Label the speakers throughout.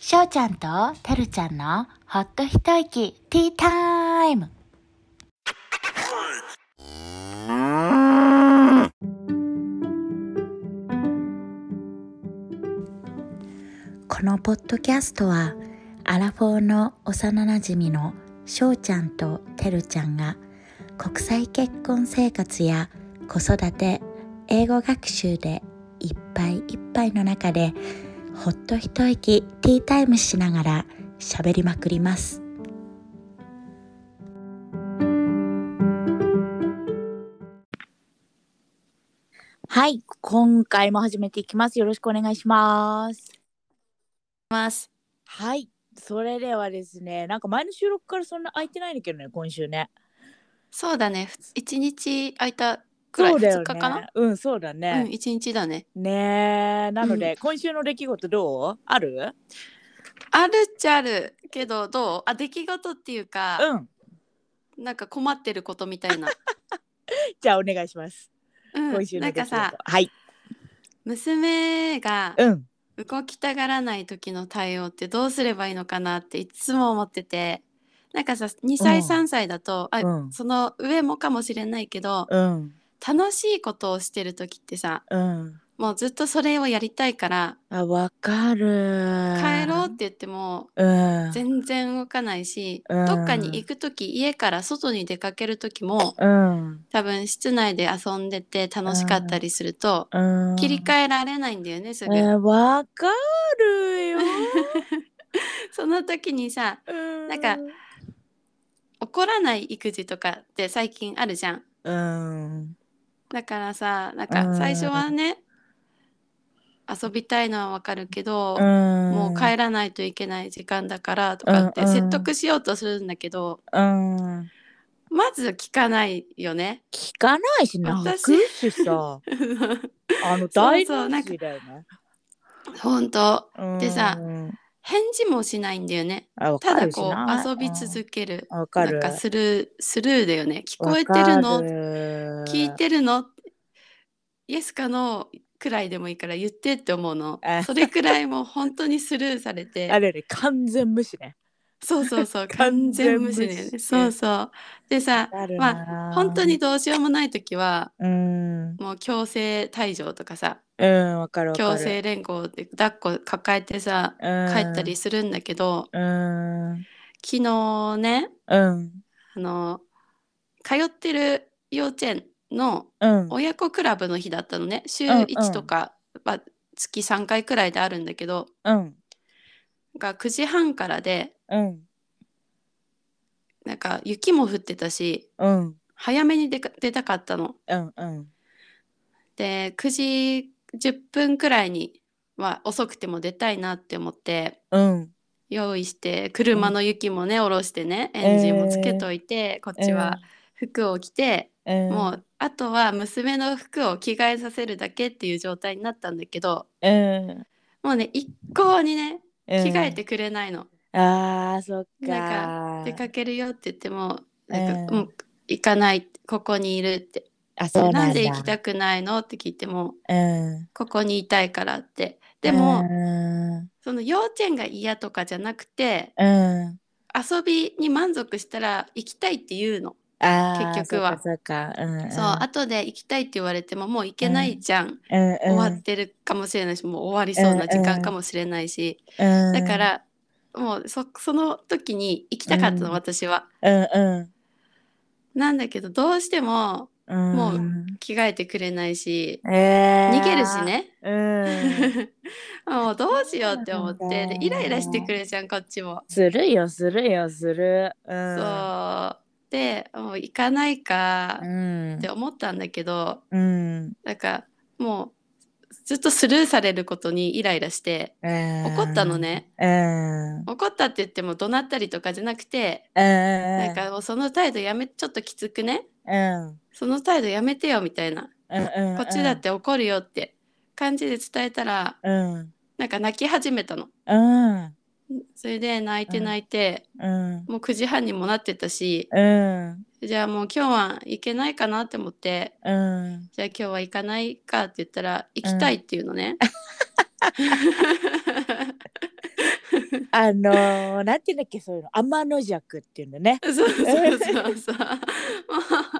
Speaker 1: しょうちゃんとてるちゃんのほっと一息ティータイムこのポッドキャストはアラフォーの幼なじみのしょうちゃんとてるちゃんが国際結婚生活や子育て英語学習でいっぱいいっぱいの中でほっと一息ティータイムしながら喋りまくりますはい今回も始めていきますよろしくお願いします
Speaker 2: ます。
Speaker 1: はいそれではですねなんか前の収録からそんな空いてないんだけどね今週ね
Speaker 2: そうだね。ふつ一日空いたくらい、
Speaker 1: そう
Speaker 2: 二
Speaker 1: だよ
Speaker 2: 日かな
Speaker 1: ね。うんそうだ
Speaker 2: うん、
Speaker 1: ね、
Speaker 2: 一日だね。
Speaker 1: ねえなので、
Speaker 2: うん
Speaker 1: 今週の出来事どうある
Speaker 2: あるっちゃあるけど、どうあ、出来事っていうか、
Speaker 1: うん
Speaker 2: なんか困ってることみたいな。
Speaker 1: じゃあお願いします、
Speaker 2: うん
Speaker 1: 今週
Speaker 2: な
Speaker 1: の
Speaker 2: ん
Speaker 1: 出来
Speaker 2: か
Speaker 1: 事
Speaker 2: さ、
Speaker 1: はい
Speaker 2: 娘が
Speaker 1: うん
Speaker 2: 動きたがらない時の対応ってどうすればいいのかなっていつも思ってて、なんかさ、2歳、
Speaker 1: うん
Speaker 2: 3歳だと、あ
Speaker 1: うん
Speaker 2: その上もかもしれないけど、
Speaker 1: うん
Speaker 2: 楽しいことをしてる時ってさ、
Speaker 1: うん
Speaker 2: もうずっとそれをやりたいから、
Speaker 1: あわかる
Speaker 2: 帰ろうって言っても、
Speaker 1: うん
Speaker 2: 全然動かないし、
Speaker 1: うん
Speaker 2: どっかに行く時家から外に出かける時も
Speaker 1: うん
Speaker 2: 多分室内で遊んでて楽しかったりすると、
Speaker 1: うん
Speaker 2: 切り替えられないんだよねす
Speaker 1: え
Speaker 2: ぐ、
Speaker 1: ーわかるよ
Speaker 2: その時にさ
Speaker 1: な
Speaker 2: なんか怒らない育児とかって最近あるじゃん
Speaker 1: うん
Speaker 2: だからさな
Speaker 1: う
Speaker 2: んか
Speaker 1: ん
Speaker 2: 最初はね、遊びたいのはわかるけど、も
Speaker 1: も
Speaker 2: う帰らないといけない時間だからとかって
Speaker 1: うんうん
Speaker 2: 説得しようとするんだけど、
Speaker 1: うん
Speaker 2: まず聞かないよね。
Speaker 1: 聞かないし泣
Speaker 2: 私
Speaker 1: くしさあの大事だよね
Speaker 2: 本当
Speaker 1: うん
Speaker 2: でさ返事もしないんだよね
Speaker 1: あわ
Speaker 2: た
Speaker 1: か
Speaker 2: だ
Speaker 1: るし
Speaker 2: こ
Speaker 1: な
Speaker 2: う遊び続ける
Speaker 1: うんわか
Speaker 2: な
Speaker 1: る
Speaker 2: んかスルースルーだよね聞こえてる
Speaker 1: わか
Speaker 2: の
Speaker 1: る
Speaker 2: 聞いてるのイエスかノーくらいでもいいから言ってって思うの
Speaker 1: あ
Speaker 2: それくらいもう本当にスルーされ
Speaker 1: あ
Speaker 2: て
Speaker 1: れね完全無視ね
Speaker 2: そうそうそ う
Speaker 1: 完全
Speaker 2: 完全
Speaker 1: 無
Speaker 2: 無
Speaker 1: 視
Speaker 2: 視だよねそうそうでさ
Speaker 1: あるな
Speaker 2: まあ本当にどうしようもない時は
Speaker 1: うん
Speaker 2: もう強制退場とかさ
Speaker 1: うんわかるわかる
Speaker 2: 強制連行で抱っこ抱えてさ帰
Speaker 1: 帰
Speaker 2: ったりするんだけど、
Speaker 1: うん
Speaker 2: 昨日ね
Speaker 1: うん
Speaker 2: あの通ってる幼稚園の
Speaker 1: うん
Speaker 2: 親子クラブの日だったのね週
Speaker 1: うんうん
Speaker 2: 1とかは月3回くらいであるんだけど
Speaker 1: うん
Speaker 2: が9時半からで
Speaker 1: うん
Speaker 2: なんか雪も降ってたし
Speaker 1: うん
Speaker 2: 早めに出か出たかったの。
Speaker 1: うんうん
Speaker 2: で9時10分くらいには遅くても出たいなって思って
Speaker 1: うん
Speaker 2: 用意して車の雪もね下ろしてねエンジンもつけといて、こっちは服を着て、
Speaker 1: うん
Speaker 2: もうあとは娘の服を着替えさせるだけっていう状態になったんだけど
Speaker 1: うん
Speaker 2: もうね一向にね
Speaker 1: 着
Speaker 2: 着替えてくれないの、
Speaker 1: あーそっか
Speaker 2: なん出かけるよって言ってもなんか、
Speaker 1: うん
Speaker 2: うん、行かないここにいるって
Speaker 1: あそう
Speaker 2: なん
Speaker 1: なんだ
Speaker 2: で行きたくないのって聞いても
Speaker 1: うん
Speaker 2: ここにいたいからってでも、
Speaker 1: うん
Speaker 2: その幼稚園が嫌とかじゃなくて
Speaker 1: うん
Speaker 2: 遊びに満足したら行きたいって言うの、
Speaker 1: あー
Speaker 2: 結局は
Speaker 1: そうかそうかうん
Speaker 2: そう後で行きたいって言われてももう行けないじゃん、
Speaker 1: うんうん
Speaker 2: 終わってるかもしれないしもう終わりそうな時間かもしれないし、
Speaker 1: うん
Speaker 2: だからもうそその時に行きたかったの、
Speaker 1: うん
Speaker 2: 私は。
Speaker 1: うんうん
Speaker 2: なんだけどどうしても
Speaker 1: うん
Speaker 2: もう着替えてくれないし
Speaker 1: えー
Speaker 2: 逃げるしね、
Speaker 1: うん
Speaker 2: もうどうしようって思っ
Speaker 1: そうな
Speaker 2: て
Speaker 1: んだ
Speaker 2: でイライラしてくるじゃんこっちも。
Speaker 1: するよするよするう
Speaker 2: そ
Speaker 1: ん
Speaker 2: うでもう行かないか
Speaker 1: うん
Speaker 2: って思ったんだけど
Speaker 1: うん
Speaker 2: なんかもうずっとスルーされることにイライラして怒
Speaker 1: 怒
Speaker 2: ったのね。
Speaker 1: うんうん
Speaker 2: 怒ったって言っても怒鳴ったりとかじゃなくて
Speaker 1: な
Speaker 2: なんかもうその態度やめちょっときつくね
Speaker 1: うん
Speaker 2: その態度やめてよみたいな
Speaker 1: うん
Speaker 2: こっちだって怒るよって感じで伝えたら
Speaker 1: うん
Speaker 2: なんか泣き始めたの
Speaker 1: うん
Speaker 2: それで泣いて
Speaker 1: うん
Speaker 2: 泣いて、
Speaker 1: うん
Speaker 2: もう9時半にもなってたし
Speaker 1: うん
Speaker 2: じゃあもう今日は行けないかなって思って
Speaker 1: うん
Speaker 2: じゃあ今日は行かないかって言ったら行きたいっていうのね、
Speaker 3: あのーなんていうんだっけそういうの天の弱っていうんだね。
Speaker 2: そうそうそうそう。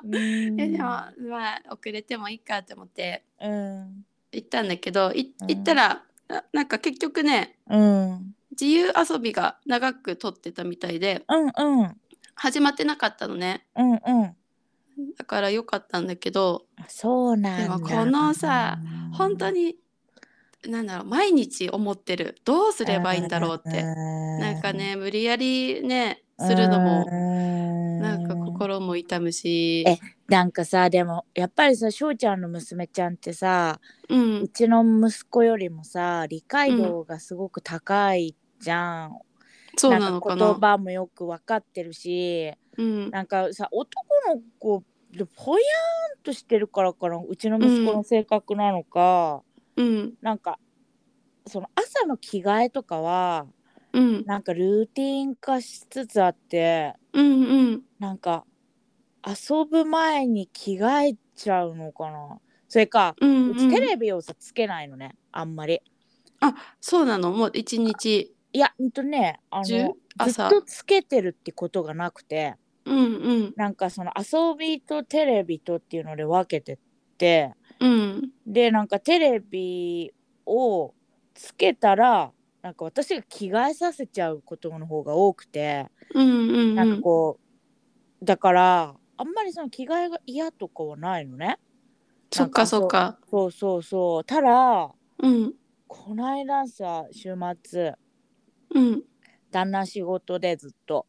Speaker 3: うん
Speaker 2: えでもまあ遅れてもいいかって思って
Speaker 3: うん
Speaker 2: 行ったんだけどい
Speaker 3: うん
Speaker 2: 行ったら、ななんか結局ね
Speaker 3: うん
Speaker 2: 自由遊びが長く撮ってたみたいで
Speaker 3: うんうん
Speaker 2: 始まってなかったのね
Speaker 3: うんうん
Speaker 2: だから良かったんだけど
Speaker 3: あそうなんだ。
Speaker 2: でもこのさ本当
Speaker 3: に
Speaker 2: になんだろう毎日思ってるどうす
Speaker 3: す
Speaker 2: ればいいんだろうってな
Speaker 3: なん
Speaker 2: かね無理やりねするのもなんか心も痛むし
Speaker 3: えなんかさでもやっぱりさ翔ちゃんの娘ちゃんってさ
Speaker 2: う
Speaker 3: うんちの息子よりもさ理解度がすごく高いじゃん。
Speaker 2: そうなのかな
Speaker 3: 言葉もよく分かってるし
Speaker 2: うん
Speaker 3: なんかさ男の子でぽやーんとしてるからかなうちの息子の性格なのか、
Speaker 2: うん
Speaker 3: なんかその朝の着替えとかは
Speaker 2: うん
Speaker 3: なんかルーティン化しつつあって
Speaker 2: うんうん
Speaker 3: なんか遊ぶ前に着替えちゃうのかなそれか、
Speaker 2: うん
Speaker 3: う
Speaker 2: う
Speaker 3: ちテ
Speaker 2: ん
Speaker 3: レビをさつけないのねあんまり
Speaker 2: そうなのもう一日
Speaker 3: いやほんとねあのず
Speaker 2: 中朝
Speaker 3: っとつけてるってことがなくて
Speaker 2: うんうん
Speaker 3: なんかその遊びとテレビとっていうので分けてって
Speaker 2: うん
Speaker 3: でなんかテレビをつけたらなんか私が着替えさせちゃうことの方が多くて
Speaker 2: うんうん
Speaker 3: な
Speaker 2: うん
Speaker 3: か
Speaker 2: ん
Speaker 3: こうだからあんまりその着替えが嫌とかはないのね
Speaker 2: そっかそっか
Speaker 3: そうそうそうただ
Speaker 2: うん
Speaker 3: こないださ週末
Speaker 2: うん
Speaker 3: 旦那仕事でずっと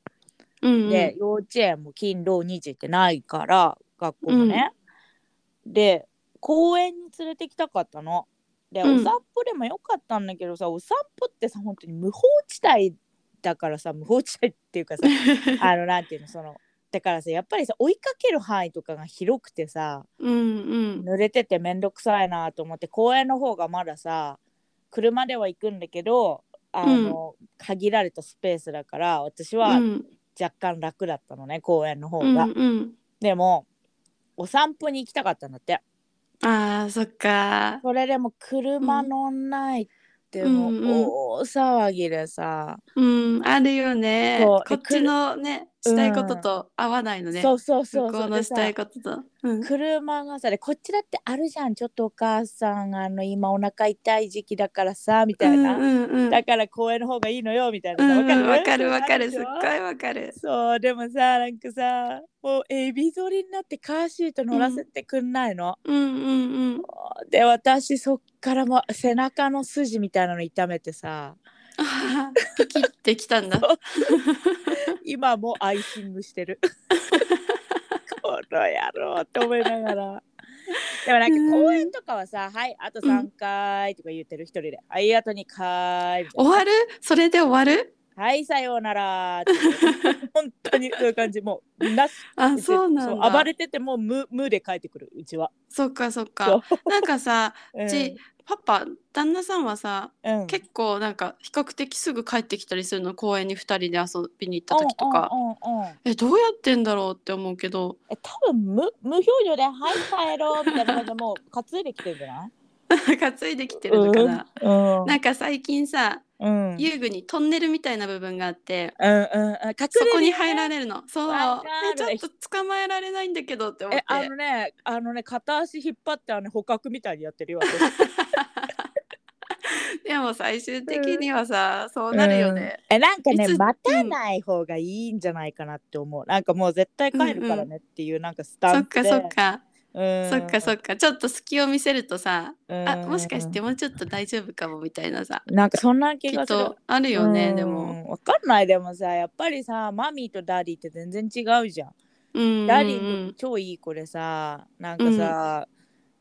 Speaker 2: うん
Speaker 3: で、幼稚園も勤労2時ってないから学校もね、で公園に連れてきたかったのでお
Speaker 2: うん
Speaker 3: 散歩でもよかったんだけどさ、お散歩ってさ本当に無法地帯だからさ無法地帯っていうか さあのなんていうのそのだからさやっぱりさ追いかける範囲とかが広くてさ
Speaker 2: うんうん
Speaker 3: 濡れててめんどくさいなと思って公園の方がまださ車では行くんだけどあの、限られたスペースだから私は
Speaker 2: うん
Speaker 3: 若干楽だったのね公園の方
Speaker 2: う
Speaker 3: が、
Speaker 2: んうん
Speaker 3: でもお散歩に行きたかったんだって
Speaker 2: あーそっか
Speaker 3: それでも車乗んないって
Speaker 2: うん
Speaker 3: も
Speaker 2: うんうん
Speaker 3: う大騒ぎでさ、
Speaker 2: うんあるよね
Speaker 3: そう
Speaker 2: こっちのねしたいことと合わないのね、
Speaker 3: そうそうそう
Speaker 2: 向こ
Speaker 3: そうう
Speaker 2: の
Speaker 3: で
Speaker 2: し
Speaker 3: さ
Speaker 2: たいことと、うん、
Speaker 3: 車がさでこっちだってあるじゃんちょっとお母さんあの今お腹痛い時期だからさみたいな、
Speaker 2: うんうんうん
Speaker 3: だから公園の方がいいのよみたいな
Speaker 2: う
Speaker 3: さ
Speaker 2: んうん
Speaker 3: わ
Speaker 2: わ
Speaker 3: か
Speaker 2: か
Speaker 3: る
Speaker 2: るわかる
Speaker 3: そ
Speaker 2: すっ
Speaker 3: う
Speaker 2: ごいわかる
Speaker 3: そうでもさなんかさもうエビ反りになってカーシート乗らせてくんないの、
Speaker 2: うんうんうん
Speaker 3: で私そっからもう背中の筋みたいなの痛めて さ
Speaker 2: あーピキってきたんだ
Speaker 3: そう今もアイシングして るこの野郎って思いながらでもなんか公園とかはさ「はいあと3回」とか言ってる一人で「はいあと2回」みたい
Speaker 2: 終わるそれで終わる
Speaker 3: なはいさようなら」って本当にそういう感じもうなし
Speaker 2: あそうなんだ
Speaker 3: そう暴れてても無無で帰ってくるうちは
Speaker 2: そっかそっかなんかさ
Speaker 3: う
Speaker 2: うんちパパ旦那さんはさ
Speaker 3: うん
Speaker 2: 結構なんか比較的すぐ帰ってきたりするの公園に2人で遊びに行った時とか、
Speaker 3: うんうんうんうん
Speaker 2: えどうやってんだろうって思うけど
Speaker 3: え多分無無表情で「はい帰ろう」みたいな感じでもう担いできてるんじゃない
Speaker 2: 担いできてるのかな、
Speaker 3: うん
Speaker 2: なんか最近さ
Speaker 3: うん
Speaker 2: 遊具にトンネルみたいな部分があって
Speaker 3: うんうんうん、隠
Speaker 2: そこに
Speaker 3: れ
Speaker 2: 入
Speaker 3: るよ
Speaker 2: ら
Speaker 3: ね
Speaker 2: れるのそう
Speaker 3: わか
Speaker 2: え
Speaker 3: る
Speaker 2: ちょっと捕まえられないんだけどって思っ
Speaker 3: え
Speaker 2: て
Speaker 3: あのねあのね片足引っ張ってあの捕獲みたいにや ってるよ私
Speaker 2: でも最終的にはさ、そうなるよね、
Speaker 3: えなんか
Speaker 2: い
Speaker 3: ね
Speaker 2: つ
Speaker 3: 待たない方がいいんじゃないかなって思うなんかもう絶対帰るからねっていうなんかスタ
Speaker 2: そ
Speaker 3: ン
Speaker 2: っ
Speaker 3: ス
Speaker 2: か
Speaker 3: で
Speaker 2: そっか、
Speaker 3: うん
Speaker 2: そっかそっかちょっと隙を見せるとさ、あ
Speaker 3: うん
Speaker 2: もしかしてもうちょっと大丈夫かもみたいなさ
Speaker 3: なんかそんな気
Speaker 2: き
Speaker 3: が
Speaker 2: っ
Speaker 3: する
Speaker 2: とあるよね
Speaker 3: うん
Speaker 2: でも。
Speaker 3: わかんないでもさやっぱりさマミーとダディって全然違うじゃん
Speaker 2: うん
Speaker 3: ダデ
Speaker 2: う
Speaker 3: ィ
Speaker 2: ん
Speaker 3: 超いい子でさなんかさ、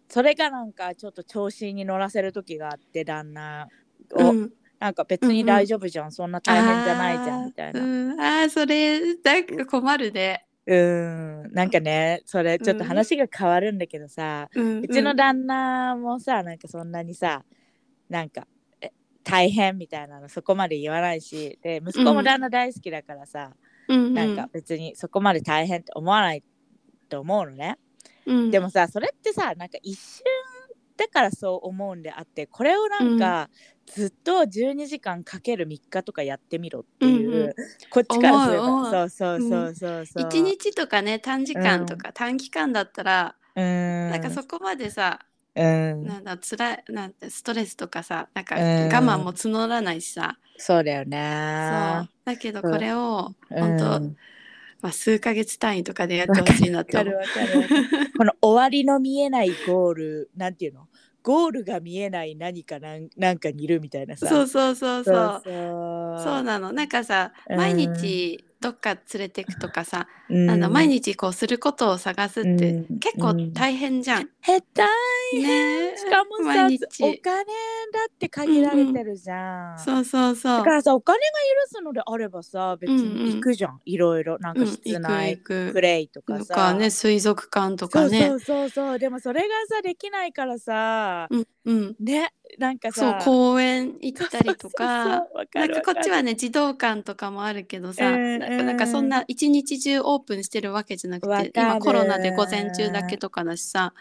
Speaker 3: それがなんかちょっと調子に乗らせる時があって旦那
Speaker 2: うん
Speaker 3: を、
Speaker 2: うん
Speaker 3: なんか別に大丈夫じゃん、そんな大変じゃないじゃんみたい
Speaker 2: あ
Speaker 3: な
Speaker 2: ーうん、あーそれなんか困るね。
Speaker 3: うーんなんかねそれちょっと話が変わるんだけどさ、
Speaker 2: うん
Speaker 3: う
Speaker 2: うん、
Speaker 3: ちの旦那もさなんかそんなにさなんかえ大変みたいなのそこまで言わないしで息子も旦那大好きだからさ、
Speaker 2: うんうん、
Speaker 3: なんか別にそこまで大変って思わないと思うのね、
Speaker 2: うん、
Speaker 3: でもさそれってさなんか一瞬ったからそう思うんであってこれをなんか、ずっと12時間かける3日とかやってみろっていう、
Speaker 2: うんうん
Speaker 3: こっちからすれ
Speaker 2: 思う思
Speaker 3: ば
Speaker 2: う
Speaker 3: そうそうそうそうそう、
Speaker 2: 一日とかね短時間とか短期間だったら、
Speaker 3: うん
Speaker 2: なんかそこまでさ
Speaker 3: うん
Speaker 2: なんだ辛いなんてストレスとかさなんか
Speaker 3: うん
Speaker 2: 我慢も募らないしさ、
Speaker 3: そうだよ
Speaker 2: そう
Speaker 3: ね
Speaker 2: だけど
Speaker 3: そう
Speaker 2: これを
Speaker 3: うん
Speaker 2: 本当、まあ、数ヶ月単位とかでやってほしいなっ
Speaker 3: わ
Speaker 2: て
Speaker 3: か
Speaker 2: 思
Speaker 3: る
Speaker 2: う。
Speaker 3: わかるわかる この終わりの見えないゴールなんていうのゴールが見えない何かなんなんかにいるみたいなさ
Speaker 2: そうそうそうそうそう
Speaker 3: そう
Speaker 2: なのなんかさ
Speaker 3: うん
Speaker 2: 毎日どっか連れてくとかさ、
Speaker 3: うん
Speaker 2: なんだ毎日こうすることを探すって、
Speaker 3: うん
Speaker 2: 結構大変じゃん。
Speaker 3: 減った
Speaker 2: ねえ
Speaker 3: しかもさ
Speaker 2: 毎
Speaker 3: お金
Speaker 2: 日
Speaker 3: だって限られてるじゃん、
Speaker 2: そうそうそ
Speaker 3: だ
Speaker 2: う
Speaker 3: か。らさお金が許すのであればさ別
Speaker 2: うんうん
Speaker 3: に行くじゃん、いろいろなん
Speaker 2: う
Speaker 3: か
Speaker 2: ん
Speaker 3: 室
Speaker 2: 行
Speaker 3: 内
Speaker 2: く行
Speaker 3: プ
Speaker 2: く。
Speaker 3: レイとか
Speaker 2: と
Speaker 3: さ、
Speaker 2: かね水族館とか
Speaker 3: そ
Speaker 2: ね。
Speaker 3: うそうそうそうでもそれがさできないからさ、
Speaker 2: うんうん。
Speaker 3: ねなんか
Speaker 2: そう
Speaker 3: さ
Speaker 2: 公園行ったりと
Speaker 3: そう
Speaker 2: か。
Speaker 3: そうわか
Speaker 2: なん
Speaker 3: るわ
Speaker 2: かこ
Speaker 3: か
Speaker 2: っ
Speaker 3: る
Speaker 2: ちはね児童館とかもあるけどさ、
Speaker 3: うん
Speaker 2: なんかなんかそんな一日中オープンしてるわけじゃなく
Speaker 3: わか
Speaker 2: て
Speaker 3: る
Speaker 2: 今コロナで午前中だけとかだしさ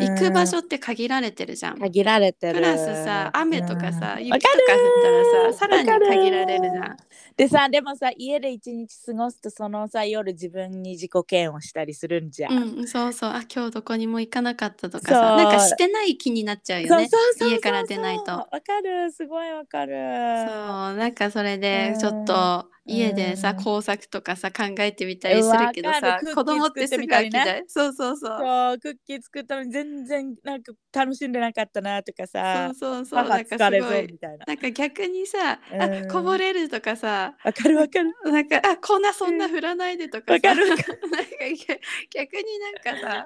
Speaker 3: 行
Speaker 2: 行く場所って限られてるじゃん。
Speaker 3: 限られてる
Speaker 2: プラスさ雨とかさ、
Speaker 3: うん
Speaker 2: 雪とか降ったらささらに
Speaker 3: わかる
Speaker 2: 限られるじゃん。
Speaker 3: でさでもさ家で一日過ごすとそのさ夜自分に自己嫌悪したりするんじゃん、
Speaker 2: うん、そうそうあ今日どこにも行かなかった
Speaker 3: そ
Speaker 2: とか
Speaker 3: う
Speaker 2: さなんかしてない気になっちゃうよ
Speaker 3: そう
Speaker 2: ね。
Speaker 3: そうそうそう
Speaker 2: 家から出ないと
Speaker 3: わかるすごいわかる
Speaker 2: そうなんかそれで
Speaker 3: うん
Speaker 2: ちょっと家でさ
Speaker 3: うん
Speaker 2: 工作とかさ考えてみたりするけど
Speaker 3: わ
Speaker 2: さ
Speaker 3: かる
Speaker 2: 子供っ
Speaker 3: クッキ
Speaker 2: て
Speaker 3: ー
Speaker 2: す
Speaker 3: 作ってみ
Speaker 2: ぐ
Speaker 3: たり
Speaker 2: 飽き
Speaker 3: ね
Speaker 2: ないそうそうそう。
Speaker 3: そうクッキー作ったのに全然なんか楽しんでなかったなとか
Speaker 2: そ
Speaker 3: さ
Speaker 2: うそうそう
Speaker 3: 母
Speaker 2: なんか
Speaker 3: 疲
Speaker 2: す
Speaker 3: れ
Speaker 2: ご
Speaker 3: そう
Speaker 2: い
Speaker 3: みたいな
Speaker 2: なんか逆にさ、
Speaker 3: う
Speaker 2: あ
Speaker 3: ん
Speaker 2: こぼれるとかさ
Speaker 3: わかるわかる
Speaker 2: なんかあ粉そんな振らないでとか
Speaker 3: わか
Speaker 2: さ、
Speaker 3: る わ
Speaker 2: なんか逆逆になんかさ、
Speaker 3: わ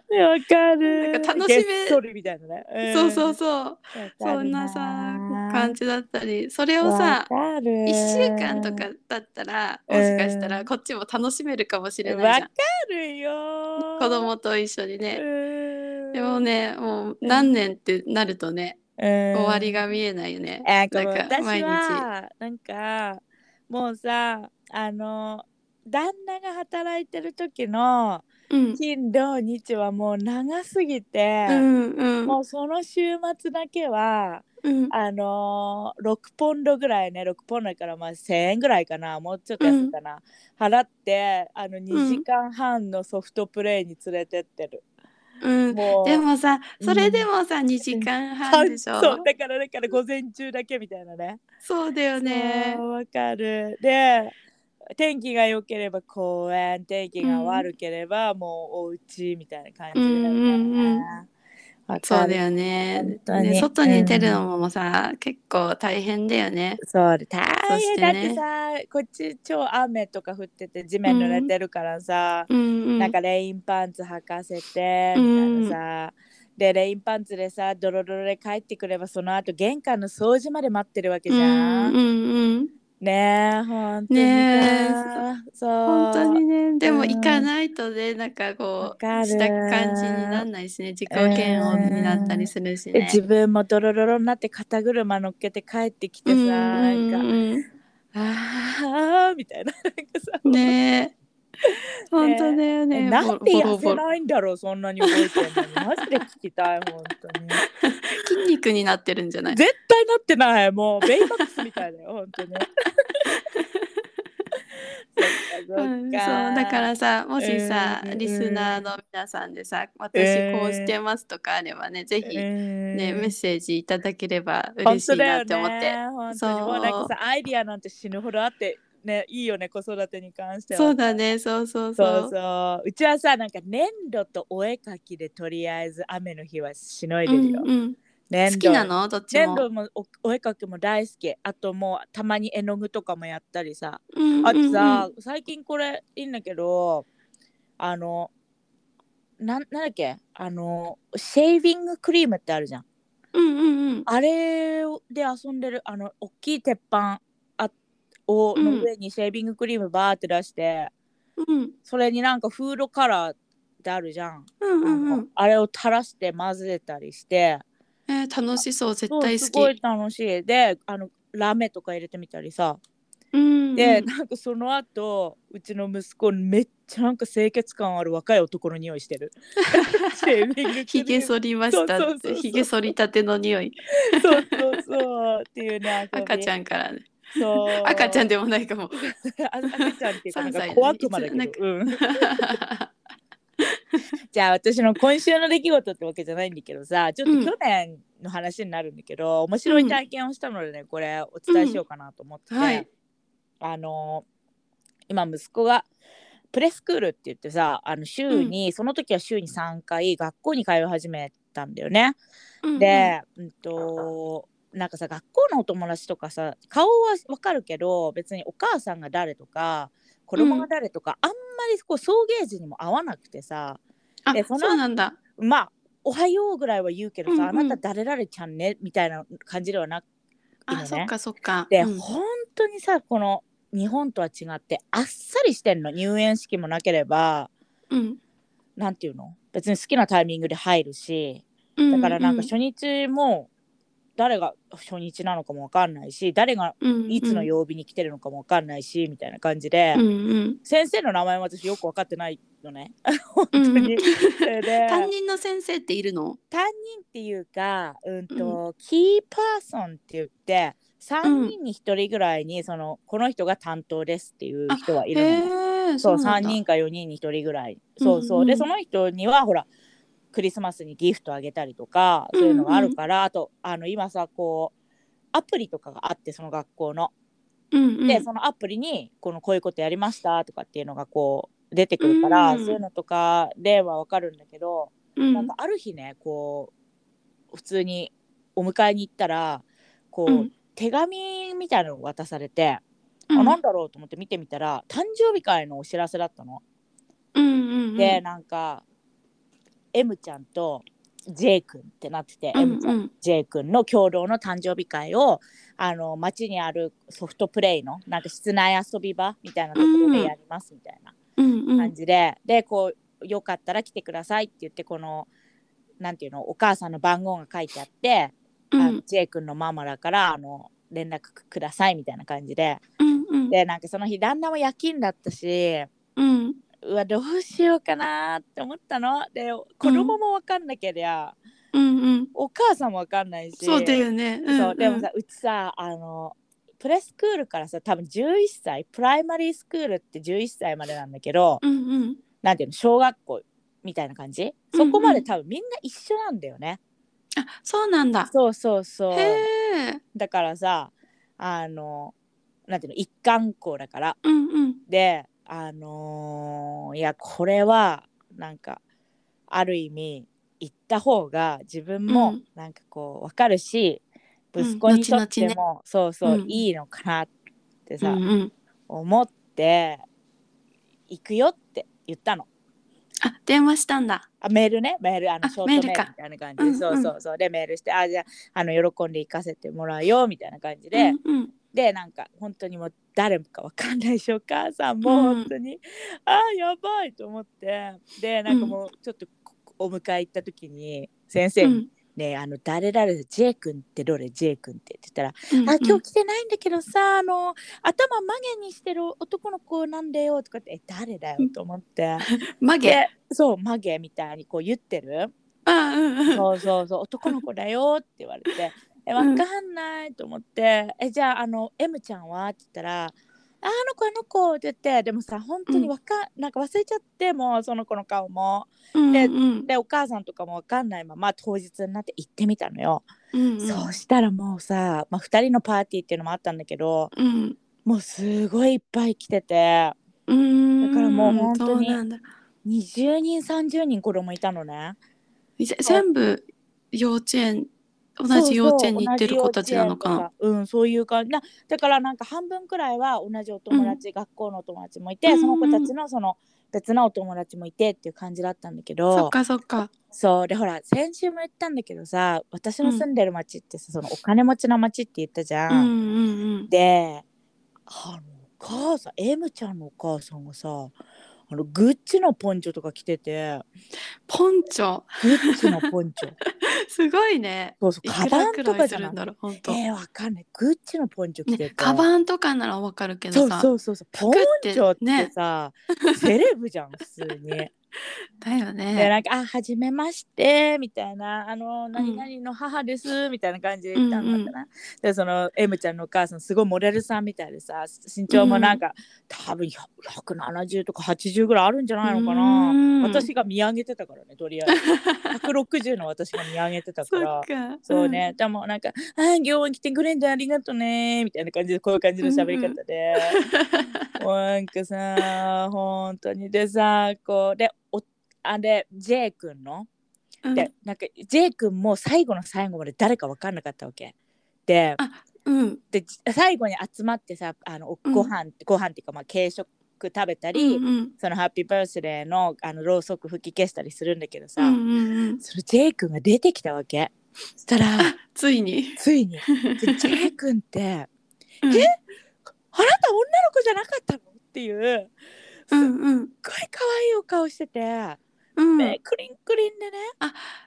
Speaker 3: かる
Speaker 2: なんか楽しめ
Speaker 3: げっそりみたいなね、
Speaker 2: そうそううそうそんなさ感
Speaker 3: じ
Speaker 2: じだったりそれをさ1
Speaker 3: 1
Speaker 2: 週間とかだったらもしかしたらこっちも楽しめるかもしれな
Speaker 3: わ
Speaker 2: いじゃん
Speaker 3: かるよー
Speaker 2: 子供と一緒にね。で
Speaker 3: で
Speaker 2: もねもう何年ってなるとね、終
Speaker 3: 終
Speaker 2: わりが見えないよね。
Speaker 3: えー、
Speaker 2: なんか
Speaker 3: 私
Speaker 2: 毎日。
Speaker 3: はなんかもうさあの旦那が働いてる時の
Speaker 2: うん
Speaker 3: 金土日はもう長すぎて、
Speaker 2: うんうん
Speaker 3: もうその週末だけは
Speaker 2: うん
Speaker 3: あのー、6ポンドぐらいね6ポンドだからまあ1,000円ぐらいかなもうちょっと安いかな、払ってあの2時間半のソフトプレイに連れてってる、
Speaker 2: うん
Speaker 3: もう
Speaker 2: でもさ
Speaker 3: うん
Speaker 2: それでもさ、2時間半でしょ
Speaker 3: そうだからだから午前中だけみたいなね
Speaker 2: そうだよね
Speaker 3: そうわかるで天気が良ければ公園天気が悪ければもうお家みたいな感じだよね
Speaker 2: うんうんうん
Speaker 3: わ
Speaker 2: そ
Speaker 3: か
Speaker 2: うだ
Speaker 3: る
Speaker 2: よね
Speaker 3: 本当に
Speaker 2: ね外に出るのもさ、結構大変だよね
Speaker 3: そうだ大
Speaker 2: そし
Speaker 3: 変
Speaker 2: て
Speaker 3: だっ
Speaker 2: ね
Speaker 3: てさこっち超雨とか降ってて地面濡れてるからさ、
Speaker 2: うんうん
Speaker 3: なんかレインパンツ履かせてみたいなさ、でレインパンツでさドロドロで帰ってくればその後玄関の掃除まで待ってるわけ
Speaker 2: う
Speaker 3: じ
Speaker 2: ん
Speaker 3: ゃん、
Speaker 2: うんうん
Speaker 3: ねえ本当に
Speaker 2: ねえ
Speaker 3: さそう
Speaker 2: 本当にねでも
Speaker 3: うん
Speaker 2: 行かないとねなんかこ
Speaker 3: わか
Speaker 2: う
Speaker 3: る
Speaker 2: した感じになんないしね自己嫌悪になったりするし
Speaker 3: で
Speaker 2: ね
Speaker 3: 自分もドロドロになって肩車乗っけて帰ってきてさ、
Speaker 2: うんう
Speaker 3: なんか
Speaker 2: んうん
Speaker 3: あーみたいななんかさ
Speaker 2: ねえ本当だよね
Speaker 3: えなんで
Speaker 2: ボロ
Speaker 3: 痩
Speaker 2: ボ
Speaker 3: せ
Speaker 2: ロ
Speaker 3: ないんだろうそんなに動いてんのにマジで聞きたい本当に
Speaker 2: 筋肉になってるんじゃない
Speaker 3: 絶対なってないもうベイマックスみたいだよ本 当にそっかそっか、
Speaker 2: うん、そうだからさもしさ、
Speaker 3: うん
Speaker 2: リスナーの皆さんでさ私こうしてますとかあればね、ぜひね、
Speaker 3: ね
Speaker 2: メッセージいただければ
Speaker 3: 本
Speaker 2: 嬉し
Speaker 3: 当
Speaker 2: い
Speaker 3: だ
Speaker 2: な
Speaker 3: よ
Speaker 2: って思って、
Speaker 3: ね本当に
Speaker 2: そう
Speaker 3: もうなんかさアイディアなんて死ぬほどあってねいいよね子育てに関しては
Speaker 2: そうだねそうそうそ
Speaker 3: そううそううちはさなんか粘土とお絵かきでとりあえず雨の日はしのいでるよ、
Speaker 2: うんうん
Speaker 3: 粘
Speaker 2: 好
Speaker 3: 土
Speaker 2: きなのどっち
Speaker 3: 粘
Speaker 2: も
Speaker 3: 土もおお絵かきも大好きあともうたまに絵の具とかもやったりさ
Speaker 2: うんうんうん
Speaker 3: あとさ、最近これいいんだけどあのなんなんだっけあのシェービングクリームってあるじゃん
Speaker 2: うんうんうん
Speaker 3: あれで遊んでるあの大きい鉄板あを
Speaker 2: うん
Speaker 3: の上にシェービングクリームバーって出して、
Speaker 2: うん
Speaker 3: それになんかフードカラーってあるじゃん、
Speaker 2: うんうんう
Speaker 3: なん
Speaker 2: ん
Speaker 3: かあれを垂らして混ぜたりして
Speaker 2: えー楽しそう絶
Speaker 3: そう
Speaker 2: 対
Speaker 3: すご
Speaker 2: 好
Speaker 3: い楽しいであのラメとか入れてみたりさ
Speaker 2: きうん
Speaker 3: で
Speaker 2: うん
Speaker 3: なんかその後うちの息子めっちゃなんか清潔感ある若い男の匂いして る。 シェービングクリーム
Speaker 2: ひげ剃りました
Speaker 3: そうそうそ
Speaker 2: っ
Speaker 3: う
Speaker 2: て
Speaker 3: そう
Speaker 2: ひげ剃りたての匂い
Speaker 3: そうそうそうっていうね
Speaker 2: 赤ちゃ
Speaker 3: ん
Speaker 2: んからね
Speaker 3: そう
Speaker 2: 赤ちゃんでもないかも
Speaker 3: あ赤ちゃんっていうかなん
Speaker 2: 三歳
Speaker 3: か
Speaker 2: の
Speaker 3: 小悪魔だけど
Speaker 2: いつ、
Speaker 3: うん、じゃあ私の今週の出来事ってわけじゃないんだけどさちょっ
Speaker 2: う
Speaker 3: と去
Speaker 2: ん
Speaker 3: 年の話になるんだけど、面白い体験をしたのでねこれお伝えしようかなと思ってて、
Speaker 2: はい
Speaker 3: あの今息子がプレスクールって言ってさあの週に、その時は週に3回学校に通い始めたんだよね。で、うんとなんかさ学校のお友達とかさ顔はわかるけど別にお母さんが誰とか子供が誰とか、あんまりこう送迎時にも合わなくてさ
Speaker 2: あ
Speaker 3: でそ
Speaker 2: そ
Speaker 3: の
Speaker 2: うなんだ
Speaker 3: まあ「おはよう」ぐらいは言うけどさ、
Speaker 2: うんうん
Speaker 3: あなた誰々ちゃんねみたいな感じではなく
Speaker 2: あ、
Speaker 3: 今ね
Speaker 2: そっかそっか
Speaker 3: て、
Speaker 2: うん
Speaker 3: 本当にさこの日本とは違ってあっさりしてんの入園式もなければ
Speaker 2: うん
Speaker 3: なんていうの別に好きなタイミングで入るし
Speaker 2: うん、
Speaker 3: だからなんか初日も誰が初日なのかもわかんないし誰がいつの曜日に来てるのかもわかんないし、みたいな感じで、
Speaker 2: うんうん、
Speaker 3: 先生の名前も私よく分かってないのね本当 に。それで担任
Speaker 2: 担任の先生っているの
Speaker 3: っていうか、うんとキーパーソンって言って3人に1人ぐらいにその、この人が担当ですっていう人はいるのね。
Speaker 2: え
Speaker 3: そう3人か4人に1人ぐらいそうそう、
Speaker 2: うんうん
Speaker 3: でその人にはほらクリスマスにギフトあげたりとかそういうのがあるから、あとあの今さこうアプリとかがあってその学校の、
Speaker 2: うんうん、
Speaker 3: でそのアプリにこのこういうことやりましたとかっていうのがこう出てくるから、
Speaker 2: うんうん
Speaker 3: そういうのとかではわかるんだけど、
Speaker 2: うん
Speaker 3: なんかある日ねこう普通にお迎えに行ったらこう、
Speaker 2: うん
Speaker 3: 手紙みたいなのを渡されて、
Speaker 2: うん
Speaker 3: あなんだろうと思って見てみたら誕生日会のお知らせだったの。
Speaker 2: うんうんうん、
Speaker 3: でなんか M ちゃんと J 君ってなってて、
Speaker 2: うん
Speaker 3: M ちゃん
Speaker 2: うん
Speaker 3: J 君の共同の誕生日会をあの街にあるソフトプレイのなんか室内遊び場みたいなところでやりますみたいな
Speaker 2: うんうん
Speaker 3: 感じで、でこうよかったら来てくださいって言ってこのなんていうのお母さんの番号が書いてあって、
Speaker 2: う
Speaker 3: あ
Speaker 2: ん
Speaker 3: の J 君のママだからあの連絡くださいみたいな感じで
Speaker 2: うんうん
Speaker 3: でなんかその日旦那も夜勤だったし
Speaker 2: うん
Speaker 3: うわどうしようかなって思ったので子供も分かんなけりゃ、
Speaker 2: うんうん
Speaker 3: お母さんも分かんないし
Speaker 2: そうだよね、うん
Speaker 3: そうでもさうちさあのプレスクールからさ多分11歳プライマリースクールって11歳までなんだけど、
Speaker 2: うんうん
Speaker 3: なんていうの小学校みたいな感じそこまで多分みんな一緒なんだよね、
Speaker 2: あそうなんだ
Speaker 3: そうそうそう
Speaker 2: へえ
Speaker 3: だからさあのなんていうの一貫校だから
Speaker 2: うんうん
Speaker 3: であのーいやこれはなんかある意味行った方が自分
Speaker 2: う
Speaker 3: も
Speaker 2: ん
Speaker 3: なんかこう分かるし、
Speaker 2: うん
Speaker 3: 息子にとって
Speaker 2: 後
Speaker 3: も、そうそう、
Speaker 2: うん
Speaker 3: いいのかなってさ、
Speaker 2: うんうん、
Speaker 3: 思って行くよって言ったの。
Speaker 2: あ電話したんだ
Speaker 3: あメールねメールあの
Speaker 2: あ
Speaker 3: ショートメールみ
Speaker 2: メールか
Speaker 3: たいな感じで、
Speaker 2: うんうん
Speaker 3: そうそうそうでメールしてあじゃああの喜んで行かせてもらうよみたいな感じで、
Speaker 2: うんうん
Speaker 3: でなんか本当にもう誰かわかんないしお母さんも
Speaker 2: うん
Speaker 3: 本当に、あーやばいと思ってでなんかもうちょっとこお迎え行った時に先生
Speaker 2: う
Speaker 3: に、
Speaker 2: ん
Speaker 3: ねあの誰々 J 君ってどれ J 君ってって言ったら「
Speaker 2: うん
Speaker 3: あ今日来てないんだけどさあの頭曲げにしてる男の子なんだよ」とかって「え誰だよ」と思 って
Speaker 2: 曲げ
Speaker 3: でそう曲げみたいにこう言ってる。
Speaker 2: あうん うん
Speaker 3: そうそうそう男の子だよって言われ て「えわ
Speaker 2: うん
Speaker 3: かんない」と思って「えじゃああの M ちゃんは?」って言ったら「ああの子あの子」って言ってでもさ本当にわかん、なんか忘れちゃってもうその子の顔も
Speaker 2: うん
Speaker 3: で
Speaker 2: うん
Speaker 3: でお母さんとかもわかんないまま当日になって行ってみたのよ、
Speaker 2: うんうん
Speaker 3: そうしたらもうさ、まあ、2人のパーティーっていうのもあったんだけど
Speaker 2: うん
Speaker 3: もうすごいいっぱい来てて
Speaker 2: うん
Speaker 3: だからもう本当に
Speaker 2: そうなんだ
Speaker 3: 20人30人子供いたのね
Speaker 2: ぜ全部幼稚園同じ幼稚園に行ってる子たちなのかな
Speaker 3: そうそう同じ幼稚園とかうんそういう感じなだからなんか半分くらいは同じお友達、学校のお友達もいて、
Speaker 2: うんうん
Speaker 3: その子たちのその別のお友達もいてっていう感じだったんだけど
Speaker 2: そっかそっか
Speaker 3: そうでほら先週も言ったんだけどさ私の住んでる町ってさ、そのお金持ちの町って言ったじ
Speaker 2: うん
Speaker 3: ゃ。
Speaker 2: うんんうん
Speaker 3: であのお母さん M ちゃんのお母さんがさあのグッチのポンチョとか着てて
Speaker 2: ポンチョ
Speaker 3: グッチのポンチョ
Speaker 2: すごいね
Speaker 3: そうそう
Speaker 2: い
Speaker 3: カ
Speaker 2: く
Speaker 3: バ
Speaker 2: ら
Speaker 3: ン
Speaker 2: く
Speaker 3: と
Speaker 2: ら
Speaker 3: か
Speaker 2: い
Speaker 3: じ
Speaker 2: す
Speaker 3: ゃ
Speaker 2: るん
Speaker 3: な
Speaker 2: だ
Speaker 3: い
Speaker 2: ろう本当、
Speaker 3: えー、わかんないグッチのポンチョ着て
Speaker 2: ね
Speaker 3: て、
Speaker 2: カバンとかならわかるけ
Speaker 3: そ
Speaker 2: ど
Speaker 3: う
Speaker 2: さ
Speaker 3: そうそうそうポン
Speaker 2: 服
Speaker 3: チョっ
Speaker 2: ね
Speaker 3: て さセレブじゃん普通に。
Speaker 2: だよね
Speaker 3: でなんか「あはじめまして」みたいな「あの
Speaker 2: ん
Speaker 3: 何々の母です」みたいな感じで言ったんだった
Speaker 2: う
Speaker 3: な、でその M ちゃんのお母さんすごいモデルさんみたいでさ身長もなんか、多分170とか80ぐらいあるんじゃないのか
Speaker 2: う
Speaker 3: な。
Speaker 2: ん
Speaker 3: 私が見上げてたからねとりあえ ず160の私が見上げてたか
Speaker 2: そっ
Speaker 3: ら
Speaker 2: か
Speaker 3: そうね、でもなんか「あー今日来てくれんでありがとね」みたいな感じでこういう感じの喋り方 で、もうなんかさ本当にでさこうでおあれ J 君の
Speaker 2: うん
Speaker 3: でなんか J 君も最後の最後まで誰か分かんなかったわけで
Speaker 2: うん
Speaker 3: で最後に集まってさあのお
Speaker 2: うん
Speaker 3: ご飯、ご飯っていうか、まあ、軽食食べたり、
Speaker 2: うんうん
Speaker 3: そのハッピーバースデーのあのろうそく吹き消したりするんだけどさ、
Speaker 2: うんうんうん
Speaker 3: その J 君が出てきたわけそしたら
Speaker 2: ついに
Speaker 3: つ いにで J 君ってえ「あ
Speaker 2: うん
Speaker 3: なた女の子じゃなかったの?」っていう
Speaker 2: うんう
Speaker 3: すっご
Speaker 2: ん
Speaker 3: い可愛いお顔してて、
Speaker 2: うん
Speaker 3: でクリンクリンでね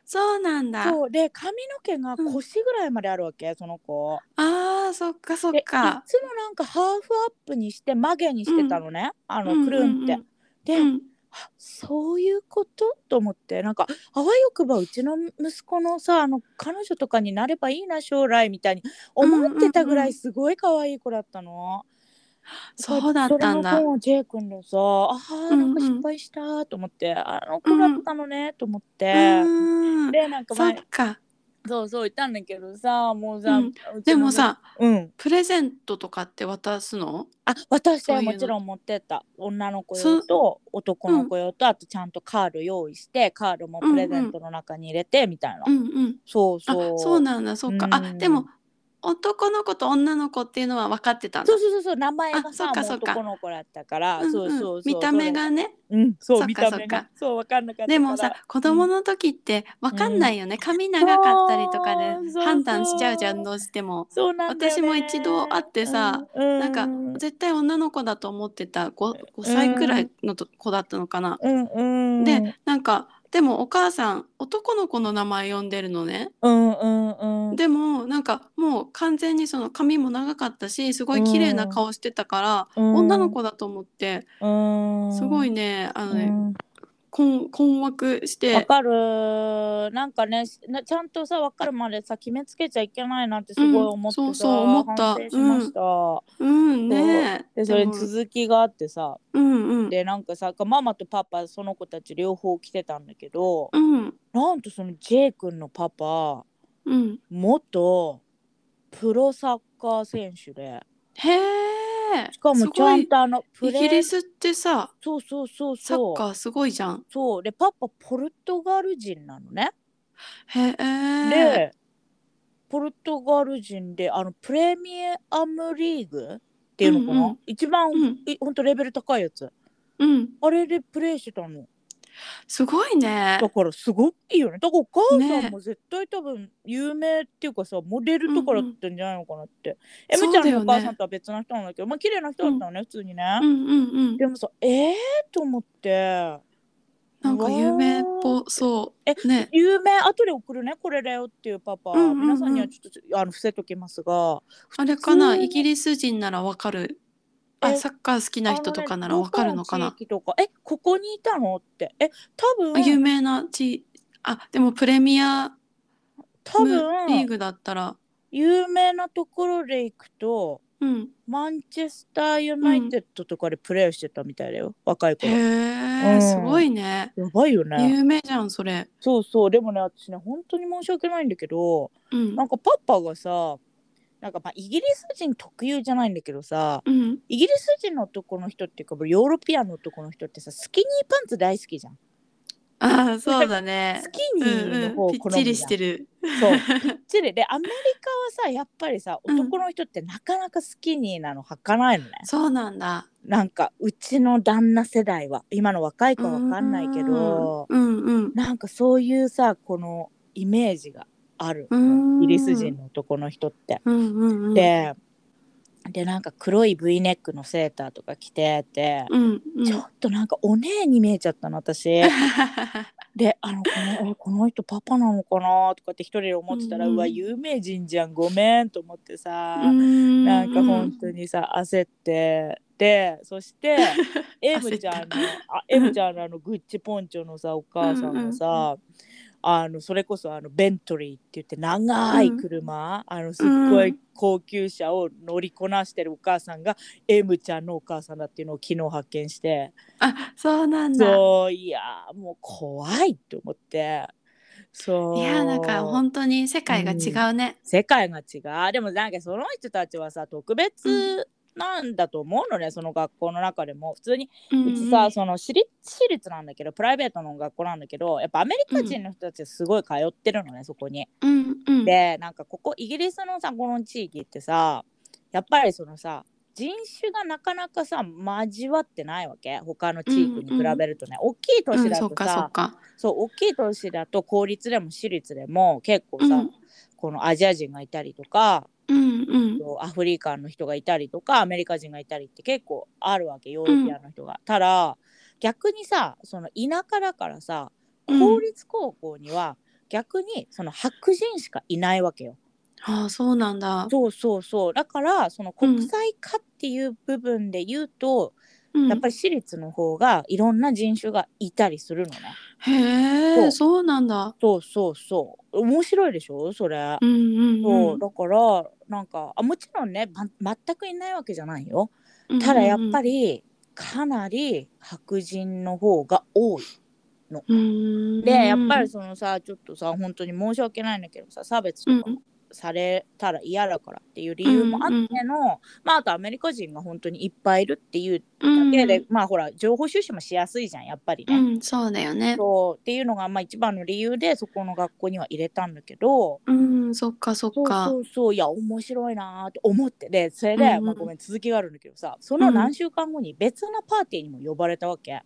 Speaker 2: そうなんだ
Speaker 3: そうで髪の毛が
Speaker 2: うん
Speaker 3: 腰ぐらいまであるわけ、その子
Speaker 2: あーそっかそっ
Speaker 3: でい
Speaker 2: か
Speaker 3: つもなんかハーフアップにして曲げにしてたのね、あのくるんって、で、
Speaker 2: うん
Speaker 3: あそういうことと思ってなんかあわよくばうちの息子のさあの彼女とかになればいいな将来みたいに思ってたぐら
Speaker 2: うんうんうん
Speaker 3: いすごい可愛い子だったの。
Speaker 2: そうだった
Speaker 3: そ
Speaker 2: んだ
Speaker 3: れの本を J 君でさあー
Speaker 2: うん
Speaker 3: な
Speaker 2: うん
Speaker 3: んか失敗したと思って、あの子だったのねと思って、
Speaker 2: うん
Speaker 3: でなんか
Speaker 2: そっ
Speaker 3: 前
Speaker 2: か
Speaker 3: そうそう言ったんだけどさもうさ、
Speaker 2: うん
Speaker 3: うちの
Speaker 2: でもさ
Speaker 3: うん
Speaker 2: プレゼントとかって渡すの
Speaker 3: あ私
Speaker 2: そう
Speaker 3: は
Speaker 2: いうの
Speaker 3: もちろん持ってった女の子用と男の子用と、あとちゃんとカード用意してカードもプレゼントの中に入れてみたいな、
Speaker 2: うんうん
Speaker 3: そう
Speaker 2: あ
Speaker 3: そう
Speaker 2: そうなんだそっか
Speaker 3: う
Speaker 2: あ
Speaker 3: ん
Speaker 2: でも男の子と女の子っていうのは分かってたんだ
Speaker 3: そうそうそうそう名前が
Speaker 2: あそ
Speaker 3: さ
Speaker 2: っか
Speaker 3: もう
Speaker 2: そっか
Speaker 3: 男の子だったから、
Speaker 2: うんうん
Speaker 3: そうそうそう
Speaker 2: 見た目がね
Speaker 3: うんそう
Speaker 2: そっか
Speaker 3: 見た目
Speaker 2: そっ
Speaker 3: が
Speaker 2: か
Speaker 3: そうわかんなかったから
Speaker 2: でもさ子供の時って分かんないよね、髪長かったりとかで
Speaker 3: そうそう
Speaker 2: 判断しちゃうじゃんどうしても
Speaker 3: そうなんだよね
Speaker 2: 私も一度会ってさ、
Speaker 3: うう
Speaker 2: なんか絶対女の子だと思ってた 5, 5歳くらいのと子だったのかな、
Speaker 3: うんうん、
Speaker 2: でなんかでもお母さん男の子の名前呼んでるのね
Speaker 3: うんうんうん、
Speaker 2: でもなんかもう完全にその髪も長かったしすごい綺麗な顔してたから、
Speaker 3: うん
Speaker 2: 女の子だと思って
Speaker 3: うん、
Speaker 2: すごいねあの
Speaker 3: う
Speaker 2: ね、
Speaker 3: ん
Speaker 2: 困困惑し
Speaker 3: わ
Speaker 2: て
Speaker 3: かるなんかねしなちゃんとさわかるまでさ決めつけちゃいけないなってすごい思ってさ、
Speaker 2: うんそうそう思った
Speaker 3: 反省しました、
Speaker 2: うんね
Speaker 3: でそれ
Speaker 2: でも
Speaker 3: 続きがあってさ
Speaker 2: うんうん
Speaker 3: でなんかさママとパパその子たち両方来てたんだけど、
Speaker 2: うん
Speaker 3: なんとその J 君のパパ
Speaker 2: うん
Speaker 3: 元プロサッカー選手で
Speaker 2: へえ
Speaker 3: しかもちゃんとあの
Speaker 2: イ
Speaker 3: プレ
Speaker 2: ギリスってさ
Speaker 3: そうそうそう
Speaker 2: サ
Speaker 3: そ
Speaker 2: ッ
Speaker 3: う
Speaker 2: カーすごいじゃん。
Speaker 3: そうでパパポルトガル人なのね。
Speaker 2: へえ。
Speaker 3: でポルトガル人であのプレミアムリーグっていうのかな、
Speaker 2: うんうん
Speaker 3: 一番、
Speaker 2: うん
Speaker 3: いほんとレベル高いやつ
Speaker 2: うん、
Speaker 3: あれでプレーしてたの
Speaker 2: すごいね
Speaker 3: だ。からすごくいいよねだからお母さ
Speaker 2: ね
Speaker 3: んも絶対多分有名っていうかさモデルとかだったんじゃないのかなって、え
Speaker 2: そ
Speaker 3: む
Speaker 2: う
Speaker 3: ち
Speaker 2: だ
Speaker 3: ゃ
Speaker 2: よね
Speaker 3: んのお母さんとは別の人なんだけどまあ綺麗な人だったのね、普通にね、
Speaker 2: うんうんうん。
Speaker 3: でもさええと思って
Speaker 2: なんか有名っぽそう。
Speaker 3: え
Speaker 2: ね。
Speaker 3: 有名後で送るねこれだよっていうパパ、
Speaker 2: うんうんうん
Speaker 3: 皆さんにはちょっとあの伏せときますが
Speaker 2: あれかな
Speaker 3: 普通に
Speaker 2: イギリス人ならわかる。あ
Speaker 3: え
Speaker 2: サッカー好きな人とかならわかるのか
Speaker 3: あの
Speaker 2: な
Speaker 3: ね。どこの地域とかえここにいたのってえ多
Speaker 2: あ有
Speaker 3: 分
Speaker 2: 名な地あでもプレミアム
Speaker 3: 多
Speaker 2: リー
Speaker 3: 分
Speaker 2: グだったら。
Speaker 3: 有名なところで行くと
Speaker 2: うん。
Speaker 3: マンチェスターユナイテッドとかでプレーしてたみたいだよ、若い
Speaker 2: へ
Speaker 3: 頃やう
Speaker 2: え
Speaker 3: ん
Speaker 2: すごいね。
Speaker 3: ばいよね
Speaker 2: 有名じゃんそれ。
Speaker 3: そうそうでもね私ね本当に申し訳ないんだけど
Speaker 2: うん
Speaker 3: な。んかパパがさなんかまあイギリス人特有じゃないんだけどさ
Speaker 2: うん。
Speaker 3: イギリス人の男の人っていうかヨーロピアンの男の人ってさスキニーパンツ大好きじゃん
Speaker 2: あそう だね
Speaker 3: ス。キニーの
Speaker 2: うん
Speaker 3: 方
Speaker 2: う
Speaker 3: を
Speaker 2: ん。ぴっ
Speaker 3: 好むじゃん
Speaker 2: ちりしてる。
Speaker 3: そうぴっちりでアメリカはさやっぱりさ
Speaker 2: うん
Speaker 3: 男の人ってなかなかスキニーなの履かないのね、
Speaker 2: そうなんだ。
Speaker 3: なんかうちの旦那世代は今の若い子は分かんないけど、
Speaker 2: うんうん。
Speaker 3: なんかそういうさこのイメージがある
Speaker 2: うん
Speaker 3: イギリス人の男の人って。
Speaker 2: うんうんうん。
Speaker 3: ででなんか黒い V ネックのセーターとか着てて、
Speaker 2: うんうん
Speaker 3: ちょっとなんかお姉に見えちゃったの私であのこのえこの人パパなのかなとかって一人で思ってたら、
Speaker 2: う
Speaker 3: うん
Speaker 2: うん
Speaker 3: わ有名人じゃんごめんと思ってさ、
Speaker 2: な
Speaker 3: なんか本当にさ焦ってでそして エムちゃんの
Speaker 2: 焦っ
Speaker 3: あエムちゃんのあのグッチポンチョのさお母さんがさ、
Speaker 2: うんうん
Speaker 3: あのそれこそあのベントリーって言って長い車、あのすっごい高級車を乗りこなしてるお母さんがエムちゃんのお母さんだっていうのを昨日発見して。
Speaker 2: あそうなんだ。
Speaker 3: そういやーもう怖いと思ってそう
Speaker 2: い
Speaker 3: い
Speaker 2: やなんか本当に世界が違うね。
Speaker 3: 世界が違うでもなんかその人たちはさ特別なんだと思うのね、その学校の中でも普通に
Speaker 2: うんう
Speaker 3: うんちさ、その私立私立なんだけどプライベートの学校なんだけどやっぱアメリカ人の人たちすごい通ってるのね、そこに。
Speaker 2: うんうん、
Speaker 3: でなんかここイギリスのさこの地域ってさやっぱりそのさ人種がなかなかさ交わってないわけ他の地域に比べるとね、大きい都市
Speaker 2: うん
Speaker 3: だ
Speaker 2: そっ
Speaker 3: と
Speaker 2: か
Speaker 3: さ、
Speaker 2: そっか。
Speaker 3: そう大きい都市だと公立でも私立でも結構さ、
Speaker 2: うん
Speaker 3: このアジア人がいたりとか
Speaker 2: うんうん
Speaker 3: アフリカの人がいたりとかアメリカ人がいたりって結構あるわけヨーロピアの人が。ただ逆にさその田舎だからさ
Speaker 2: うん
Speaker 3: 公立高校には逆にその白人しかいないわけよ。
Speaker 2: ああそうなんだ。
Speaker 3: そうそうそうだからその国際化っていう部分で言うと、
Speaker 2: うん
Speaker 3: やっぱり私立の方がいろんな人種がいたりするのね。
Speaker 2: へ
Speaker 3: そ
Speaker 2: え
Speaker 3: う
Speaker 2: そうなんだ。
Speaker 3: そうそうそう面白いでしょそれ
Speaker 2: う。んうん
Speaker 3: そううんだからなんかあもちろんね、ま、全くいないわけじゃないよ
Speaker 2: うんうんうん。
Speaker 3: ただやっぱりかなり白人の方が多い
Speaker 2: うん
Speaker 3: でやっぱりそのさちょっとさ本当に申し訳ないんだけどさ差別とか
Speaker 2: うん
Speaker 3: されたら嫌だからっていう理由もあっての、まああとアメリカ人が本当にいっぱいいるっていうだけで、まあほら情報収集もしやすいじゃんやっぱり
Speaker 2: う
Speaker 3: ね、
Speaker 2: ん、うん、そうだよね。
Speaker 3: そうっていうのがまあ一番の理由でそこの学校には入れたんだけど、
Speaker 2: うんそっかそっ
Speaker 3: そう
Speaker 2: か。
Speaker 3: そうそういや面白いなと思ってでそれで、
Speaker 2: うんうん
Speaker 3: まあ、ごめん続きがあるんだけどさその何週間後に別なパーティーにも呼ばれたわけ、
Speaker 2: うん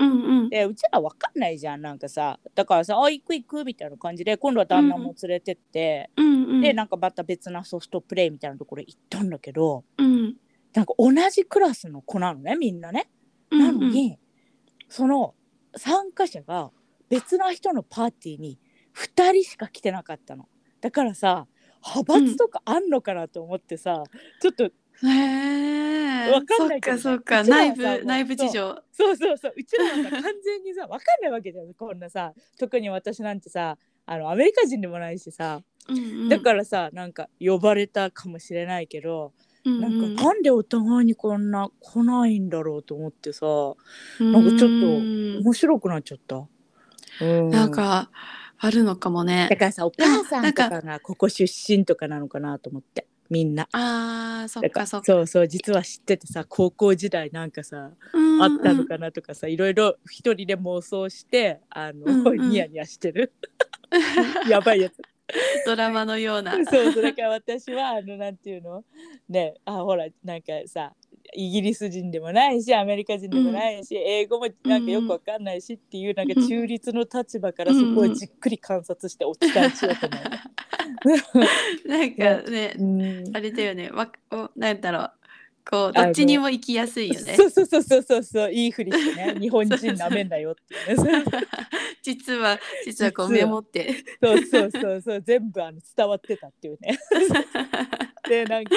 Speaker 2: うん
Speaker 3: でうちらわかんないじゃんなんかさだからさ「あ行く行く」みたいな感じで今度は旦那も連れてって、
Speaker 2: うんうん。
Speaker 3: でなんかまた別なソフトプレイみたいなところ行ったんだけど
Speaker 2: うん
Speaker 3: なんか同じクラスの子なのねみんなね。
Speaker 2: うん
Speaker 3: なのに、その参加者が別な人のパーティーに2人しか来てなかったの。だからさ派閥とかあんのかなと思ってさ、ちょっと
Speaker 2: うんへえ。
Speaker 3: わかんないけどね
Speaker 2: そっ
Speaker 3: う
Speaker 2: かそっか
Speaker 3: ちらはさ
Speaker 2: 内
Speaker 3: も
Speaker 2: 部
Speaker 3: う
Speaker 2: 内部事情。
Speaker 3: そうそうそううちらはさ完全にさ分かんないわけじゃんこんなさ特に私なんてさあのアメリカ人でもないしさだからさ、なんか呼ばれたかもしれないけど、
Speaker 2: ら
Speaker 3: なんかなんでお互いにこんな来ないんだろうと思ってさ
Speaker 2: なん
Speaker 3: かちょっと
Speaker 2: っ
Speaker 3: 面白くなっちゃった。うん
Speaker 2: なんかあるのかもね
Speaker 3: だ。からさお母さ
Speaker 2: なん
Speaker 3: んと
Speaker 2: か
Speaker 3: かがここ出身とかなのかなと思ってみんな。
Speaker 2: ああそっ
Speaker 3: だか
Speaker 2: からそっか。
Speaker 3: そうそう実は知っててさ高校時代なんかさ、
Speaker 2: うんうん
Speaker 3: あったのかなとかさいろいろ一人で妄想してあの、
Speaker 2: うんうん
Speaker 3: ニヤニヤして るやばいやつ
Speaker 2: ドラマのような。
Speaker 3: そうそうだから私はあのなんていうのねあほらなんかさイギリス人でもないしアメリカ人でもないし、英語もなんかよくわかんないしっていうなんか中立の立場から
Speaker 2: うん
Speaker 3: そ
Speaker 2: うん
Speaker 3: こをじっくり観察してお伝えしようと思 う。
Speaker 2: なんかね
Speaker 3: うん
Speaker 2: あれだよね。わおなんだろう。こう
Speaker 3: あ
Speaker 2: どっちにも行きやすいよね。
Speaker 3: そうそうそうそうそうそういいふりしてね日本人なめんなよっていうね
Speaker 2: 実は実はこう
Speaker 3: 実は
Speaker 2: メモって。
Speaker 3: そうそうそうそう全部あの伝わってたっていう ねでなんか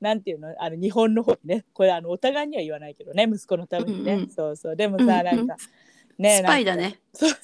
Speaker 3: なんていうのあの日本の方にねこれあのお互いには言わないけどね息子のためにね、
Speaker 2: うんうん
Speaker 3: そうそうでも
Speaker 2: うんう
Speaker 3: さ
Speaker 2: ん
Speaker 3: なんかね
Speaker 2: スパイだ
Speaker 3: なんか
Speaker 2: ね。
Speaker 3: そうそう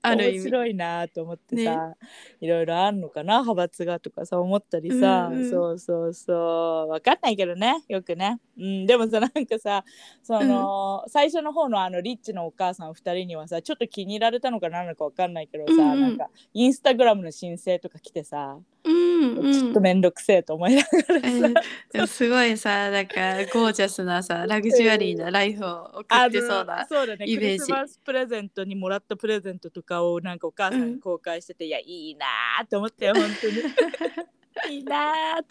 Speaker 2: ある意
Speaker 3: 面
Speaker 2: 味。
Speaker 3: 白いなと思ってさ、いろいろあんのかな派閥がとかさ思ったりさ、
Speaker 2: うんうん
Speaker 3: そうそうそう分かんないけどねよくね、うん、でもさなんかさその、最初の方のあのリッチのお母さん2人にはさちょっと気に入られたのか何なのか分かんないけどさ、
Speaker 2: うんうん
Speaker 3: なんかインスタグラムの申請とか来てさ、
Speaker 2: うんうん。
Speaker 3: ちょっと面倒くせえと思いなが らさ、
Speaker 2: えー でもすごいさなんかゴージャスなさラグジュアリーなライフを送
Speaker 3: あの
Speaker 2: ってそうな。
Speaker 3: そうだね
Speaker 2: イ
Speaker 3: ク
Speaker 2: メー
Speaker 3: リ
Speaker 2: ジ
Speaker 3: スマスプレゼントにもらったプレゼントとかをなんかお母さんに公開してて、いやいいなーって思ったよ本 当にいいなーっ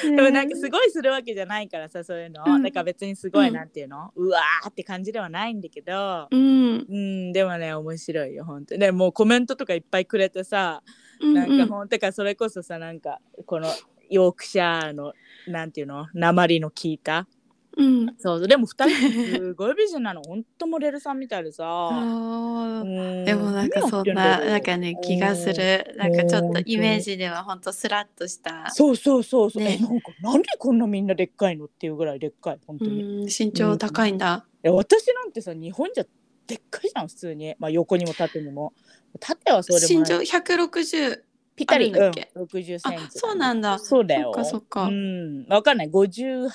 Speaker 3: てでもなんかすごいするわけじゃないからさそういうの、
Speaker 2: うん
Speaker 3: だから別にすごい
Speaker 2: うん
Speaker 3: なんていうの、うわーって感じではないんだけど
Speaker 2: うん、
Speaker 3: うんでもね面白いよ本当にでもうコメントとかいっぱいくれてさ、
Speaker 2: うん
Speaker 3: なんかほんだからそれこそさなんかこのヨークシャーのなんていうの鉛の効いた
Speaker 2: うん。
Speaker 3: そうそうでも二人すごい美人な のほんとモデルさんみたいでさ
Speaker 2: あーで
Speaker 3: で
Speaker 2: もなんかそんななんかね気がするなんかちょっとイメージではほんとスラッとした、
Speaker 3: そうそうそうそう、
Speaker 2: ね
Speaker 3: えなんかなんでこんなみんなでっかいのっていうぐらいでっかい本当
Speaker 2: う
Speaker 3: に、い
Speaker 2: ん、身長高いんだ、
Speaker 3: や私なんてさ日本じゃでっかいじゃん普通にまあ横にも縦にも縦はそうでも
Speaker 2: 身
Speaker 3: な
Speaker 2: 長
Speaker 3: い
Speaker 2: 160
Speaker 3: ぴったり
Speaker 2: あるんだっけ
Speaker 3: うん、60セン
Speaker 2: あ
Speaker 3: チ
Speaker 2: そうなんだ
Speaker 3: そうだよ
Speaker 2: そっかそっか
Speaker 3: うんわかんない585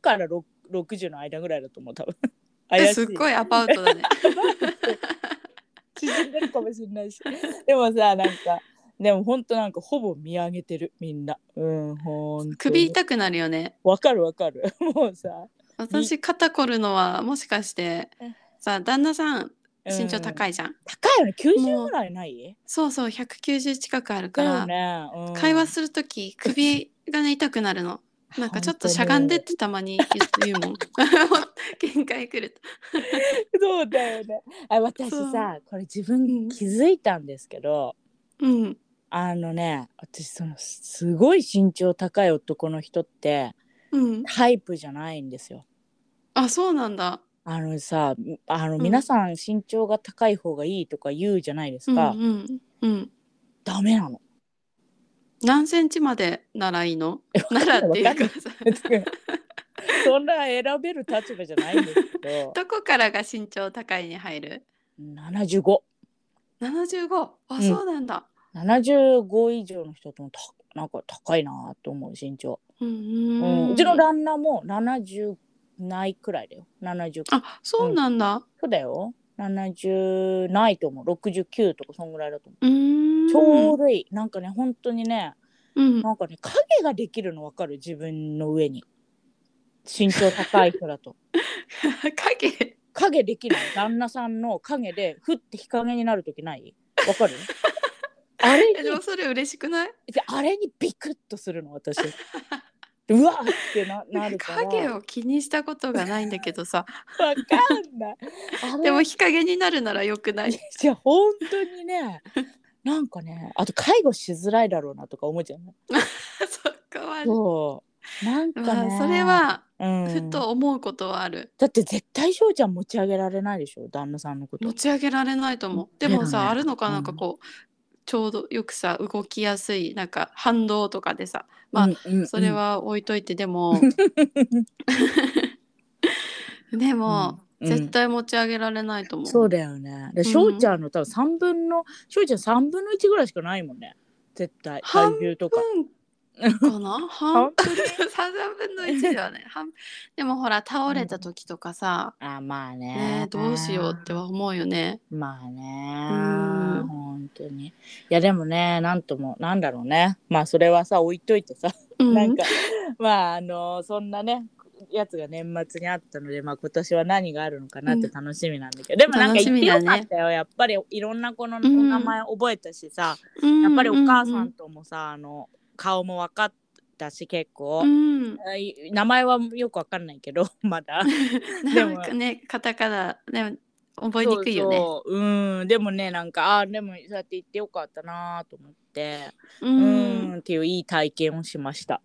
Speaker 3: から6 60の間ぐらいだと思う多分怪し
Speaker 2: えすっごいアパウ トだね
Speaker 3: 縮んでるかもしれないし でもさなんかでもほんとなんかほぼ見上げてるみんなうんほんと
Speaker 2: 首痛くなるよね
Speaker 3: わかるわかる もうさ
Speaker 2: 私肩こるのはもしかしてさ旦那さん身長
Speaker 3: い、
Speaker 2: 高いじゃん、
Speaker 3: 高いよね90
Speaker 2: もう
Speaker 3: ぐらいない
Speaker 2: そうそう190近くあるか
Speaker 3: だ
Speaker 2: ら、
Speaker 3: よね、うん
Speaker 2: 会話するとき首がね痛くなるの なんかちょっとしゃがんでってたまに言う言うもん 限界来ると
Speaker 3: そうだよねあ私さこれ自分気づいたんですけど、
Speaker 2: うん
Speaker 3: あのね私そのすごい身長高い男の人って
Speaker 2: うん
Speaker 3: タイプじゃないんですよ
Speaker 2: あそうなんだ
Speaker 3: あのさあの
Speaker 2: ん
Speaker 3: 皆さん身長が高い方がいいとか言うじゃないです
Speaker 2: うんう
Speaker 3: か、
Speaker 2: んうん
Speaker 3: ダメなの
Speaker 2: 何センチまでならいいのならっていう
Speaker 3: わかんな
Speaker 2: かさ
Speaker 3: そんな選べる立場じゃないんですけ ど
Speaker 2: どこからが身長高いに入る
Speaker 3: 7575
Speaker 2: 75あ、
Speaker 3: ん
Speaker 2: そうなんだ
Speaker 3: 以上の人ともたなんか高いなと思う身長、
Speaker 2: うん
Speaker 3: う
Speaker 2: うん
Speaker 3: うちの旦那も70ないくらいだよ70
Speaker 2: あそうなんだ
Speaker 3: そうだよ70ないと思う69とかそんぐらいだと思
Speaker 2: うーん
Speaker 3: うちょうどいいなんかね本当にね
Speaker 2: うん
Speaker 3: なんかね影ができるの分かる自分の上に身長高い人だ と
Speaker 2: 影
Speaker 3: 影できるの旦那さんの影でふって日陰になる時ない分 かるあれ
Speaker 2: えで
Speaker 3: に
Speaker 2: もそれ嬉しくない
Speaker 3: であれにビクッとするの私うわーってななるから
Speaker 2: 影を気にしたことがないんだけどさ
Speaker 3: わかんない あれ
Speaker 2: でも日陰になるならよくない
Speaker 3: いや本当にねなんかねあと介護しづらいだろうなとか思うじゃない
Speaker 2: そこは、
Speaker 3: そうなんかね、
Speaker 2: まあ、それは
Speaker 3: うん
Speaker 2: ふと思うことはある、
Speaker 3: だって絶対翔ちゃん持ち上げられないでしょ旦那さんのこと
Speaker 2: 持ち上げられないと思うでも
Speaker 3: ねえ
Speaker 2: さあるのか
Speaker 3: うん
Speaker 2: なんかこう、ちょうどよくさ動きやすいなんか反動とかでさまあ
Speaker 3: うんうんうん
Speaker 2: それは置いといて でも でも、
Speaker 3: うん
Speaker 2: 絶対持ち上げられないと思う
Speaker 3: そうだよねで
Speaker 2: ん
Speaker 3: 翔ちゃんの多分三分の翔ちゃん三分の一ぐらいしかないもんね絶対体
Speaker 2: 半
Speaker 3: 重とか
Speaker 2: 分か な半
Speaker 3: 半
Speaker 2: 分三分の1ではね半でもほら倒れた時とかさ、
Speaker 3: あまあね
Speaker 2: ねえどうしようっては思うよね
Speaker 3: まあ
Speaker 2: うん
Speaker 3: ね本当にいやでもねなんともなんだろうねまあそれはさ置いといてさ
Speaker 2: うん
Speaker 3: なんか、まああのそんなねやつが年末にあったので、まあ、今年は何があるのかなって楽しみなんだけど、でもなんか言ってよかったよ、やっぱりいろんな子のお
Speaker 2: ん
Speaker 3: 名前覚えたしさ、
Speaker 2: うん
Speaker 3: やっぱりお母さ
Speaker 2: うん
Speaker 3: ともさ、あの顔も分かったし結構、
Speaker 2: んうん
Speaker 3: あい名前はよく分かんないけど まだ
Speaker 2: な
Speaker 3: でも
Speaker 2: んかねカタカナね覚えにくいよね
Speaker 3: そうそううんでもねなんかあーでもそうやって言ってよかったなと思って
Speaker 2: う
Speaker 3: うんんっていういい体験をしました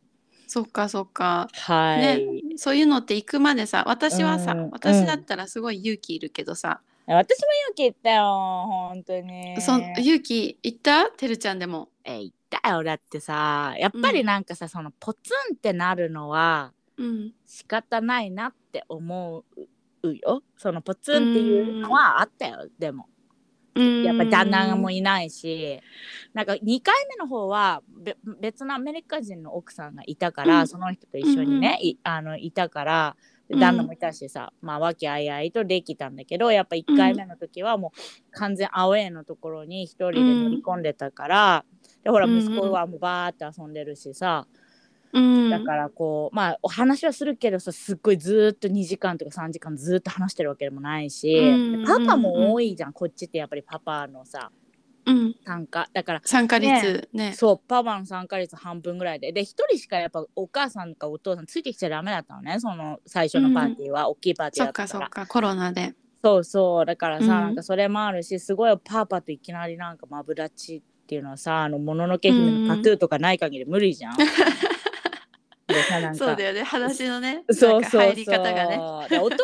Speaker 2: そっかそっか
Speaker 3: はい、
Speaker 2: そういうのって行くまでさ私はさ、
Speaker 3: うん
Speaker 2: 私だったらすごい勇気いるけどさ、
Speaker 3: 私も勇気言ったよ本当に
Speaker 2: そ勇気いったてるちゃんでも
Speaker 3: え言ったよだってさやっぱりなんかさ、そのポツンってなるのは
Speaker 2: うん
Speaker 3: 仕方ないなって思うよそのポツンっていうのはあったよでもやっぱ旦那もいないしなんか2回目の方はべ別のアメリカ人の奥さんがいたから、
Speaker 2: うん
Speaker 3: その人と一緒にね、いあのいたから
Speaker 2: うん
Speaker 3: 旦那もいたしさ、まあ和気あいあいとできたんだけどやっぱ1回目の時はもう完全アウェーのところに1人で乗り込んでたから、でほら
Speaker 2: うんうん
Speaker 3: 息子はもうバーって遊んでるしさ、
Speaker 2: うん
Speaker 3: だからこうまあお話はするけどさすっごいずーっと2時間とか3時間ずーっと話してるわけでもないし、
Speaker 2: うん
Speaker 3: でパパも多いじゃんこっちってやっぱりパパのさ
Speaker 2: うん、
Speaker 3: 参加だから
Speaker 2: 参加率ね
Speaker 3: そうパパの参加率半分ぐらいでで一人しかやっぱお母さんかお父さんついてきちゃダメだったのねその最初のパーティーは、大きいパーティ
Speaker 2: そ
Speaker 3: ーだ
Speaker 2: っ
Speaker 3: っ
Speaker 2: か
Speaker 3: た
Speaker 2: そ
Speaker 3: か
Speaker 2: っ
Speaker 3: ら
Speaker 2: かコロナで
Speaker 3: そうそうだからさ、
Speaker 2: うん
Speaker 3: なんかそれもあるしすごいパパといきなりなんかマブダチっていうのはさあのもののけ姫のタトゥーとかない限り無理じゃん。でさなんか
Speaker 2: そうだよね話のね
Speaker 3: そう
Speaker 2: なん
Speaker 3: そ
Speaker 2: か
Speaker 3: う
Speaker 2: 入り方がね
Speaker 3: そうで男の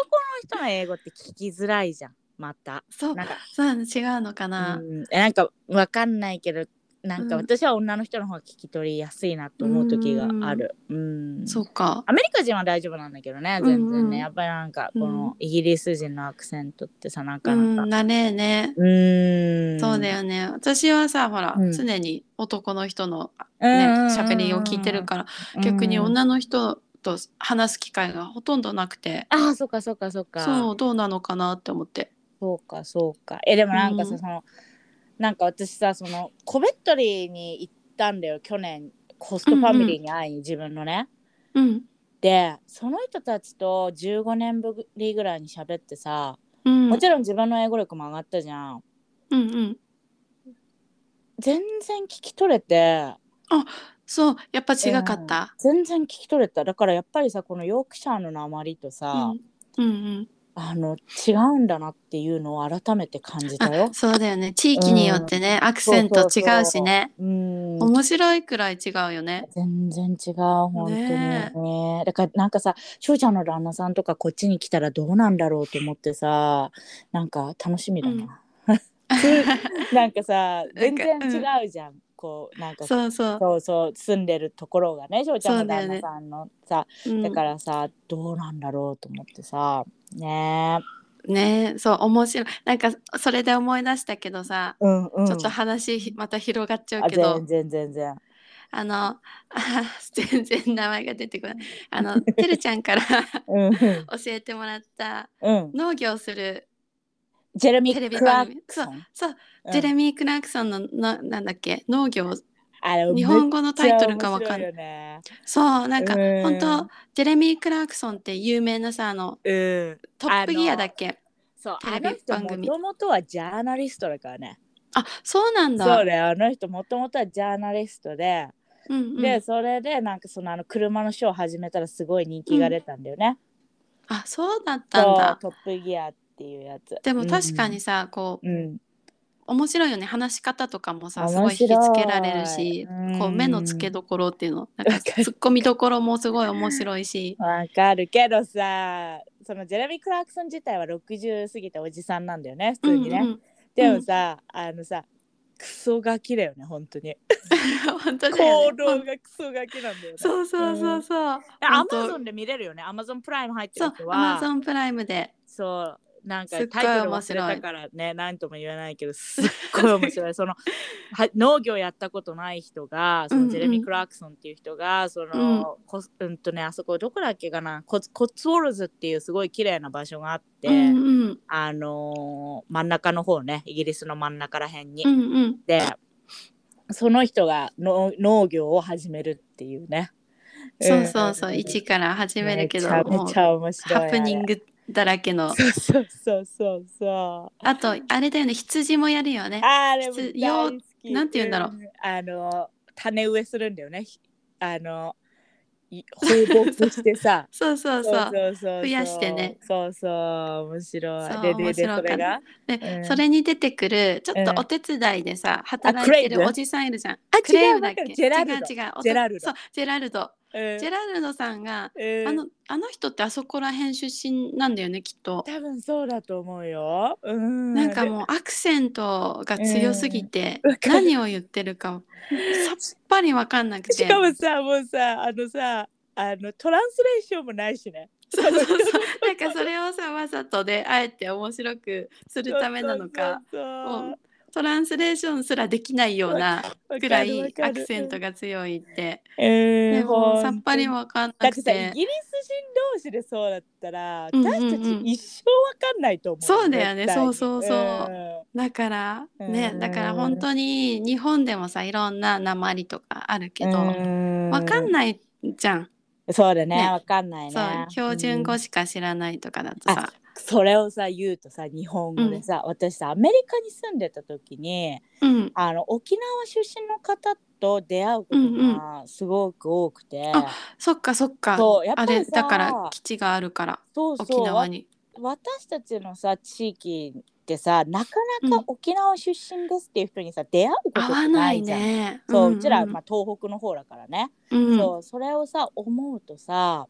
Speaker 3: 人の英語って聞きづらいじゃんまた
Speaker 2: そう
Speaker 3: なんか
Speaker 2: そうなの違うのかな、
Speaker 3: うん、なんかわかんないけどなんか
Speaker 2: うん
Speaker 3: 私は女の人の方が聞き取りやすいなと思う時があるうん
Speaker 2: そうか
Speaker 3: アメリカ人は大丈夫なんだけどね全然ね、
Speaker 2: うんうん
Speaker 3: やっぱりなんかこ
Speaker 2: うん
Speaker 3: のイギリス人のアクセントってさな
Speaker 2: う
Speaker 3: か
Speaker 2: ん
Speaker 3: なか
Speaker 2: なれね
Speaker 3: うーん
Speaker 2: そうだよね私はさほら、
Speaker 3: うん
Speaker 2: 常に男の人の
Speaker 3: うんうん
Speaker 2: ね
Speaker 3: うんうん
Speaker 2: 喋、りを聞いてるから、逆に
Speaker 3: うん
Speaker 2: 女の人と話す機会がほとんどなくて、
Speaker 3: ああそうかそうかそうか
Speaker 2: そうどうなのかなって思って
Speaker 3: そうかそうかえでもなんかさ、
Speaker 2: うん
Speaker 3: そのなんか私さそのコベットリーに行ったんだよ去年ホストファミリーに会いに、自分のね
Speaker 2: うん
Speaker 3: でその人たちと15年ぶりぐらいに喋ってさ、
Speaker 2: うん
Speaker 3: もちろん自分の英語力も上がったじゃん
Speaker 2: うんうん
Speaker 3: 全然聞き取れて
Speaker 2: そうやっぱ違かった、
Speaker 3: 全然聞き取れただからやっぱりさこのヨークシャーの訛りとさ、
Speaker 2: うん、うんうん
Speaker 3: あの違うんだなっていうのを改めて感じたよ
Speaker 2: あ。そうだよね地域によってね、アクセント違うしね
Speaker 3: うん
Speaker 2: 面白いくらい違うよね
Speaker 3: 全然違う本当にねだからなんかさ翔ちゃんの旦那さんとかこっちに来たらどうなんだろうと思ってさなんか楽しみだな、 なんかさ全然違うじゃん、こうなんかそう
Speaker 2: そうそう
Speaker 3: そう住んでるところがね翔ちゃんの旦那さんのさ
Speaker 2: う
Speaker 3: だ,、
Speaker 2: ん
Speaker 3: からさどうなんだろうと思ってさね
Speaker 2: ねそう面白いなんかそれで思い出したけどさ、
Speaker 3: うんうん
Speaker 2: ちょっと話ひまた広がっちゃう
Speaker 3: あ
Speaker 2: けど
Speaker 3: 全然全然
Speaker 2: あの あ全然名前が出てこないあのてるちゃんから 教
Speaker 3: うんうん
Speaker 2: えてもらった
Speaker 3: うん
Speaker 2: 農業する
Speaker 3: ジェレミ
Speaker 2: テレビ
Speaker 3: ー・クラ
Speaker 2: 番
Speaker 3: ク
Speaker 2: 組
Speaker 3: ソン
Speaker 2: そう、
Speaker 3: うん
Speaker 2: ジェレミー・クラークソンのななんだっけ農業
Speaker 3: あれ
Speaker 2: 日本語のタイトルかわかん
Speaker 3: めっ
Speaker 2: な
Speaker 3: ちゃ面白いよ
Speaker 2: い
Speaker 3: ね
Speaker 2: そうなんか
Speaker 3: うん
Speaker 2: 本当ジェレミー・クラークソンって有名なさあの
Speaker 3: うん
Speaker 2: トップギアだっけ
Speaker 3: そう、
Speaker 2: テ
Speaker 3: あ
Speaker 2: レビ
Speaker 3: の人
Speaker 2: 番
Speaker 3: も
Speaker 2: 組
Speaker 3: ともとはジャーナリストだからね。
Speaker 2: あそうなんだ
Speaker 3: そうだよ、あの人もともとはジャーナリストで、
Speaker 2: うんうん、
Speaker 3: で、それでなんかそのあの車のショーを始めたらすごい人気が出たんだよね。
Speaker 2: あそうだったん
Speaker 3: そう
Speaker 2: だ、
Speaker 3: トップギアっていうやつ。
Speaker 2: でも確かにさ、こう
Speaker 3: うん、うん、
Speaker 2: 面白いよね話し方とかもさすご
Speaker 3: 面
Speaker 2: い引き
Speaker 3: 白い
Speaker 2: つけられるし
Speaker 3: うん
Speaker 2: こう目の付けどころっていうの なん
Speaker 3: わ
Speaker 2: か
Speaker 3: かる
Speaker 2: ツッコミどころもすごい面白 いし
Speaker 3: わかるけどさ、そのジェレミー・クラークソン自体は60過ぎたおじさんなんだよね、普通にね。
Speaker 2: うんうん、
Speaker 3: でもさ、あのさ、クソガキだよね、本当に。
Speaker 2: 本当だよ
Speaker 3: 行
Speaker 2: ね
Speaker 3: 動がクソガキなんだよね。
Speaker 2: そうそうそうそう
Speaker 3: ア
Speaker 2: 本
Speaker 3: マゾ
Speaker 2: 当
Speaker 3: ンで見れるよね。アマゾンプライム入って
Speaker 2: そ
Speaker 3: る
Speaker 2: う
Speaker 3: 人
Speaker 2: ア
Speaker 3: は。
Speaker 2: マゾンプライムで
Speaker 3: そうなんか
Speaker 2: すっごい
Speaker 3: タイトル
Speaker 2: 面
Speaker 3: 忘
Speaker 2: 白い
Speaker 3: れたからね何とも言えないけどすっごい面白 いそのは農業やったことない人がそ
Speaker 2: うんう
Speaker 3: の
Speaker 2: ん
Speaker 3: ジェレミー・クラークソンっていう人がその、こすうんとねあそこどこだっけかなコツコッツウォルズっていうすごい綺麗な場所があって、
Speaker 2: うんうん
Speaker 3: あのー真ん中の方ねイギリスの真ん中らへんに、
Speaker 2: うんうん
Speaker 3: でその人がの農業を始めるっていうね
Speaker 2: そうそうそ
Speaker 3: ん
Speaker 2: う一から始めるけど
Speaker 3: めちゃ
Speaker 2: も
Speaker 3: め
Speaker 2: う
Speaker 3: ちゃ面白い
Speaker 2: ハプニン
Speaker 3: グ
Speaker 2: グだらけの
Speaker 3: そうそうそうそうそう
Speaker 2: あとあれだよね羊もやるよね
Speaker 3: あれも
Speaker 2: 必
Speaker 3: 大好き
Speaker 2: なんて言うんだろう
Speaker 3: あの種植えするんだよねひあのい放牧してさ
Speaker 2: そう そうそう
Speaker 3: そうそう
Speaker 2: 増やしてね
Speaker 3: そうそう面
Speaker 2: そ
Speaker 3: 白
Speaker 2: う
Speaker 3: いでで
Speaker 2: 面
Speaker 3: で
Speaker 2: 白か
Speaker 3: そ
Speaker 2: った
Speaker 3: れが
Speaker 2: で、
Speaker 3: うん
Speaker 2: それに出てくるちょっ
Speaker 3: うん
Speaker 2: とお手伝いでさ、働いて
Speaker 3: クレイ
Speaker 2: る
Speaker 3: ブ
Speaker 2: おじさんいるじゃん。
Speaker 3: あ
Speaker 2: クレイブ
Speaker 3: 違う
Speaker 2: だっ
Speaker 3: わか
Speaker 2: け
Speaker 3: るジェラルド
Speaker 2: 違う違うおと
Speaker 3: ジェラルド
Speaker 2: そうジェラルド。
Speaker 3: うん
Speaker 2: ジェラルドさんが、
Speaker 3: うん
Speaker 2: あのあの人ってあそこら辺出身なんだよねきっと。
Speaker 3: 多分そうだと思うようん
Speaker 2: なんかもうアクセントが強すぎて、
Speaker 3: うんわかる
Speaker 2: 何を言ってるかさっぱりわかんなく
Speaker 3: で
Speaker 2: て。
Speaker 3: しかもさもうさあのさあのトランスレーションもないしね
Speaker 2: そうそうそうなんかそれをさわざとであえて面白くするためなのか。
Speaker 3: そうそうそう
Speaker 2: もうトランスレーションすらできないような
Speaker 3: わかる
Speaker 2: ぐら
Speaker 3: わ
Speaker 2: い
Speaker 3: か
Speaker 2: ア
Speaker 3: る
Speaker 2: クセントが強いって。
Speaker 3: え
Speaker 2: で
Speaker 3: ー
Speaker 2: も
Speaker 3: ほんと
Speaker 2: さっぱりわかん
Speaker 3: だ
Speaker 2: な
Speaker 3: って
Speaker 2: く
Speaker 3: さイ
Speaker 2: て
Speaker 3: ギ。リス人同士でそうだったら、
Speaker 2: うんうんうん
Speaker 3: 私たち一生わかんないと思う
Speaker 2: そうだよね
Speaker 3: 絶対に
Speaker 2: そうそうそうだからね
Speaker 3: うん
Speaker 2: だから本当に日本でもさいろんな鉛とかあるけど
Speaker 3: うーん
Speaker 2: わかんないじゃん。
Speaker 3: そうだね
Speaker 2: ね
Speaker 3: わかんないね
Speaker 2: そう標準語
Speaker 3: うん
Speaker 2: しか知らないとかだとさ。
Speaker 3: それをさ言うとさ日本語でさ、私さアメリカに住んでた時に
Speaker 2: うん。
Speaker 3: あの沖縄出身の方と出会うことがすごく多くて、
Speaker 2: あそっかそっか。
Speaker 3: そうやっぱ
Speaker 2: あ
Speaker 3: りさ
Speaker 2: れだから基地があるから
Speaker 3: そうそう
Speaker 2: 沖縄に。
Speaker 3: わ私たちのさ地域ってさなかなか沖縄出身ですっていう人にさ、出会うことっ
Speaker 2: 合
Speaker 3: て
Speaker 2: わ
Speaker 3: な
Speaker 2: ない
Speaker 3: いじゃん。
Speaker 2: ね。
Speaker 3: そう,、うんちら、まあ、東北の方だからね、
Speaker 2: うん
Speaker 3: そうそれをさ思うとさ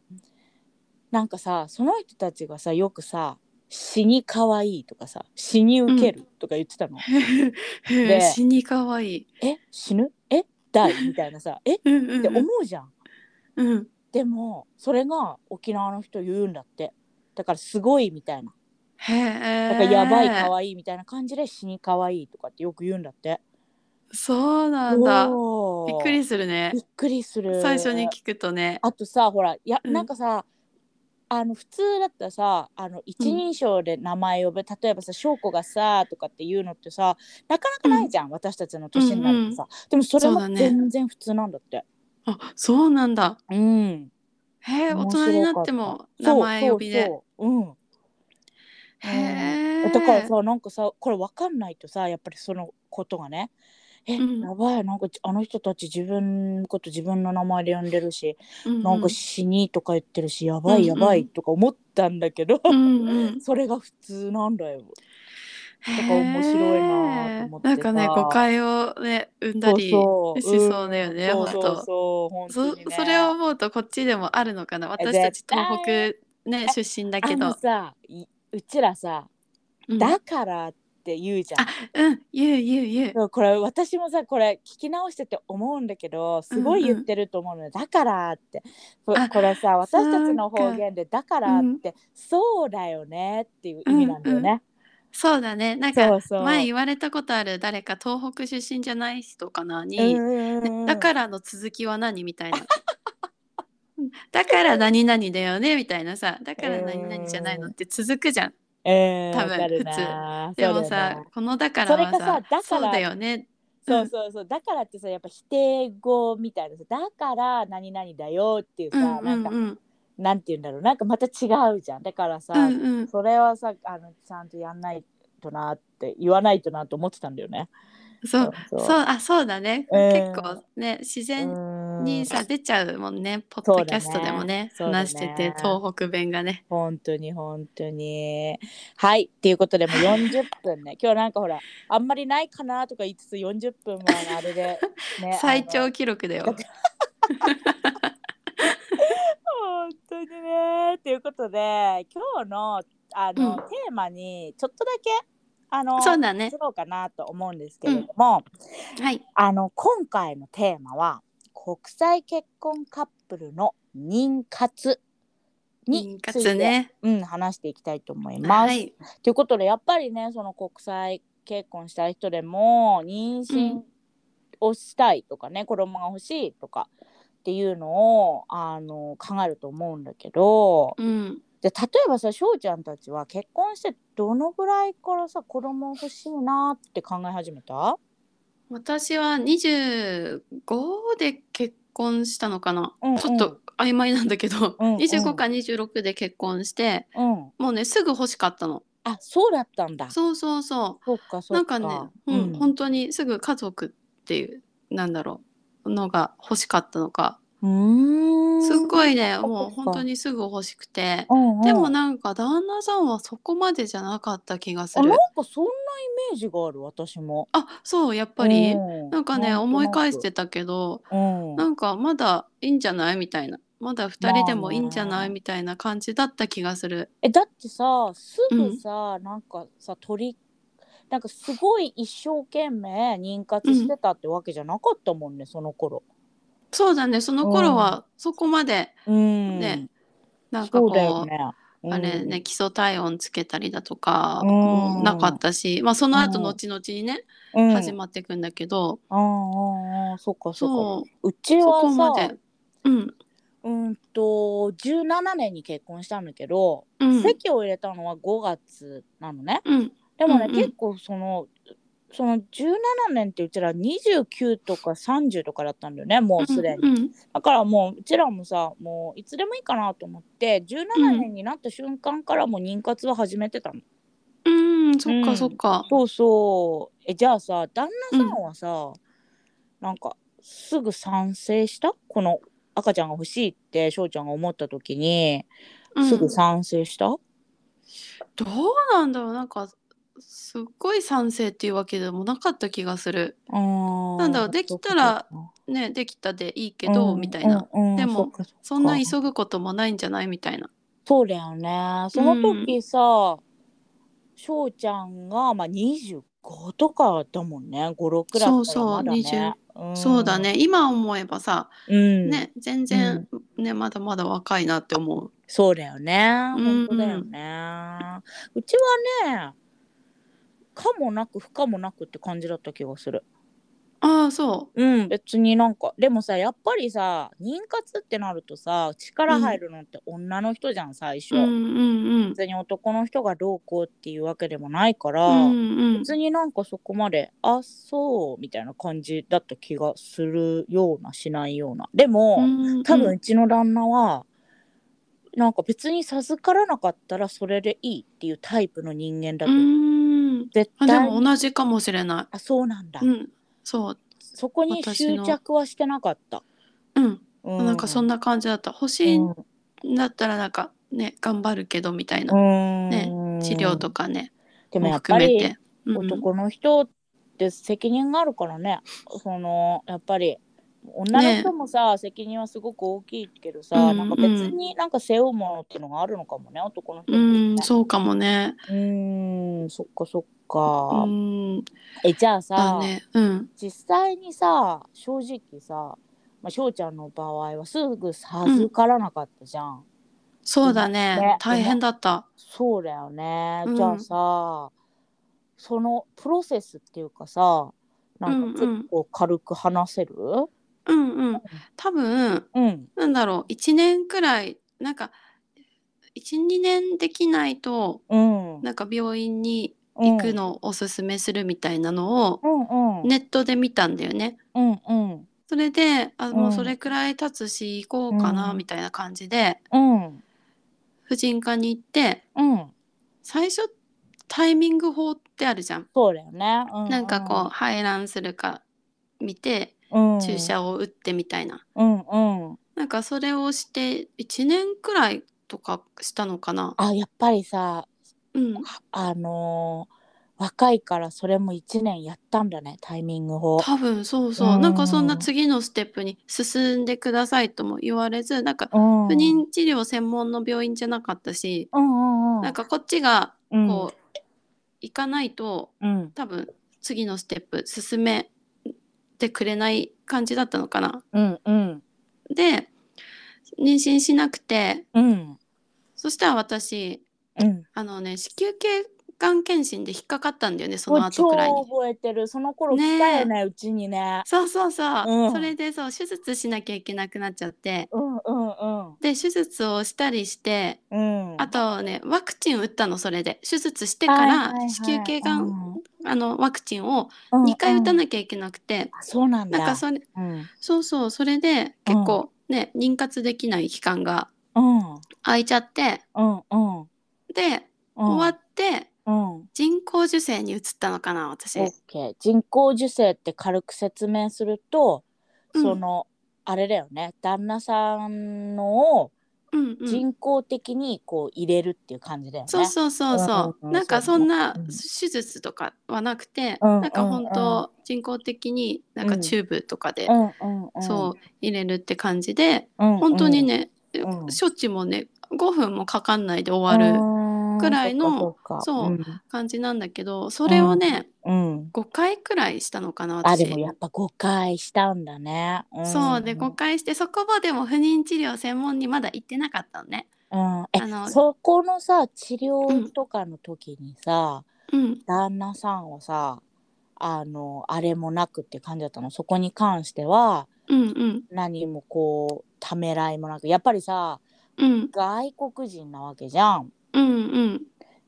Speaker 3: なんかさその人たちがさよくさ「死に可愛いとかさ「死に受ける」とか言ってたの。
Speaker 2: へえ
Speaker 3: で
Speaker 2: 死に可愛い。
Speaker 3: え死ぬえdie みたいな さえっ
Speaker 2: うんうん
Speaker 3: て
Speaker 2: う
Speaker 3: 思
Speaker 2: ん
Speaker 3: うじゃん。
Speaker 2: うん。
Speaker 3: でもそれが沖縄の人言うんだってだからすごいみたいな
Speaker 2: へえ。
Speaker 3: だからやばい可愛いみたいな感じで死に可愛いとかってよく言うんだって
Speaker 2: そうなんだ。
Speaker 3: おー
Speaker 2: びっくりするね
Speaker 3: び。っくりする
Speaker 2: 最初に聞くとね。
Speaker 3: あとさほらいや
Speaker 2: うん
Speaker 3: なんかさ、あの普通だったらさあの一人称で名前呼ぶ、例えばさ翔子がさとかっていうのってさなかなかないじゃん、私たちの年になるとさ、でもそれ
Speaker 2: そうだ
Speaker 3: も
Speaker 2: ね
Speaker 3: 全然普通なんだって
Speaker 2: あ、そうなんだ。
Speaker 3: うん
Speaker 2: へえ、大
Speaker 3: 面
Speaker 2: 人に
Speaker 3: 白か
Speaker 2: な
Speaker 3: った
Speaker 2: っても名前呼び
Speaker 3: そ
Speaker 2: で。
Speaker 3: うそうそううん
Speaker 2: へえ。
Speaker 3: だからさなんかさこれ分かんないとさやっぱりそのことがねえ、
Speaker 2: うん
Speaker 3: やばいなんかあの人たち自分のこと自分の名前で呼んでるし、
Speaker 2: うんうん
Speaker 3: なんか死にとか言ってるしやばいやば
Speaker 2: うん
Speaker 3: いとか思ったんだけど、
Speaker 2: うんうん。
Speaker 3: それが普通なんだよ。
Speaker 2: へ
Speaker 3: か
Speaker 2: え
Speaker 3: 面白いなと思ってさ
Speaker 2: なんかね、誤解をね、生んだりし
Speaker 3: そうそう
Speaker 2: そうだよね、
Speaker 3: そう
Speaker 2: 本
Speaker 3: そう
Speaker 2: 当。
Speaker 3: そう本当
Speaker 2: そ
Speaker 3: にね
Speaker 2: それを思うとこっちでもあるのかな私たち
Speaker 3: 絶対
Speaker 2: 東北ね出身だ
Speaker 3: あ
Speaker 2: け
Speaker 3: の
Speaker 2: ど、
Speaker 3: さいうちらさ
Speaker 2: うん、
Speaker 3: だからって言うじゃん。
Speaker 2: うん言う言う言う
Speaker 3: そうこれ私もさこれ聞き直してて思うんだけどすごい言ってると思うのよ、だからってこ
Speaker 2: あ
Speaker 3: これさ私たちの
Speaker 2: そうか
Speaker 3: 方言で「だから」って、そうだよねっていう意味なんだよね。
Speaker 2: そうだねなん
Speaker 3: そう
Speaker 2: か
Speaker 3: そう
Speaker 2: 前言われたことある誰か東北出身じゃない人かなに、
Speaker 3: うんうんうんうん
Speaker 2: だからの続きは何みたいな うんだから何々だよねみたいなさだから何々じゃないのって続くじゃん
Speaker 3: えー、
Speaker 2: 多分
Speaker 3: わかるな
Speaker 2: で
Speaker 3: そう
Speaker 2: も
Speaker 3: だよ
Speaker 2: さ
Speaker 3: な
Speaker 2: このだからは
Speaker 3: それがさ
Speaker 2: さ
Speaker 3: だから
Speaker 2: そうだよね
Speaker 3: そうそうそうだからってさやっぱ否定語みたいなさだから何々だよっていう
Speaker 2: う
Speaker 3: さ、
Speaker 2: ん
Speaker 3: な
Speaker 2: うんうん
Speaker 3: か
Speaker 2: ん
Speaker 3: なんて言うんだろうなんかまた違うじゃんだからさ、
Speaker 2: うんうん
Speaker 3: それはさあのちゃんとやんないとなって言わないとなと思ってたんだよね。
Speaker 2: そう
Speaker 3: そ
Speaker 2: そうあそうだね、
Speaker 3: うん
Speaker 2: 結構ね自然にさ、出ちゃうもんねポッ
Speaker 3: そうだね
Speaker 2: ドキャストでもね
Speaker 3: そうだね
Speaker 2: 話してて東北弁がね、
Speaker 3: 本当に本当に。はいっていうことでもう40分ね今日なんかほらあんまりないかなとか言いつつ40分もあれで、ね
Speaker 2: 最
Speaker 3: あ
Speaker 2: 長
Speaker 3: の
Speaker 2: 記録だよ。
Speaker 3: 本当にねということで今日のあの、
Speaker 2: うん
Speaker 3: テーマにちょっとだけあの
Speaker 2: そうだね
Speaker 3: 移ろうかなと思うんですけれども、
Speaker 2: はい
Speaker 3: あの今回のテーマは国際結婚カップルの妊活に
Speaker 2: 妊
Speaker 3: つい
Speaker 2: 活
Speaker 3: て、
Speaker 2: ね。
Speaker 3: うん、話していきたいと思います。
Speaker 2: はい。
Speaker 3: ということでやっぱりねその国際結婚したい人でも妊娠
Speaker 2: うん
Speaker 3: をしたいとかね、子供が欲しいとかっていうのをあの考えると思うんだけど
Speaker 2: うん。
Speaker 3: で例えばさ翔ちゃんたちは結婚してどのぐらいからさ子供欲しいなって考え始めた
Speaker 2: 私は25で結婚したのかな、
Speaker 3: うんうん
Speaker 2: ちょっと曖昧なんだけど、
Speaker 3: うんうん
Speaker 2: 25か26で結婚して
Speaker 3: うん
Speaker 2: もうねすぐ欲しかったの
Speaker 3: あそうだったんだそ
Speaker 2: そうそうそう
Speaker 3: かそうか
Speaker 2: なんかね、うん
Speaker 3: うん
Speaker 2: 本当にすぐ家族っていうなんだろうのが欲しかったのか
Speaker 3: うーん
Speaker 2: すっごいね
Speaker 3: そっか
Speaker 2: もう本当にすぐ欲しくて
Speaker 3: うんうん
Speaker 2: でもなんか旦那さんはそこまでじゃなかった気がす
Speaker 3: あなん
Speaker 2: る
Speaker 3: かそんなイメージがある私も
Speaker 2: あそうやっぱり
Speaker 3: う
Speaker 2: なんかね
Speaker 3: となく
Speaker 2: 思い返してたけど
Speaker 3: うん
Speaker 2: なんかまだいいんじゃないみたいなまだ2人でもいいんじゃ
Speaker 3: まあ
Speaker 2: な
Speaker 3: ね
Speaker 2: いみたいな感じだった気がする
Speaker 3: えだってさすぐさ、なんかさ鳥なんかすごい一生懸命妊活してたってわけじゃなかったもんね、その頃。
Speaker 2: そうだねその頃はそこまで
Speaker 3: うん
Speaker 2: ね、なんか
Speaker 3: そ
Speaker 2: こ
Speaker 3: うだよ
Speaker 2: う
Speaker 3: ね。
Speaker 2: あれね、基礎体温つけたりだとか
Speaker 3: うん
Speaker 2: もなかったし、まあ、その後
Speaker 3: うん
Speaker 2: 後々にね、
Speaker 3: うん、
Speaker 2: 始
Speaker 3: ま
Speaker 2: まっていくんだけど、
Speaker 3: あああそっかそっか。
Speaker 2: そう
Speaker 3: うち
Speaker 2: そこ
Speaker 3: は
Speaker 2: ま
Speaker 3: さ
Speaker 2: で、うん
Speaker 3: うんと17年に結婚したんだけど、
Speaker 2: うん
Speaker 3: 籍を入れたのは5月なのね。
Speaker 2: うん
Speaker 3: でもね、
Speaker 2: うんうん
Speaker 3: 結構そのその17年ってうちら29とか30とかだったんだよねもうすでに。
Speaker 2: うん
Speaker 3: だからもううちらもさもういつでもいいかなと思って17年になった瞬間からもう妊活は始めてたの、
Speaker 2: うん、うん、そっ
Speaker 3: うん
Speaker 2: かそっか、
Speaker 3: そうそうえじゃあさ旦那さんはさ、なんかすぐ賛成したこの赤ちゃんが欲しいって翔ちゃんが思った時に
Speaker 2: うん
Speaker 3: すぐ賛成した、
Speaker 2: どうなんだろうなんかすっごい賛成っていうわけでもなかった気がする。
Speaker 3: な
Speaker 2: なんだろうできたらねできたでいいけど、みたいな。でもそんな急ぐこともないんじゃないみたいな。
Speaker 3: そうだよねその時さ翔、うちゃんが、まあ、25とかだもんね56くらいだったらまだね
Speaker 2: そう
Speaker 3: うん
Speaker 2: そうだね今思えばさ、
Speaker 3: うん、
Speaker 2: ね全然、ねまだまだ若いなって思う。
Speaker 3: そうだよね。
Speaker 2: うん
Speaker 3: 本当だよね。うちはね、かもなく不可もなくって感じだった気がする。
Speaker 2: ああそ
Speaker 3: うん、別になんか、でもさ、やっぱりさ、妊活ってなるとさ、力入るのって女の人じゃん、最初。
Speaker 2: う。うんうんうん。
Speaker 3: 別に男の人がどうこうっていうわけでもないから、
Speaker 2: うんうん、
Speaker 3: 別になんかそこまで、あ、そう、みたいな感じだった気がするような、しないような。でも、
Speaker 2: うん
Speaker 3: 多分うちの旦那は、なんか別に授からなかったらそれでいいっていうタイプの人間だ
Speaker 2: う
Speaker 3: と、
Speaker 2: んうん
Speaker 3: 絶
Speaker 2: あ
Speaker 3: 対
Speaker 2: でも同じかもしれな
Speaker 3: あそうなんだ、
Speaker 2: い。うんそう
Speaker 3: そこに
Speaker 2: 私
Speaker 3: 執
Speaker 2: の
Speaker 3: 着はしてなかった、
Speaker 2: うん、
Speaker 3: う
Speaker 2: なんかそんな感じだった欲しいんだったらなんかね頑張るけどみたいな、
Speaker 3: ね
Speaker 2: 治療とかね
Speaker 3: でも
Speaker 2: も
Speaker 3: やっぱ
Speaker 2: 含めて
Speaker 3: り。
Speaker 2: うんうん
Speaker 3: 男の人って責任があるからね、そのやっぱり女の人もさ、責任はすごく大きいけどさ、
Speaker 2: うん
Speaker 3: なんか別になんか背負うものってのがあるのかもね男の人
Speaker 2: う
Speaker 3: もね
Speaker 2: ん、そうかもね。
Speaker 3: うーんそっかそっ
Speaker 2: う
Speaker 3: か、
Speaker 2: ん、
Speaker 3: えじゃあさ
Speaker 2: だ、ね。うん、
Speaker 3: 実際にさ正直さまあ、翔ちゃんの場合はすぐ授からなかったじゃん、
Speaker 2: そうだね。
Speaker 3: ね
Speaker 2: 大変だった。
Speaker 3: そうだよね、
Speaker 2: うん
Speaker 3: じゃあさそのプロセスっていうかさなんか
Speaker 2: うんうん
Speaker 3: 結構軽く話せる
Speaker 2: うんうん。多分
Speaker 3: うん
Speaker 2: なんだろう一年くらいなんか一二年できないと
Speaker 3: うん、
Speaker 2: なんか病院に
Speaker 3: うん
Speaker 2: 行くのをおすすめするみたいなのを
Speaker 3: うんうん、
Speaker 2: ネットで見たんだよね。
Speaker 3: うんうん
Speaker 2: それであもううんそれくらい経つし行こうかな
Speaker 3: うん
Speaker 2: みたいな感じで
Speaker 3: うん
Speaker 2: 婦人科に行って
Speaker 3: うん
Speaker 2: 最初タイミング法ってあるじゃん。
Speaker 3: そうだよね、うう
Speaker 2: なんかこう排卵するか見て
Speaker 3: うん、
Speaker 2: 注射を打ってみたいな。
Speaker 3: うんうん
Speaker 2: なんかそれをして1年くらいとかしたのかな。
Speaker 3: あやっぱりさ
Speaker 2: うん、
Speaker 3: あのー若いからそれも1年やったんだねタイミング法。
Speaker 2: 多分そうそう、
Speaker 3: うん
Speaker 2: なんかそんな次のステップに進んでくださいとも言われずなんか
Speaker 3: うん
Speaker 2: 不妊治療専門の病院じゃなかったし、
Speaker 3: うんうんうん、
Speaker 2: なんかこっちが
Speaker 3: うん
Speaker 2: こう、行かないと
Speaker 3: うん、
Speaker 2: 多分次のステップ進めてくれない感じだったのかな。
Speaker 3: うんうん
Speaker 2: で妊娠しなくて
Speaker 3: うん
Speaker 2: そしたら私
Speaker 3: うん。
Speaker 2: あのね子宮頸がん検診で引っかかったんだよねそ
Speaker 3: も
Speaker 2: の
Speaker 3: う超
Speaker 2: 後くらいに。
Speaker 3: 覚えてるその頃来たよねうちにね。
Speaker 2: そうそうそう、
Speaker 3: うん
Speaker 2: それでそう手術しなきゃいけなくなっちゃって
Speaker 3: うんうんうん
Speaker 2: で手術をしたりして
Speaker 3: うん。
Speaker 2: あとねワクチン打ったのそれで手術してから子宮頸がん、あのワクチンを2回打た
Speaker 3: ない。
Speaker 2: なきゃいけなくて、
Speaker 3: あそうなんだ。
Speaker 2: なんかそれ
Speaker 3: うん
Speaker 2: そうそうそれで結構ね、妊活できない期間が
Speaker 3: うん
Speaker 2: 空いちゃって
Speaker 3: うんうんうん。
Speaker 2: で、終わって
Speaker 3: うん。うん
Speaker 2: 人工授精に移ったのかな私。
Speaker 3: オッケー人工授精って軽く説明すると、
Speaker 2: うん
Speaker 3: そのあれだよね旦那さんのを
Speaker 2: うんうん
Speaker 3: 人工的にこう入れるっていう感じだよね。
Speaker 2: そうそうそうそう、
Speaker 3: うんうんうん
Speaker 2: なんか
Speaker 3: そ
Speaker 2: そ
Speaker 3: うんね
Speaker 2: な
Speaker 3: うん
Speaker 2: 手術とかはなくて、
Speaker 3: うん
Speaker 2: なんか本当人工的になんかチューブとかで、
Speaker 3: うんうんうん、
Speaker 2: そう入れるって感じで、
Speaker 3: うんうん、
Speaker 2: 本当にね、
Speaker 3: うん
Speaker 2: 処置もね5分もかかんないで終わるくらいの
Speaker 3: うーんそっかそ
Speaker 2: そうう
Speaker 3: か
Speaker 2: 感じなんだけど、それをね、
Speaker 3: うんうん
Speaker 2: 5回くらいしたのかな
Speaker 3: あ
Speaker 2: 私
Speaker 3: でもやっぱ誤解したんだね。ん
Speaker 2: そうで5回してそこまでも不妊治療専門にまだ行ってなかったのね。
Speaker 3: うん、え
Speaker 2: あの
Speaker 3: そこのさ治療とかの時にさ、
Speaker 2: うん、
Speaker 3: 旦那さんはさあのあれもなくって感じだったのそこに関しては
Speaker 2: うん、うん、
Speaker 3: 何もこうためらいもなくやっぱりさ
Speaker 2: うん、
Speaker 3: 外国人なわけじゃん。
Speaker 2: うん、うん、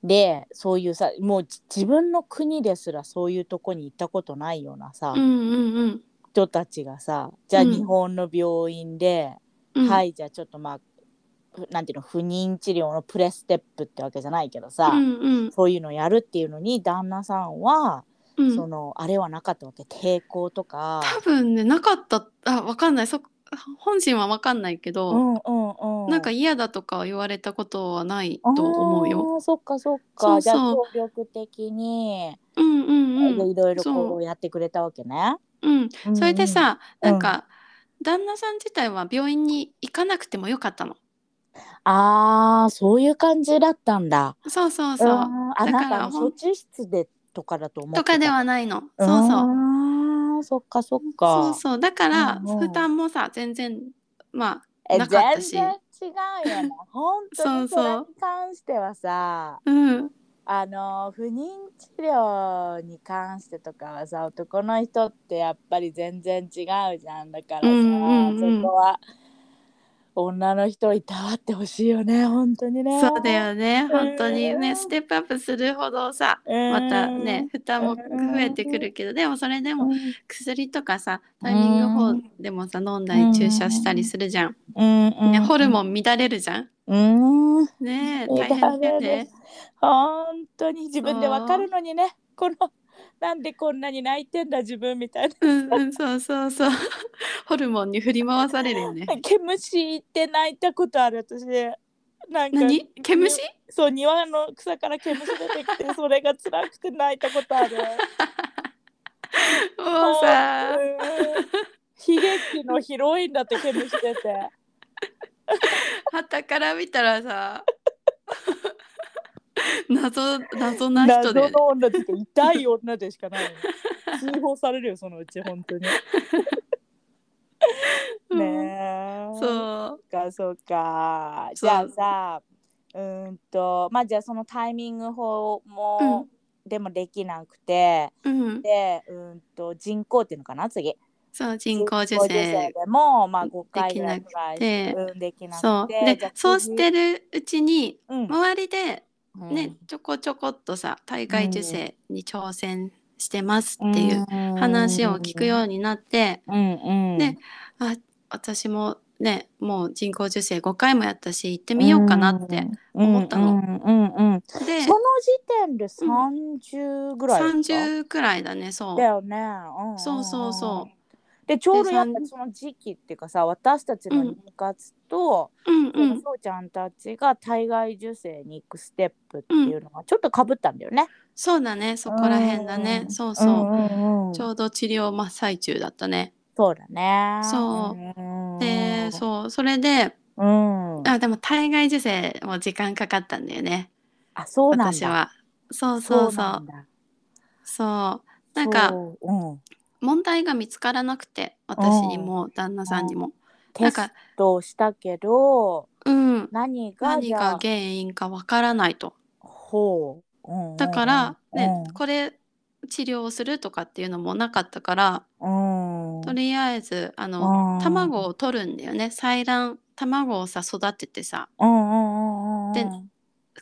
Speaker 3: でそういうさもうじ自分の国ですらそういうとこに行ったことないようなさ、
Speaker 2: うん、うん、うん、
Speaker 3: 人たちがさじゃあ
Speaker 2: うん
Speaker 3: 日本の病院で、
Speaker 2: うん、
Speaker 3: はいじゃあちょっとまあふなんていうの不妊治療のプレステップってわけじゃないけどさ、
Speaker 2: うん、うん、
Speaker 3: そういうのやるっていうのに旦那さんは、
Speaker 2: うん
Speaker 3: そのあれはなかったわけ抵抗とか
Speaker 2: 多分ねなかったあわかんないそ本心は分かんないけ
Speaker 3: う
Speaker 2: ど、
Speaker 3: んうんうん。
Speaker 2: なんか嫌だとか言われたことはないと思うよ。
Speaker 3: あー。そっかそっ
Speaker 2: そ
Speaker 3: か。
Speaker 2: うそう
Speaker 3: じゃあ協力的に、
Speaker 2: うんうんうん
Speaker 3: いろいろ
Speaker 2: そ
Speaker 3: こ
Speaker 2: う
Speaker 3: うやってくれたわけね。
Speaker 2: うん、それでさ、
Speaker 3: うん
Speaker 2: なんか旦那さん自体は病院に行かなくてもよかったの。
Speaker 3: うんうん。ああそういう感じだったんだ。
Speaker 2: そうそう
Speaker 3: うん
Speaker 2: そう。
Speaker 3: あ
Speaker 2: だから
Speaker 3: なんかあの
Speaker 2: ほん
Speaker 3: 処置室でとかだと思って
Speaker 2: と
Speaker 3: た
Speaker 2: かではないの。そうそう。
Speaker 3: う。そっかそっか。
Speaker 2: そうそう。だから、
Speaker 3: うんうん
Speaker 2: 負担もさ全然ま
Speaker 3: え
Speaker 2: なかったし
Speaker 3: 全然違う よね。本当に
Speaker 2: そう
Speaker 3: そ
Speaker 2: そ
Speaker 3: れ
Speaker 2: う
Speaker 3: に関してはさ、
Speaker 2: あうん
Speaker 3: あの不妊治療に関してとかはさ、男の人ってやっぱり全然違うじゃんだからさ、
Speaker 2: うんうんうん
Speaker 3: そこは女の人いたわってほしいよね。本当にね。
Speaker 2: そうだよね
Speaker 3: うん
Speaker 2: 本当にねステップアップするほどさ
Speaker 3: うん。
Speaker 2: またね負担も増えてくるけどでもそれで
Speaker 3: う
Speaker 2: も
Speaker 3: ん。
Speaker 2: 薬とかさタイミング法でもさ飲んだり注射したりするじゃん、
Speaker 3: うんうん。
Speaker 2: ね、ホルモン乱れるじゃん
Speaker 3: うん。
Speaker 2: ね
Speaker 3: 乱
Speaker 2: え
Speaker 3: れ
Speaker 2: 大
Speaker 3: る
Speaker 2: 変だよね
Speaker 3: 本当に自分でわかるのにねこのなんでこんなに泣いてんだ自分みたいな
Speaker 2: うんうんそうそうそう ホルモンに振り回される よね
Speaker 3: 毛虫って泣いたことある私なんか
Speaker 2: 何毛虫
Speaker 3: そう庭の草から毛虫出てきてそれが辛くて泣いたことある
Speaker 2: もうさ
Speaker 3: うん悲劇のヒロインだって毛虫出て
Speaker 2: 旗から見たらさ 謎謎な人
Speaker 3: 謎
Speaker 2: で
Speaker 3: の女って痛い女でしかないよ通報されるよそのうち本当にね
Speaker 2: うん
Speaker 3: え
Speaker 2: そう
Speaker 3: そっかそっか
Speaker 2: そう
Speaker 3: じゃあさうーんとまあじゃあそのタイミング法も、でもできなくて
Speaker 2: うん
Speaker 3: でうーんと人工っていうのかな次
Speaker 2: そう人工授
Speaker 3: 人で
Speaker 2: 精
Speaker 3: もまあ5回ぐらい
Speaker 2: でき
Speaker 3: トライ
Speaker 2: て
Speaker 3: うん、できなくて
Speaker 2: そう
Speaker 3: じゃ
Speaker 2: で
Speaker 3: あ次
Speaker 2: そうしてるうちに
Speaker 3: うん
Speaker 2: 周りで
Speaker 3: うん
Speaker 2: ね、ちょこちょこっとさ体外受精に挑戦してますっていう話を聞くようになって、
Speaker 3: うんうん
Speaker 2: ねあ私もねもう人工授精5回もやったし行ってみようかなって、思ったの
Speaker 3: うんうんうんうん
Speaker 2: で
Speaker 3: その時点で30ぐらいですか、
Speaker 2: 30くらいだねそう
Speaker 3: だよね、うんん
Speaker 2: そうそうそ
Speaker 3: でちょうど
Speaker 2: で
Speaker 3: やっぱ
Speaker 2: さん
Speaker 3: その時期っていうかさ私たちの妊活と、
Speaker 2: ううん
Speaker 3: その
Speaker 2: うん
Speaker 3: そうちゃんたちが体外受精に行くステップっていうのがちょっとかぶったんだよね。
Speaker 2: そうだねそこら辺だね、
Speaker 3: うん
Speaker 2: そうそう、
Speaker 3: んうんうん
Speaker 2: ちょうど治療真っ最中だったね。
Speaker 3: そうだね。
Speaker 2: そうん
Speaker 3: うん
Speaker 2: で、そう、それで、
Speaker 3: うん、
Speaker 2: あ、でも体外受精も時間かかったんだよね。
Speaker 3: あそうなんだ。
Speaker 2: 私は。そうそうそ
Speaker 3: なん
Speaker 2: う。
Speaker 3: だ
Speaker 2: そう。なんか、
Speaker 3: そううん、
Speaker 2: 問題が見つからなくて、私にも、旦那さんにも。な
Speaker 3: テ
Speaker 2: んか
Speaker 3: ストをしたけど
Speaker 2: うん。
Speaker 3: 何が
Speaker 2: 何
Speaker 3: じゃ
Speaker 2: が
Speaker 3: あ
Speaker 2: 原因かわからないと。
Speaker 3: ほう、うんうんうん
Speaker 2: だから、ね、
Speaker 3: うん
Speaker 2: これ、治療をするとかっていうのもなかったから、
Speaker 3: うん、
Speaker 2: とりあえず、あの、
Speaker 3: うん
Speaker 2: 卵を取るんだよね。採卵、卵をさ、育ててさ、
Speaker 3: うんうんうんうんうん
Speaker 2: で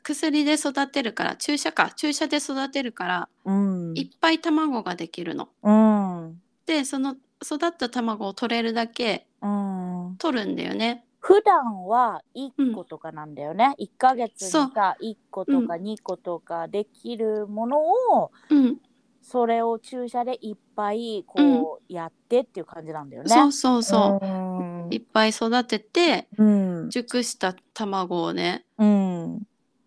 Speaker 2: 薬で育てるから、注射か、注射で育てるから、
Speaker 3: うん、
Speaker 2: いっぱい卵ができるの。
Speaker 3: うん
Speaker 2: でその育った卵を取れるだけ
Speaker 3: うん、
Speaker 2: 取るんだよね。
Speaker 3: 普段は1個とかなんだよね、1ヶ月に
Speaker 2: そう
Speaker 3: さ1個とか2個とかできるものを、
Speaker 2: うん、
Speaker 3: それを注射でいっぱいこうやってっていう感じなんだよね。
Speaker 2: そうそうそうう、
Speaker 3: ん
Speaker 2: いっぱい育てて
Speaker 3: うん
Speaker 2: 熟した卵をね、
Speaker 3: うん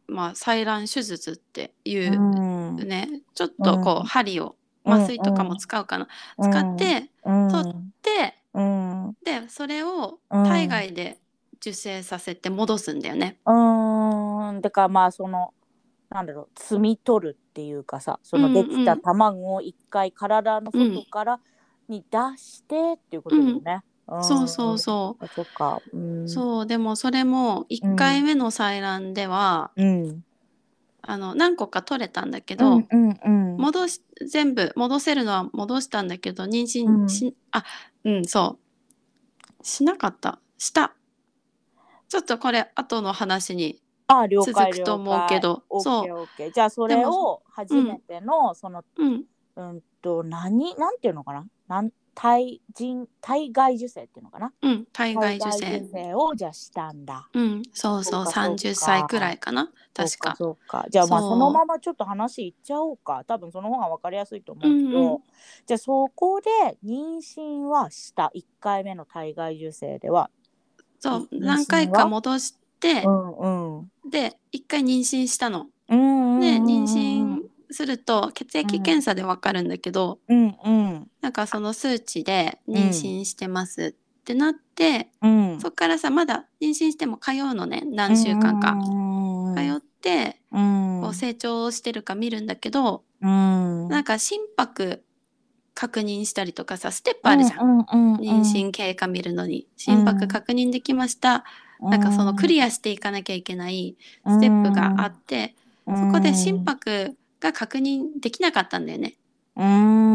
Speaker 2: まあ、採卵手術っていうう、
Speaker 3: ん
Speaker 2: ねちょっとこう、
Speaker 3: うん
Speaker 2: 針を
Speaker 3: うん
Speaker 2: 麻酔とかも使うかな、
Speaker 3: うん
Speaker 2: 使って
Speaker 3: うん
Speaker 2: 取で
Speaker 3: うん
Speaker 2: でそれを
Speaker 3: うん
Speaker 2: 体外で受精させて戻すんだよね。
Speaker 3: うんだからまあそのなんだろう摘み取るっていうかさそのできた卵を一回体の外からに出してっていうことだよね。ん
Speaker 2: そうそうそう。
Speaker 3: あそっか。うん。
Speaker 2: そうでもそれも1回目の採卵では、
Speaker 3: うん。
Speaker 2: あの何個か取れたんだけ
Speaker 3: う
Speaker 2: ど、
Speaker 3: んうんうん。
Speaker 2: 戻し全部戻せるのは戻したんだけど妊娠し、あうんそうしなかったしたちょっとこれ後の話に
Speaker 3: あ了解
Speaker 2: 続くと思うけど
Speaker 3: 了解
Speaker 2: そう
Speaker 3: オッケーオッケー。じゃあそれを初めてのその
Speaker 2: うん
Speaker 3: うんと何なんていうのかななん体人体外受精っていうのかな
Speaker 2: うん、体外受
Speaker 3: 体
Speaker 2: 精
Speaker 3: 外。精をじゃあしたんだ
Speaker 2: うん、そうそ
Speaker 3: そ
Speaker 2: う、
Speaker 3: うかそう
Speaker 2: 三
Speaker 3: か
Speaker 2: 十歳くらいかな、確か。
Speaker 3: そうかそうかじゃあまあ
Speaker 2: そう
Speaker 3: そのままちょっと話いっちゃおうか多分その方が分かりやすいと思うけど、
Speaker 2: うんうん
Speaker 3: じゃあそこで妊娠はした1回目の体外受精では
Speaker 2: そう、
Speaker 3: 妊娠は
Speaker 2: 何回か戻して
Speaker 3: う、んうんうん
Speaker 2: で、一回妊娠したの。
Speaker 3: うんうん
Speaker 2: で、妊娠すると血液検査でわかるんだけど、
Speaker 3: うんうん
Speaker 2: なんかその数値で妊娠してますってなって、
Speaker 3: うん
Speaker 2: そっからさまだ妊娠しても通うのね何週間か、
Speaker 3: うんうん
Speaker 2: 通って
Speaker 3: うん
Speaker 2: こう成長してるか見るんだけど、
Speaker 3: うん
Speaker 2: なんか心拍確認したりとかさステップあるじゃん、
Speaker 3: うんうんうん
Speaker 2: 妊娠経過見るのに心拍確認できました、なんかそのクリアしていかなきゃいけないステップがあって、そこで心拍が確認できなかったんだよね
Speaker 3: うん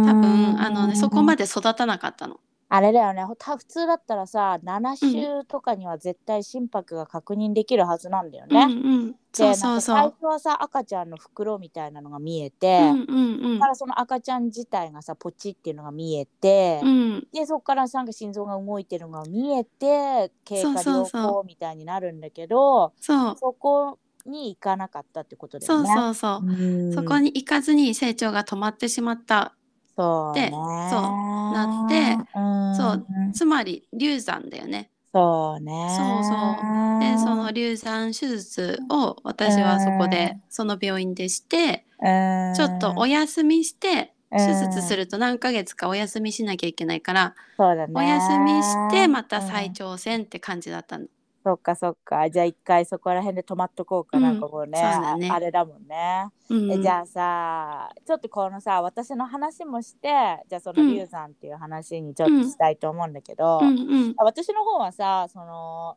Speaker 2: 多分あのねそこま
Speaker 3: で
Speaker 2: で育たなかったの。
Speaker 3: あれだよねほた普通だったらさ7週とかには絶対心拍が確認できるはずなんだよね、
Speaker 2: うんうん、そうそうそ
Speaker 3: でなん
Speaker 2: う
Speaker 3: か。最初はさ赤ちゃんの袋みたいなのが見えて、
Speaker 2: うんうんうん
Speaker 3: だからその赤ちゃん自体がさポチっていうのが見えて、
Speaker 2: うん
Speaker 3: でそこからなんか心臓が動いてるのが見えて経過
Speaker 2: そうそう
Speaker 3: 良
Speaker 2: そう
Speaker 3: 好みたいになるんだけど
Speaker 2: そう
Speaker 3: そこに行かなかったってことだ
Speaker 2: そ
Speaker 3: よ
Speaker 2: う
Speaker 3: ね。
Speaker 2: そうそう。
Speaker 3: うん
Speaker 2: そこに行かずに成長が止まってしまった。
Speaker 3: そうね
Speaker 2: でそうなって
Speaker 3: うん
Speaker 2: そうつまり流産だよね。
Speaker 3: そうね
Speaker 2: そうそうでその流産手術を私はそこでその病院でして
Speaker 3: うん
Speaker 2: ちょっとお休みして手術すると何ヶ月かお休みしなきゃいけないから
Speaker 3: そうだね
Speaker 2: お休みしてまた再
Speaker 3: うん
Speaker 2: 挑戦って感じだったの。
Speaker 3: そっかそっかじゃあ一回そこら辺で止まっとこうか
Speaker 2: うん
Speaker 3: なんかもうね,、
Speaker 2: そうだね
Speaker 3: あれだもんね、
Speaker 2: うん
Speaker 3: えじゃあさちょっとこのさ私の話もしてじゃあその
Speaker 2: うん
Speaker 3: 龍さんっていう話にちょっとしたいと思うんだけど、
Speaker 2: うんうん
Speaker 3: 私の方はさその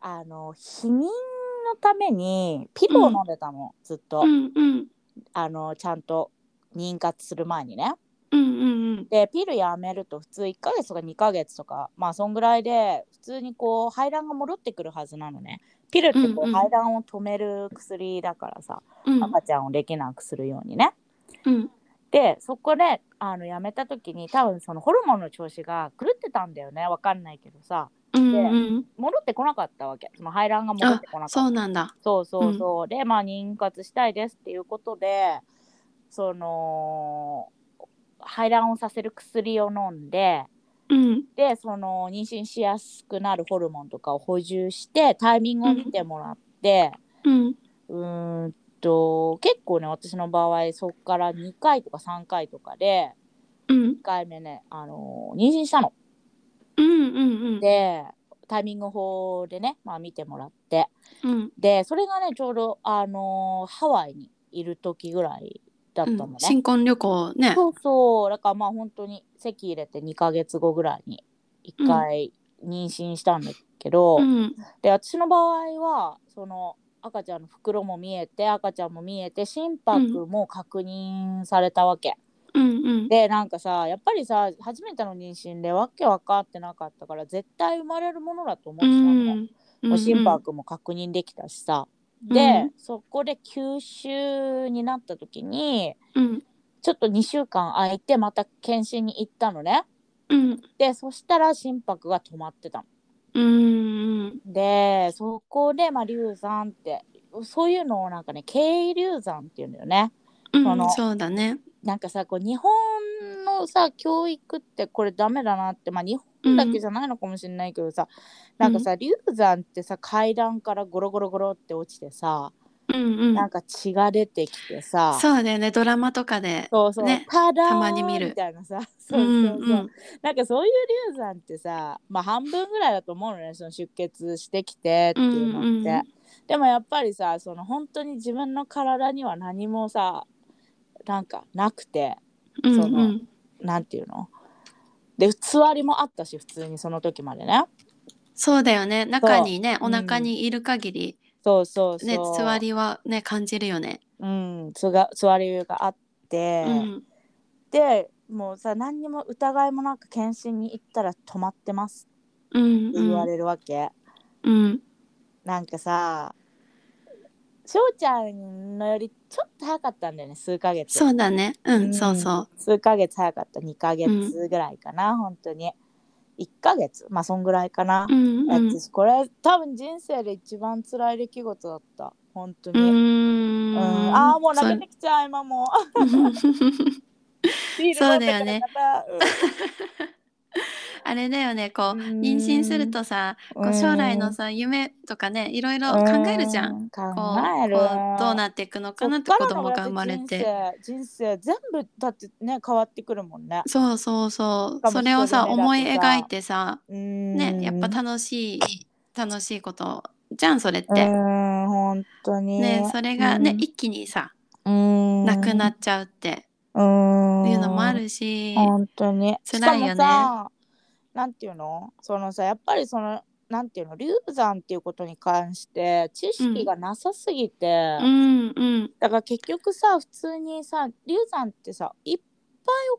Speaker 3: あの避妊のためにピルを飲んでたの、ずっと、
Speaker 2: うんうん
Speaker 3: あのちゃんと妊活する前にね
Speaker 2: うんうん
Speaker 3: でピルやめると普通1ヶ月とか2ヶ月とかまあそんぐらいで普通にこう排卵が戻ってくるはずなのねピルってこ
Speaker 2: う
Speaker 3: う
Speaker 2: んう
Speaker 3: ん排卵を止める薬だからさ、
Speaker 2: うん
Speaker 3: 赤ちゃんをできなくするようにね
Speaker 2: うん
Speaker 3: でそこであのやめた時に多分そのホルモンの調子が狂ってたんだよねわかんないけどさ
Speaker 2: うんうん
Speaker 3: 戻ってこなかったわけその排卵が戻ってこなかった
Speaker 2: そうなんだ。
Speaker 3: そうそうそう、でまあ妊活したいですっていうことでその排卵をさせる薬を飲んで
Speaker 2: うん
Speaker 3: でその妊娠しやすくなるホルモンとかを補充してタイミングを見てもらって、
Speaker 2: うん
Speaker 3: うーんと結構ね私の場合そこから2回とか3回とかで
Speaker 2: うん
Speaker 3: 1回目ね、あの妊娠したの。
Speaker 2: うんうんうん
Speaker 3: でタイミング法でね、まあ、見てもらって
Speaker 2: うん
Speaker 3: でそれがねちょうど、あのハワイにいる時ぐらいだったのね。
Speaker 2: 新婚旅行ね。
Speaker 3: そうそうだからまあ本当に籍入れて2ヶ月後ぐらいに1回妊娠したんだけど、
Speaker 2: うん
Speaker 3: で私の場合はその赤ちゃんの袋も見えて赤ちゃんも見えて心拍も確認されたわけ、
Speaker 2: うんうん
Speaker 3: でなんかさやっぱりさ初めての妊娠でわけ分かってなかったから絶対生まれるものだと思っ
Speaker 2: う
Speaker 3: てたのね、
Speaker 2: んう
Speaker 3: もうん心拍も確認できたしさ、でそこで9週になった時に
Speaker 2: うん
Speaker 3: ちょっと2週間空いてまた検診に行ったのね
Speaker 2: うん
Speaker 3: でそしたら心拍が止まってたの
Speaker 2: うん
Speaker 3: でそこで、まあ、流産ってそういうのをなんかね経緯流産っていうんだよね
Speaker 2: うんそうだね。
Speaker 3: なんかさこう日本のさ教育ってこれダメだなってまあ日本だけじゃないのかもしれないけどさ、なんかさ流産ってさ階段からゴロゴロゴロって落ちてさ、
Speaker 2: うんう
Speaker 3: なん
Speaker 2: ん。
Speaker 3: か血が出てきてさ
Speaker 2: そうだよねドラマとかで。
Speaker 3: そうそう、
Speaker 2: ね
Speaker 3: ただー
Speaker 2: たまに見る
Speaker 3: みたいなさ
Speaker 2: う
Speaker 3: そうそうそう、
Speaker 2: んうん
Speaker 3: なんかそういう流産ってさまあ半分ぐらいだと思うのねその出血してきてっていうのって、
Speaker 2: うんうん
Speaker 3: でもやっぱりさその本当に自分の体には何もさなんかなくて
Speaker 2: うんうん
Speaker 3: なんていうので座りもあったし普通にその時までね
Speaker 2: そうだよね中にねお腹にいる限り
Speaker 3: そうそうそう
Speaker 2: ね座りはね感じるよね。
Speaker 3: うんつが座りがあって、
Speaker 2: うん
Speaker 3: でもうさ何にも疑いもなく検診に行ったら止まってます
Speaker 2: うん
Speaker 3: って
Speaker 2: う
Speaker 3: 言わ
Speaker 2: ん
Speaker 3: れるわけ、
Speaker 2: うん
Speaker 3: なんかさ翔ちゃんのよりちょっと早かったんだよね数ヶ月
Speaker 2: そうだねうん、
Speaker 3: うん
Speaker 2: そうそ
Speaker 3: 数ヶ月早かった2ヶ月ぐらいかな、本当に1ヶ月まあそんぐらいかな
Speaker 2: う、う、んうん、
Speaker 3: 私これ多分人生で一番辛い出来事だった本当
Speaker 2: う
Speaker 3: に、
Speaker 2: ー
Speaker 3: うん
Speaker 2: ん
Speaker 3: ああもう泣けてきちゃう今も う
Speaker 2: そう
Speaker 3: ビール飲んでからまた
Speaker 2: あれだよねこう
Speaker 3: うん
Speaker 2: 妊娠するとさこ
Speaker 3: う
Speaker 2: うん将来のさ夢とかねいろいろ考えるじゃん。
Speaker 3: う考
Speaker 2: こう
Speaker 3: える
Speaker 2: こうどうなっていくのかなって
Speaker 3: そっ
Speaker 2: 子
Speaker 3: らの
Speaker 2: 供が生まれて
Speaker 3: 人生人生全部だってね変わってくるもんね
Speaker 2: そうそうそ
Speaker 3: しかも
Speaker 2: うそれをさ
Speaker 3: 人の
Speaker 2: 思い
Speaker 3: 目だとさ
Speaker 2: 描いてさ
Speaker 3: ね
Speaker 2: ねやっぱ楽しい楽しいことじゃんそれっ
Speaker 3: う
Speaker 2: て。
Speaker 3: ん本当に
Speaker 2: ねそれがね
Speaker 3: うん
Speaker 2: 一気にさ
Speaker 3: うん
Speaker 2: なくなっちゃうって
Speaker 3: うん
Speaker 2: いうのもあるし
Speaker 3: 本当に
Speaker 2: 辛いよね
Speaker 3: しかもさなんていうのそのさやっぱりそのなんていうの流産っていうことに関して知識がなさすぎて、
Speaker 2: うんうん
Speaker 3: だから結局さ普通にさ流産ってさいっぱい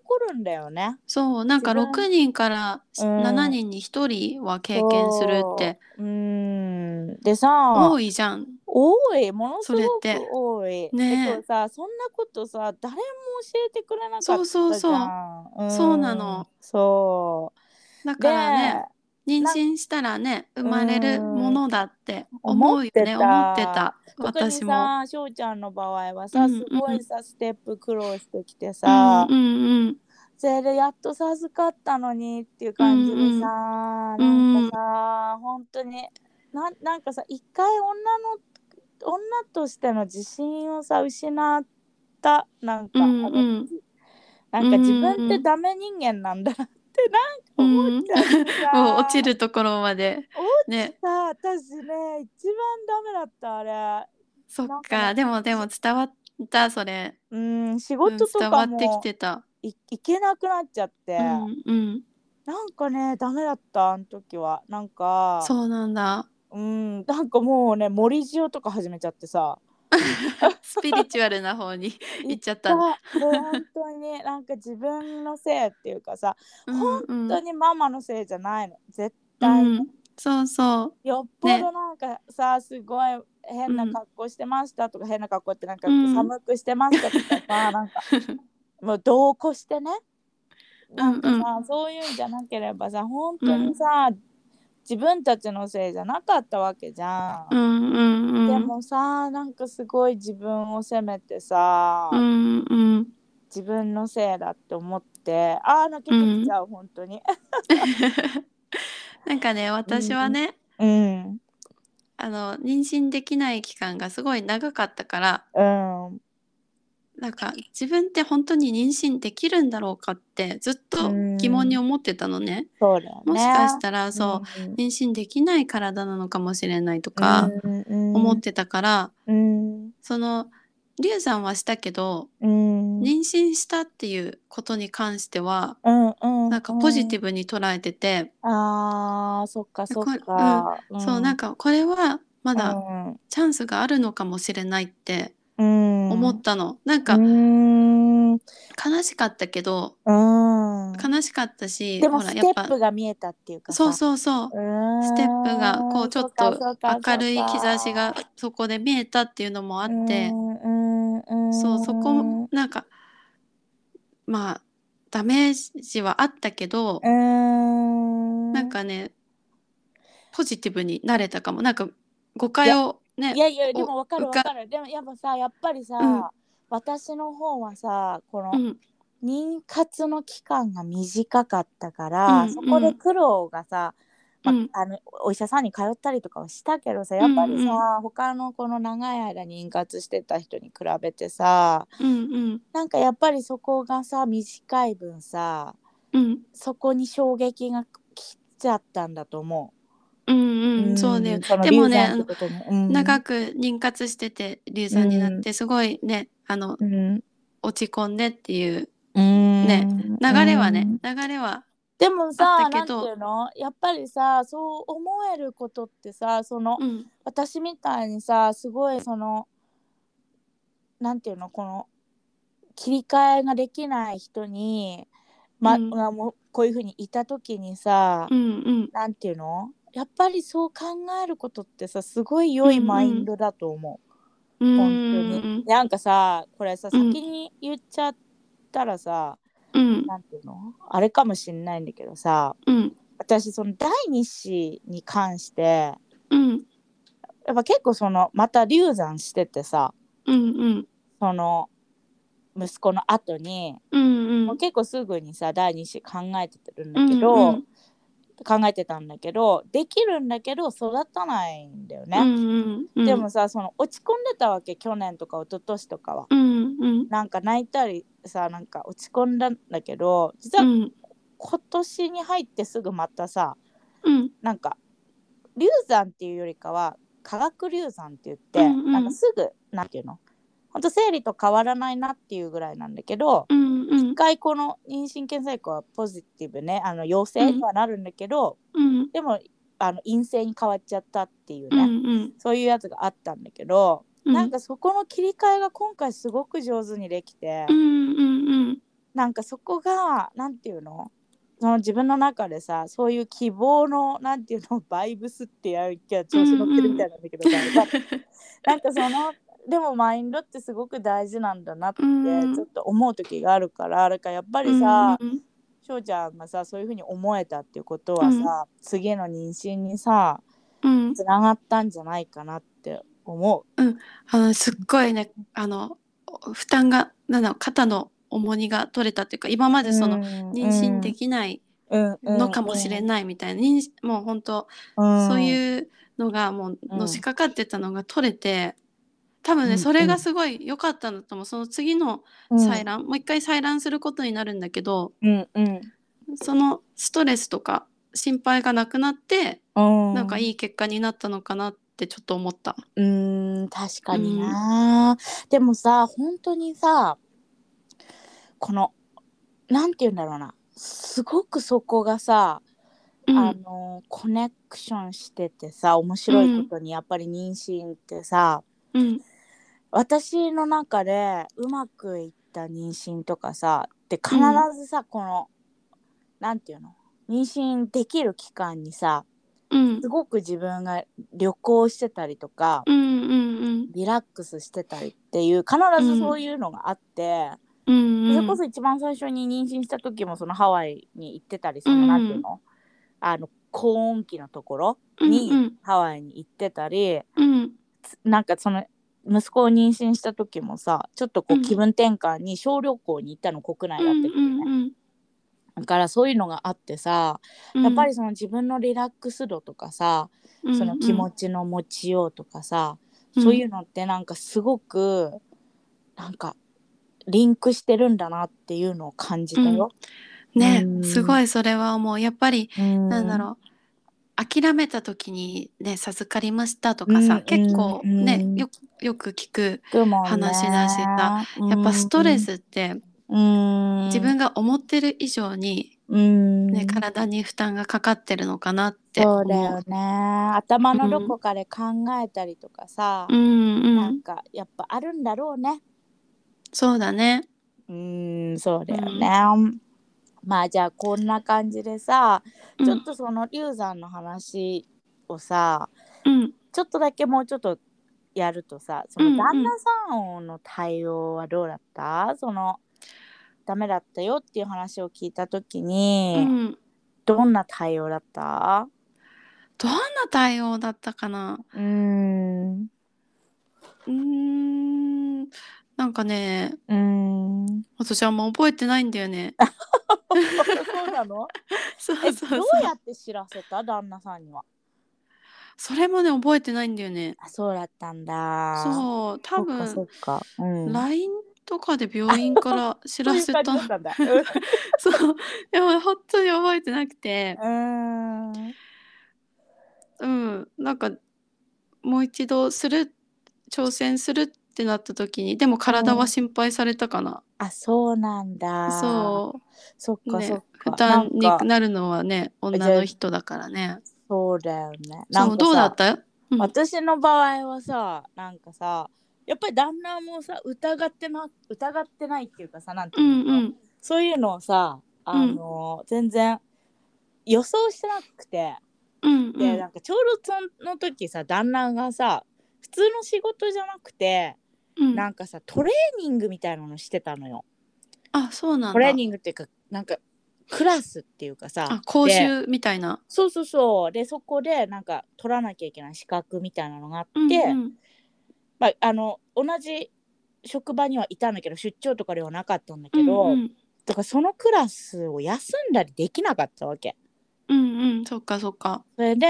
Speaker 3: 起こるんだよね。
Speaker 2: そうなんか
Speaker 3: 自分
Speaker 2: 6人から
Speaker 3: うん
Speaker 2: 7人に1人は経験するって
Speaker 3: そう。うんでさ
Speaker 2: 多いじゃん。
Speaker 3: 多いものすごく
Speaker 2: それって
Speaker 3: 多い。
Speaker 2: ねえ
Speaker 3: でそうさそんなことさ誰も教えてくれなかったじゃん。
Speaker 2: そうそうそう
Speaker 3: うん
Speaker 2: そうなの。
Speaker 3: そう。
Speaker 2: だ
Speaker 3: で
Speaker 2: からね妊娠したらね生まれるものだって思うよね思
Speaker 3: 思
Speaker 2: っ
Speaker 3: ってて
Speaker 2: た
Speaker 3: た特に
Speaker 2: 私も。
Speaker 3: さ翔ちゃんの場合は
Speaker 2: う
Speaker 3: さ
Speaker 2: んうん
Speaker 3: すごいさステップ苦労してきて
Speaker 2: うん
Speaker 3: さ、
Speaker 2: うん
Speaker 3: それでやっと授かったのにっていう感じでさ、
Speaker 2: うんうん
Speaker 3: なんかさ、本当になんなんかさ一回女の女としての自信をさ失ったなんか、
Speaker 2: うんうん
Speaker 3: なんか自
Speaker 2: うんう
Speaker 3: 分
Speaker 2: ん
Speaker 3: ってダメ人間なんだなって
Speaker 2: う
Speaker 3: なんか
Speaker 2: ん
Speaker 3: 思
Speaker 2: う
Speaker 3: っ
Speaker 2: ん
Speaker 3: ちゃってさ、
Speaker 2: もう落ちるところまでね
Speaker 3: さ私ね一番ダメだったあれ
Speaker 2: そっ
Speaker 3: なんか
Speaker 2: か
Speaker 3: ね
Speaker 2: でもでも伝わったそれ、
Speaker 3: うん仕
Speaker 2: うん、
Speaker 3: 事と
Speaker 2: 伝わ
Speaker 3: か
Speaker 2: ってき
Speaker 3: も
Speaker 2: てた。
Speaker 3: いいけなくなっちゃって、
Speaker 2: うんうん
Speaker 3: なんかねダメだったあの時はなんか
Speaker 2: そうな んだ。
Speaker 3: うん、なんかもうね森塩とか始めちゃってさ
Speaker 2: スピリチュアルな方に行っちゃったんだ。
Speaker 3: もう本当になんか自分のせいっていうかさ、
Speaker 2: うんうん
Speaker 3: 本当にママのせいじゃないの絶対、
Speaker 2: うん、そうそう。
Speaker 3: よっぽどなんかさ、すごい変な格好してましたとか、変な格好ってなんか
Speaker 2: うん
Speaker 3: 寒くしてましたとかさ、 なんかもう同行してねなんかさ、そういうんじゃなければさ本当にさ、自分たちのせいじゃなかったわけじゃん。
Speaker 2: うんうんうん。
Speaker 3: でもさなんかすごい自分を責めてさ、
Speaker 2: うんうん。
Speaker 3: 自分のせいだって思ってああ泣けてきちゃう、本当に。
Speaker 2: なんかね私はね、
Speaker 3: うん
Speaker 2: あの妊娠できない期間がすごい長かったから
Speaker 3: うん
Speaker 2: なんか自分って本当に妊娠できるんだろうかってずっと疑問に思ってたのね。
Speaker 3: そうだよね。
Speaker 2: もしかしたらそう、
Speaker 3: うん
Speaker 2: 妊娠できない体なのかもしれないとか
Speaker 3: うんうん
Speaker 2: 思ってたから、
Speaker 3: うん
Speaker 2: その流産はしたけど
Speaker 3: うん
Speaker 2: 妊娠したっていうことに関しては
Speaker 3: うんうん
Speaker 2: なんかポジティ
Speaker 3: ブ
Speaker 2: ブに捉えてて、
Speaker 3: あーそっかそっ
Speaker 2: こ
Speaker 3: か、
Speaker 2: そうなん
Speaker 3: か
Speaker 2: かこれはま
Speaker 3: ま
Speaker 2: だチャンスがあるのかもしれないって思ったの、なん
Speaker 3: た
Speaker 2: か
Speaker 3: うんうん
Speaker 2: 悲しかったけど悲しかったし
Speaker 3: でも
Speaker 2: ほら
Speaker 3: ステ
Speaker 2: やっ
Speaker 3: ッ
Speaker 2: ぱ
Speaker 3: プが見えたっていうかさ
Speaker 2: そうそうそうス
Speaker 3: ス
Speaker 2: テップがこうちょっと明るい兆しがそこで見えたっていうのもあ
Speaker 3: あ
Speaker 2: ってそうそこもなんかまあダメージはあったけどな
Speaker 3: なん
Speaker 2: かねポジティブになれたかもなんか誤解をね
Speaker 3: いやいやでもわかる
Speaker 2: う
Speaker 3: わ
Speaker 2: か
Speaker 3: かるでもやっぱさやっぱりさ、
Speaker 2: うん
Speaker 3: 私の方はさこの
Speaker 2: うん
Speaker 3: 妊活の期間が短かったから、
Speaker 2: うん
Speaker 3: そこで苦労がさ、まあ
Speaker 2: うん
Speaker 3: あのお医者さんに通ったりとかはしたけどさやっぱりさ、
Speaker 2: う
Speaker 3: 他のこの長い間妊活してた人に比べてさ
Speaker 2: うんうん
Speaker 3: なんかやっぱりそこがさ短い分さ
Speaker 2: うん
Speaker 3: そこに衝撃が来ちゃったんだと思
Speaker 2: うん
Speaker 3: う。
Speaker 2: うんそうね
Speaker 3: その
Speaker 2: でも
Speaker 3: 流
Speaker 2: ね
Speaker 3: 産ってことに、うん
Speaker 2: 長く妊活してて流産になってすごいねあの
Speaker 3: うん
Speaker 2: 落ち込んでっていう
Speaker 3: ね
Speaker 2: 流れはね流れは
Speaker 3: でも
Speaker 2: あ
Speaker 3: さな
Speaker 2: ったけ
Speaker 3: んて
Speaker 2: ど
Speaker 3: いうのやっぱりさそう思えることってさその、
Speaker 2: うん
Speaker 3: 私みたいにさすごいそのなんていうのこの切り替えができない人に、ま
Speaker 2: うん
Speaker 3: がもうこういうふうにいた時にさ、
Speaker 2: うんうん
Speaker 3: なんていうのやっぱりそう考えることってさすごい良いマインドだと思う。
Speaker 2: 本
Speaker 3: 本当に。なんかさこれさ
Speaker 2: う
Speaker 3: 先
Speaker 2: ん
Speaker 3: に言っちゃったらさ、
Speaker 2: うん
Speaker 3: なんていうのあれかもしんないんだけどさ
Speaker 2: うん
Speaker 3: 私その第二子に関して
Speaker 2: うん
Speaker 3: やっぱ結構そのまた流産しててさ
Speaker 2: うんうん
Speaker 3: その息子の後に、
Speaker 2: うん
Speaker 3: もう結構すぐにさ第二子考えてるん
Speaker 2: う
Speaker 3: だ
Speaker 2: ん
Speaker 3: けど、
Speaker 2: うん
Speaker 3: 考えてたんだけどできるんだけど育たないんだよ
Speaker 2: う
Speaker 3: ね、
Speaker 2: んうん
Speaker 3: でもさその落ち込んでたわけ去年とか一昨年とかは。
Speaker 2: うんうん
Speaker 3: なんか泣いたりさなんか落ち込んだんだけど実
Speaker 2: う
Speaker 3: は
Speaker 2: ん
Speaker 3: 今年に入ってすぐまたさ
Speaker 2: うん
Speaker 3: なんか流産っていうよりかは化学流産って言って、
Speaker 2: うんうん
Speaker 3: なんかすぐなんていうのほんと生理と変わらないなっていうぐらいなんだけど
Speaker 2: うんうん
Speaker 3: 一回この妊娠検査薬はポジティブねあの陽性にはなるんだけど、
Speaker 2: うん
Speaker 3: でもあの陰性に変わっちゃったっていう
Speaker 2: う
Speaker 3: ね、
Speaker 2: んうん
Speaker 3: そういうやつがあったんだけど、
Speaker 2: うん
Speaker 3: なんかそこの切り替えが今回すごく上手にできて、
Speaker 2: うんうんうん
Speaker 3: なんかそこがなんていうのその自分の中でさそういう希望のなんていうのバイブスってやるきゃ調子乗ってるみたいなんだけど、なんかそのでもマインドってすごく大事なんだなって
Speaker 2: うん
Speaker 3: ちょっと思う時があるから、だからやっぱりさ、
Speaker 2: うん
Speaker 3: 翔ちゃんがさそういうふうに思えたっていうことはさ、次の妊娠にさ
Speaker 2: うん
Speaker 3: つながったんじゃないかなって思
Speaker 2: あのすっごいねあの負担がなんだろう肩の重荷が取れたっていうか今ま
Speaker 3: う。
Speaker 2: でその
Speaker 3: 妊
Speaker 2: 妊娠できないのかもしれ
Speaker 3: い、
Speaker 2: ないみたいな、妊娠もう本当そういうのがもうのしかかってたのが取れて、多分
Speaker 3: うん
Speaker 2: ねそれがすごい良かったんだと思うその次の採卵、もう一回採卵することになるんだけど
Speaker 3: うんうん
Speaker 2: そのストレスとか心配がなくなって、
Speaker 3: うん、
Speaker 2: なんか
Speaker 3: い
Speaker 2: いい結果になったのかなってちょっと思った。
Speaker 3: うーん確かにな、でもさ本当にさこのなんて言うんだろうなすごくそこがさ、
Speaker 2: うん、
Speaker 3: あのコネクションしててさ面白いことにやっぱり妊娠ってさ、
Speaker 2: うん
Speaker 3: 私の中でうまくいった妊娠とかさって必ずさ、このなんていうの妊娠できる期間にさ
Speaker 2: うん
Speaker 3: すごく自分が旅行してたりとか、
Speaker 2: うんうん
Speaker 3: リラックスしてたりっていう必ずそういうのがあって、
Speaker 2: うんうん
Speaker 3: それこそ一番最初に妊娠した時もそのハワイに行ってたりその、なんていうのあの高温期のところに
Speaker 2: うん
Speaker 3: ハワイに行ってたり、
Speaker 2: うん
Speaker 3: つなんかその息子を妊娠した時もさちょっとこ
Speaker 2: う
Speaker 3: うん気分転換に小旅行に行ったの国内だったけどね、だからそういうのがあってさやっぱりその自分のリラックス度とかさ、その気持ちの持ちようとかさ、
Speaker 2: うん
Speaker 3: そういうのってなんかすごくなんかリンクしてるんだなっていうのを感じたよ。
Speaker 2: ね
Speaker 3: うん
Speaker 2: すごいそれはもうやっぱり
Speaker 3: な
Speaker 2: なんだろう諦めた時にね授かりましたとか
Speaker 3: うん
Speaker 2: さ結構
Speaker 3: う
Speaker 2: ね
Speaker 3: ん
Speaker 2: よくよく聞く
Speaker 3: う、もね
Speaker 2: 話だしさ、やっぱストレスって
Speaker 3: うん、
Speaker 2: 自分が思ってる以上に
Speaker 3: うん、
Speaker 2: ね体に負担がかかってるのかなって
Speaker 3: そ
Speaker 2: 思
Speaker 3: うだよ
Speaker 2: う。
Speaker 3: ね頭のどこかで考えたりとかさ、
Speaker 2: うんう
Speaker 3: なん
Speaker 2: ん
Speaker 3: かやっぱあるんだろうね。
Speaker 2: そうだね。
Speaker 3: うんそうだよね。まあじゃあこんな感じでさ
Speaker 2: うん
Speaker 3: ちょっとその流産の話をさ、
Speaker 2: うん
Speaker 3: ちょっとだけもうちょっとやるとさその
Speaker 2: うんうん
Speaker 3: 旦那さんの対応はどうだった、そのダメだったよっていう話を聞いた時に、
Speaker 2: うん
Speaker 3: どんな対応だった
Speaker 2: どんな対応だったかな
Speaker 3: うーん
Speaker 2: うーんなんかね
Speaker 3: うーん
Speaker 2: 私あんま覚えてないんだよね。
Speaker 3: そうな の
Speaker 2: そう
Speaker 3: え
Speaker 2: そう
Speaker 3: ど
Speaker 2: そう
Speaker 3: うやって知らせた旦那さんには
Speaker 2: それもね覚えてないんだよね。
Speaker 3: あそうだったんだう
Speaker 2: そう多
Speaker 3: そっ
Speaker 2: 分
Speaker 3: かそっか、うん、
Speaker 2: LINE とかで病院から
Speaker 3: そ
Speaker 2: 知
Speaker 3: う
Speaker 2: ら
Speaker 3: いう
Speaker 2: せ
Speaker 3: 感
Speaker 2: た
Speaker 3: じだったんだ
Speaker 2: そうでも本当に覚えてなくて
Speaker 3: うんうーん
Speaker 2: うんなんかもう一度する挑戦するってなった時にでも体は心配されたかな、
Speaker 3: あそうなんだ
Speaker 2: そう
Speaker 3: そっ
Speaker 2: う、
Speaker 3: か
Speaker 2: ね
Speaker 3: そっか、
Speaker 2: 負担に
Speaker 3: なんか
Speaker 2: なるのはね
Speaker 3: じゃ
Speaker 2: 女
Speaker 3: あ
Speaker 2: の人だからね
Speaker 3: そうだよね。なんか
Speaker 2: そうどうだ
Speaker 3: さ
Speaker 2: ったうん
Speaker 3: 私の場合はさ、なんかさ、やっぱり旦那もさ、疑ってな、疑ってないっていうかさ、なんて
Speaker 2: う
Speaker 3: い
Speaker 2: ん
Speaker 3: うの、
Speaker 2: うん
Speaker 3: そういうのをさ、あの、全然予想してなくて、
Speaker 2: うんう
Speaker 3: で、
Speaker 2: ん
Speaker 3: なんかちょうどその時さ、旦那がさ、普普通の仕事じゃなくて、
Speaker 2: うん
Speaker 3: なんかさトレーニングみたいなのしてたのよ。
Speaker 2: あそうなんだ
Speaker 3: トレーニングっていうかなんかクラスっていうかさ
Speaker 2: あ講
Speaker 3: で
Speaker 2: 習みたいな
Speaker 3: そうそうそうでそこでなんか取らなきゃいけない資格みたいなのがあって、
Speaker 2: うんうん
Speaker 3: まあ、あの同じ職場にはいたんだけど出張とかではなかったんだけど、
Speaker 2: うん
Speaker 3: とからそのクラスを休んだりできなかったわけ。
Speaker 2: うん、うんうん、そっかそっか
Speaker 3: それで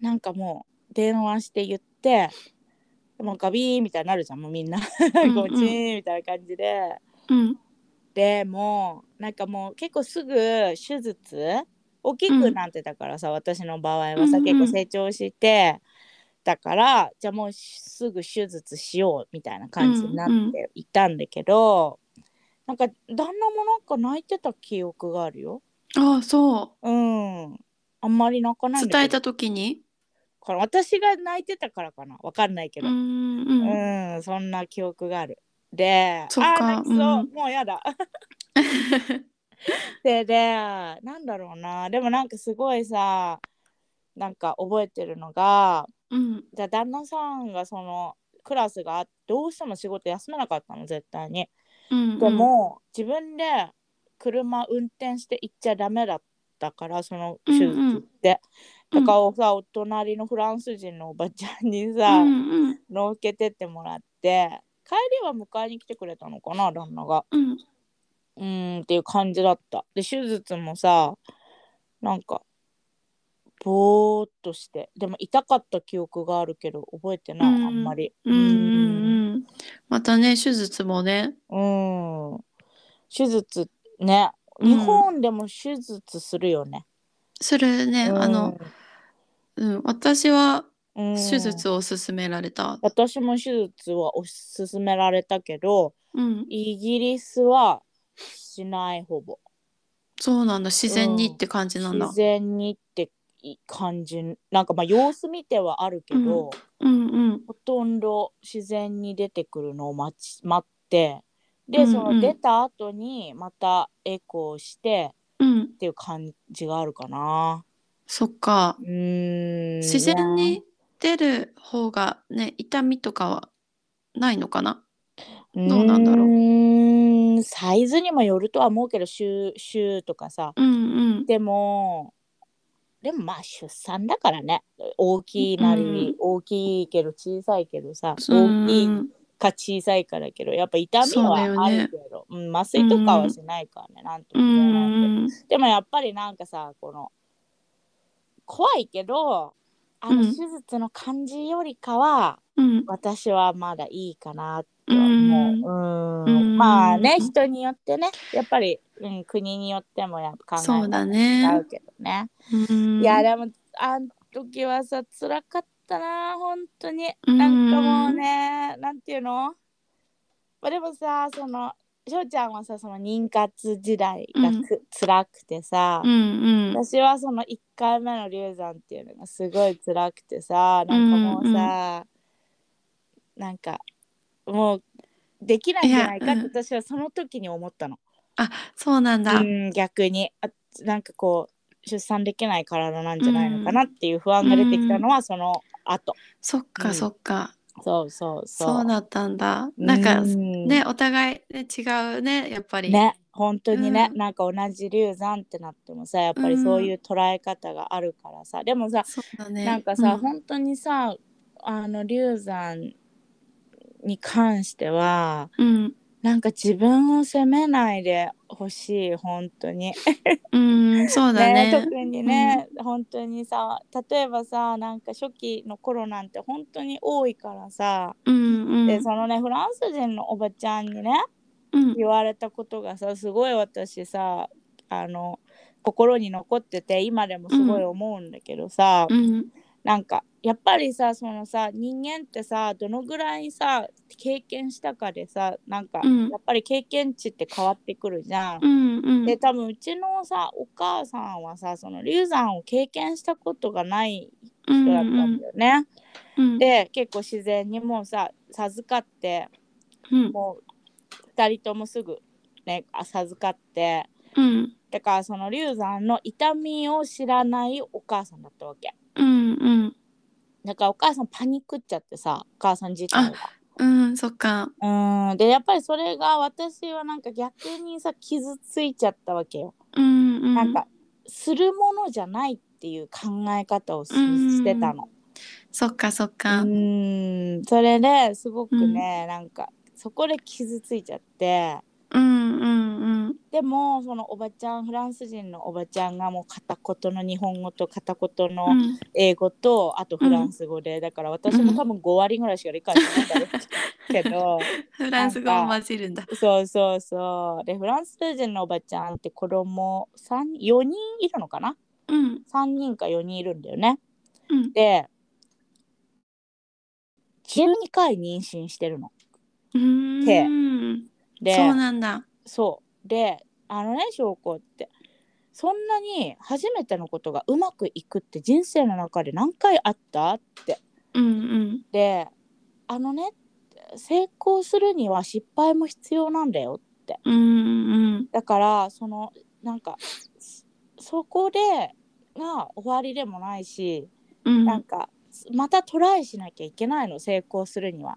Speaker 3: なんかもう電話して言ってもうガビーみたいになるじゃんもうみんな
Speaker 2: んうん
Speaker 3: こうチーンみたいな感じで。
Speaker 2: うん
Speaker 3: でもうなんかもう結構すぐ手術大きくなってたからさ、私の場合はさ、
Speaker 2: うんうん
Speaker 3: 結構成長してだからじゃあもうすぐ手術しようみたいな感じになっていたんだけど、なんか旦那もなんか泣いてた記憶があるよ。
Speaker 2: あそ
Speaker 3: うんあんまり泣かないん
Speaker 2: う
Speaker 3: だ
Speaker 2: 伝
Speaker 3: け
Speaker 2: え
Speaker 3: ど
Speaker 2: た時に
Speaker 3: これ私が泣いてたからかなわかんないけ
Speaker 2: う
Speaker 3: ど、
Speaker 2: ー
Speaker 3: うん
Speaker 2: うん
Speaker 3: ん、そんな記憶がある。で、
Speaker 2: そっか
Speaker 3: あー泣きそう、
Speaker 2: うん
Speaker 3: もうやだ。 ででなんだろうなでもなんかすごいさなんか覚えてるのが
Speaker 2: うん
Speaker 3: じゃあ旦那さんがそのクラスがあってどうしても仕事休めなかったの絶対に。
Speaker 2: うん
Speaker 3: でも、自分で車運転して行っちゃダメだったからその手術って。
Speaker 2: うんうん
Speaker 3: だからさお隣のフランス人のおばちゃんに
Speaker 2: う
Speaker 3: さ、
Speaker 2: んうん
Speaker 3: 乗っけてってもらって帰りは迎えに来てくれたのかな旦那が。
Speaker 2: うん
Speaker 3: うーんっていう感じだった。で手術もさなんかぼーっとしてでも痛かった記憶があるけど覚えてない、
Speaker 2: うん
Speaker 3: あんまり。
Speaker 2: うんうんうんまたね手術もね
Speaker 3: うんうん手術ね
Speaker 2: うん
Speaker 3: 日本でも手術するよね。
Speaker 2: それね
Speaker 3: うん
Speaker 2: あの、うん、私は
Speaker 3: うん
Speaker 2: 手術を勧められた
Speaker 3: 私も手術はおすすめられたけど
Speaker 2: うん
Speaker 3: イギリスはしないほぼ。
Speaker 2: そうなんだ自然にって感じなんだ
Speaker 3: 自然にって感じなんかまあ様子見てはあるけど、
Speaker 2: うんうん
Speaker 3: ほとんど自然に出てくるのを待ち待って
Speaker 2: うんう
Speaker 3: で
Speaker 2: ん
Speaker 3: その出た後にまたエコーして
Speaker 2: うん
Speaker 3: っていう感じがあるかな
Speaker 2: そっか
Speaker 3: うーん
Speaker 2: 自然に出る方がね痛みとかはないのかなどうなんだろう
Speaker 3: ーんサイズにもよるとは思うけど週週とかさ
Speaker 2: うんうん
Speaker 3: でもでもまあ出産だからね大きいなり、
Speaker 2: うん
Speaker 3: 大きいけど小さいけどさ
Speaker 2: うん
Speaker 3: 大きいか小さいからけどやっぱ痛みはあるけどう、ん、麻酔とかはしないからね、なんと
Speaker 2: う
Speaker 3: も言えないけど
Speaker 2: ん
Speaker 3: でもやっぱりなんかさこの怖いけどあの
Speaker 2: うん
Speaker 3: 手術の感じよりかは、
Speaker 2: うん
Speaker 3: 私はまだいいかなって
Speaker 2: う
Speaker 3: 思
Speaker 2: ん
Speaker 3: う。う
Speaker 2: うん
Speaker 3: んまあね
Speaker 2: うん
Speaker 3: 人によってねやっぱり、うん、国によってもやっぱ考え
Speaker 2: そう
Speaker 3: 方が
Speaker 2: だ
Speaker 3: 違
Speaker 2: ね
Speaker 3: うけどね。
Speaker 2: うん
Speaker 3: いやでもあん時はさ辛かったな本当に
Speaker 2: うん
Speaker 3: なんかもうねなんていうのまあでもさその翔ちゃんはさその妊活時代がく、辛くてさ、
Speaker 2: うんうん
Speaker 3: 私はその1回目の流産っていうのがすごい辛くてさなんかもうさ、なんかもうできないんじゃないかって
Speaker 2: い
Speaker 3: 私はその時に思ったの。
Speaker 2: あそうなんだ
Speaker 3: うん、逆にあなんかこう出産できない体なんじゃないのかなっていう不安が出てきたのはその後、
Speaker 2: そっ
Speaker 3: う
Speaker 2: か
Speaker 3: ん
Speaker 2: そっか
Speaker 3: そうそうそう
Speaker 2: そうだったんだなんか
Speaker 3: ね
Speaker 2: ねお互いね違うねやっぱり
Speaker 3: ね本当にね、
Speaker 2: うん
Speaker 3: なんか同じ流産ってなってもさやっぱりそういう捉え方があるからさでもさ
Speaker 2: そうだね
Speaker 3: なんかさ、
Speaker 2: うん
Speaker 3: 本当にさあの流産に関しては
Speaker 2: うん
Speaker 3: なんか自分を責めないでほしい本当に。
Speaker 2: うんそうだ
Speaker 3: ね
Speaker 2: ね
Speaker 3: 特にね、本当にさ例えばさなんか初期の頃なんて本当に多いからさ、
Speaker 2: うんうん
Speaker 3: でそのねフランス人のおばちゃんにね
Speaker 2: うん
Speaker 3: 言われたことがさすごい私さあの心に残ってて今でもすごい思うんだけどさ、
Speaker 2: うん
Speaker 3: なんかやっぱりさそのさ人間ってさどのぐらいさ経験したかでさなんか、
Speaker 2: うん
Speaker 3: やっぱり経験値って変わってくるじゃん
Speaker 2: うんうん
Speaker 3: で多分うちのさお母さんはさその流産を経験したことがない人だったんだよね。
Speaker 2: うん
Speaker 3: で結構自然にもうさ授かって
Speaker 2: うん
Speaker 3: もう2人ともすぐねあ授かって
Speaker 2: うん
Speaker 3: だからその流産の痛みを知らないお母さんだったわけ。
Speaker 2: うんうん
Speaker 3: なんかお母さんパニックっちゃってさお母さん自体
Speaker 2: うん、そっか。
Speaker 3: がうんでやっぱりそれが私はなんか逆にさ傷ついちゃったわけよ、
Speaker 2: うん、うん。
Speaker 3: なんかするものじゃないっていう考え方をししてたの
Speaker 2: そっか、そっ
Speaker 3: う
Speaker 2: か。
Speaker 3: んそれですごくね、なんかそこで傷ついちゃって
Speaker 2: うん、うん、うん。
Speaker 3: でもそのおばちゃんフランス人のおばちゃんがもう片言の日本語と片言の
Speaker 2: うん、
Speaker 3: 英語とあとフランス語で、だから私も多分5割ぐらいしか理解してないんだろうけ ど
Speaker 2: フランス語も混じるんだ。
Speaker 3: そうそうそうでフランス人のおばちゃんって子供三4人いるのかな
Speaker 2: うん、
Speaker 3: 3人か4人いるんだよね
Speaker 2: うん。
Speaker 3: で12回妊娠してるの
Speaker 2: うーん。
Speaker 3: で
Speaker 2: そうなんだ。
Speaker 3: そうであのね証拠ってそんなに初めてのことがうまくいくって人生の中で何回あったって
Speaker 2: うん、
Speaker 3: であのね成功するには失敗も必要なんだよ
Speaker 2: うん、うん、うん。
Speaker 3: だからそのなんかそこでが終わりでもないし、
Speaker 2: うん、
Speaker 3: なんかまたトライしなきゃいけないの成功するには。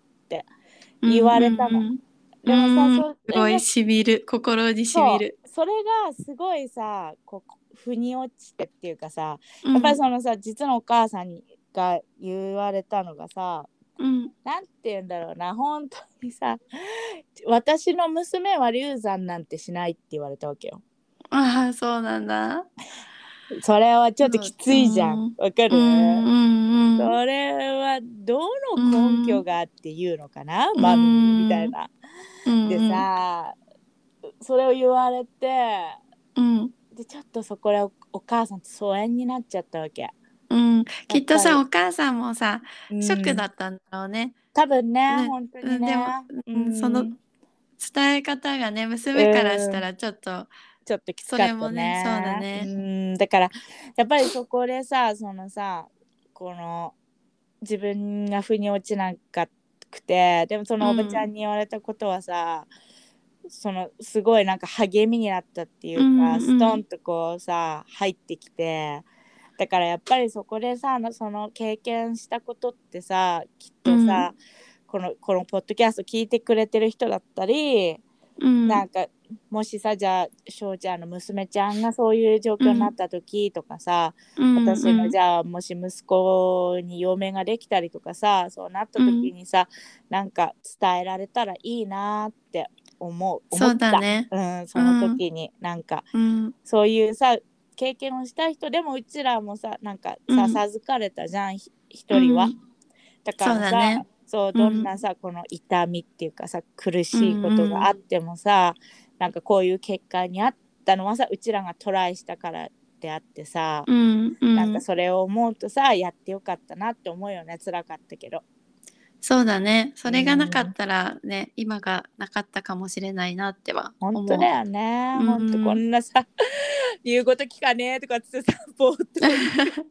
Speaker 3: 言われたの
Speaker 2: うんうんうん
Speaker 3: でも
Speaker 2: うん
Speaker 3: さ
Speaker 2: す
Speaker 3: そ
Speaker 2: ご
Speaker 3: れ
Speaker 2: い
Speaker 3: が
Speaker 2: しみる心にしみる。
Speaker 3: それがすごいさこう腑に落ちてっていうかさ
Speaker 2: や
Speaker 3: やっぱりそのさ、実のお母さんにが言われたのがさ
Speaker 2: うん、
Speaker 3: なんて言うんだろうな本当にさ私の娘は流産なんてしないって言われたわけよ。
Speaker 2: ああそうなんだ。
Speaker 3: それはちょっときついじゃ
Speaker 2: うん
Speaker 3: ん。わか
Speaker 2: う
Speaker 3: る、
Speaker 2: んうんうん。
Speaker 3: それはどの根拠があって言うのかな、
Speaker 2: うん
Speaker 3: マミーみたいな。
Speaker 2: うんうん
Speaker 3: で、さそれを言われて
Speaker 2: うん
Speaker 3: でちょっとそこでおお母さんと疎遠になっちゃったわけ。
Speaker 2: うん、きっと
Speaker 3: や
Speaker 2: さ
Speaker 3: っ
Speaker 2: お母さんもさ
Speaker 3: うん
Speaker 2: ショックだったんだろうね。
Speaker 3: 多分ね
Speaker 2: ね
Speaker 3: 本当にね。
Speaker 2: うんでもうんその伝え方がね娘からしたらちょっと、
Speaker 3: ちょっときつかったね。
Speaker 2: それもねそうだね
Speaker 3: うんだからやっぱりそこでさそのさこの自分が腑に落ちなかくてでもそのおばちゃんに言われたことはさ、そのすごいなんか励みになったっていうか、
Speaker 2: うん
Speaker 3: ストンとこうさ入ってきてだからやっぱりそこでさその経験したことってさきっとさ、このこのポッドキャスト聞いてくれてる人だったり
Speaker 2: うん、
Speaker 3: なんかもしさじゃあ翔ちゃんの娘ちゃんがそういう状況になった時とかさ、私のじ
Speaker 2: ゃ
Speaker 3: ゃあもし息子に嫁ができたりとかさそうなった時にさ、なんか伝えられたらいいなって思う思
Speaker 2: そ
Speaker 3: った
Speaker 2: うだね。
Speaker 3: うん、その時に、なんか
Speaker 2: うん
Speaker 3: そういうさ経験をした人でもうちらもさなんかさ、
Speaker 2: うん
Speaker 3: 授かれたじゃんひ一人は。
Speaker 2: うん
Speaker 3: だから
Speaker 2: そう
Speaker 3: さ
Speaker 2: だね
Speaker 3: そうどんなさ、この痛みっていうかさ苦しいことがあってもさ、なんかこういう結果にあったのはさうちらがトライしたからであってさ、
Speaker 2: うんうん、
Speaker 3: なんかそれを思うとさやってよかったなって思うよね辛かったけど。
Speaker 2: そうだねそれがなかったらね、今がなかったかもしれないなっては思う
Speaker 3: 本当だよね、
Speaker 2: うん
Speaker 3: 本当こんなさ「言うこと聞かねえ」とかつってさぼーっと言ってたけどさ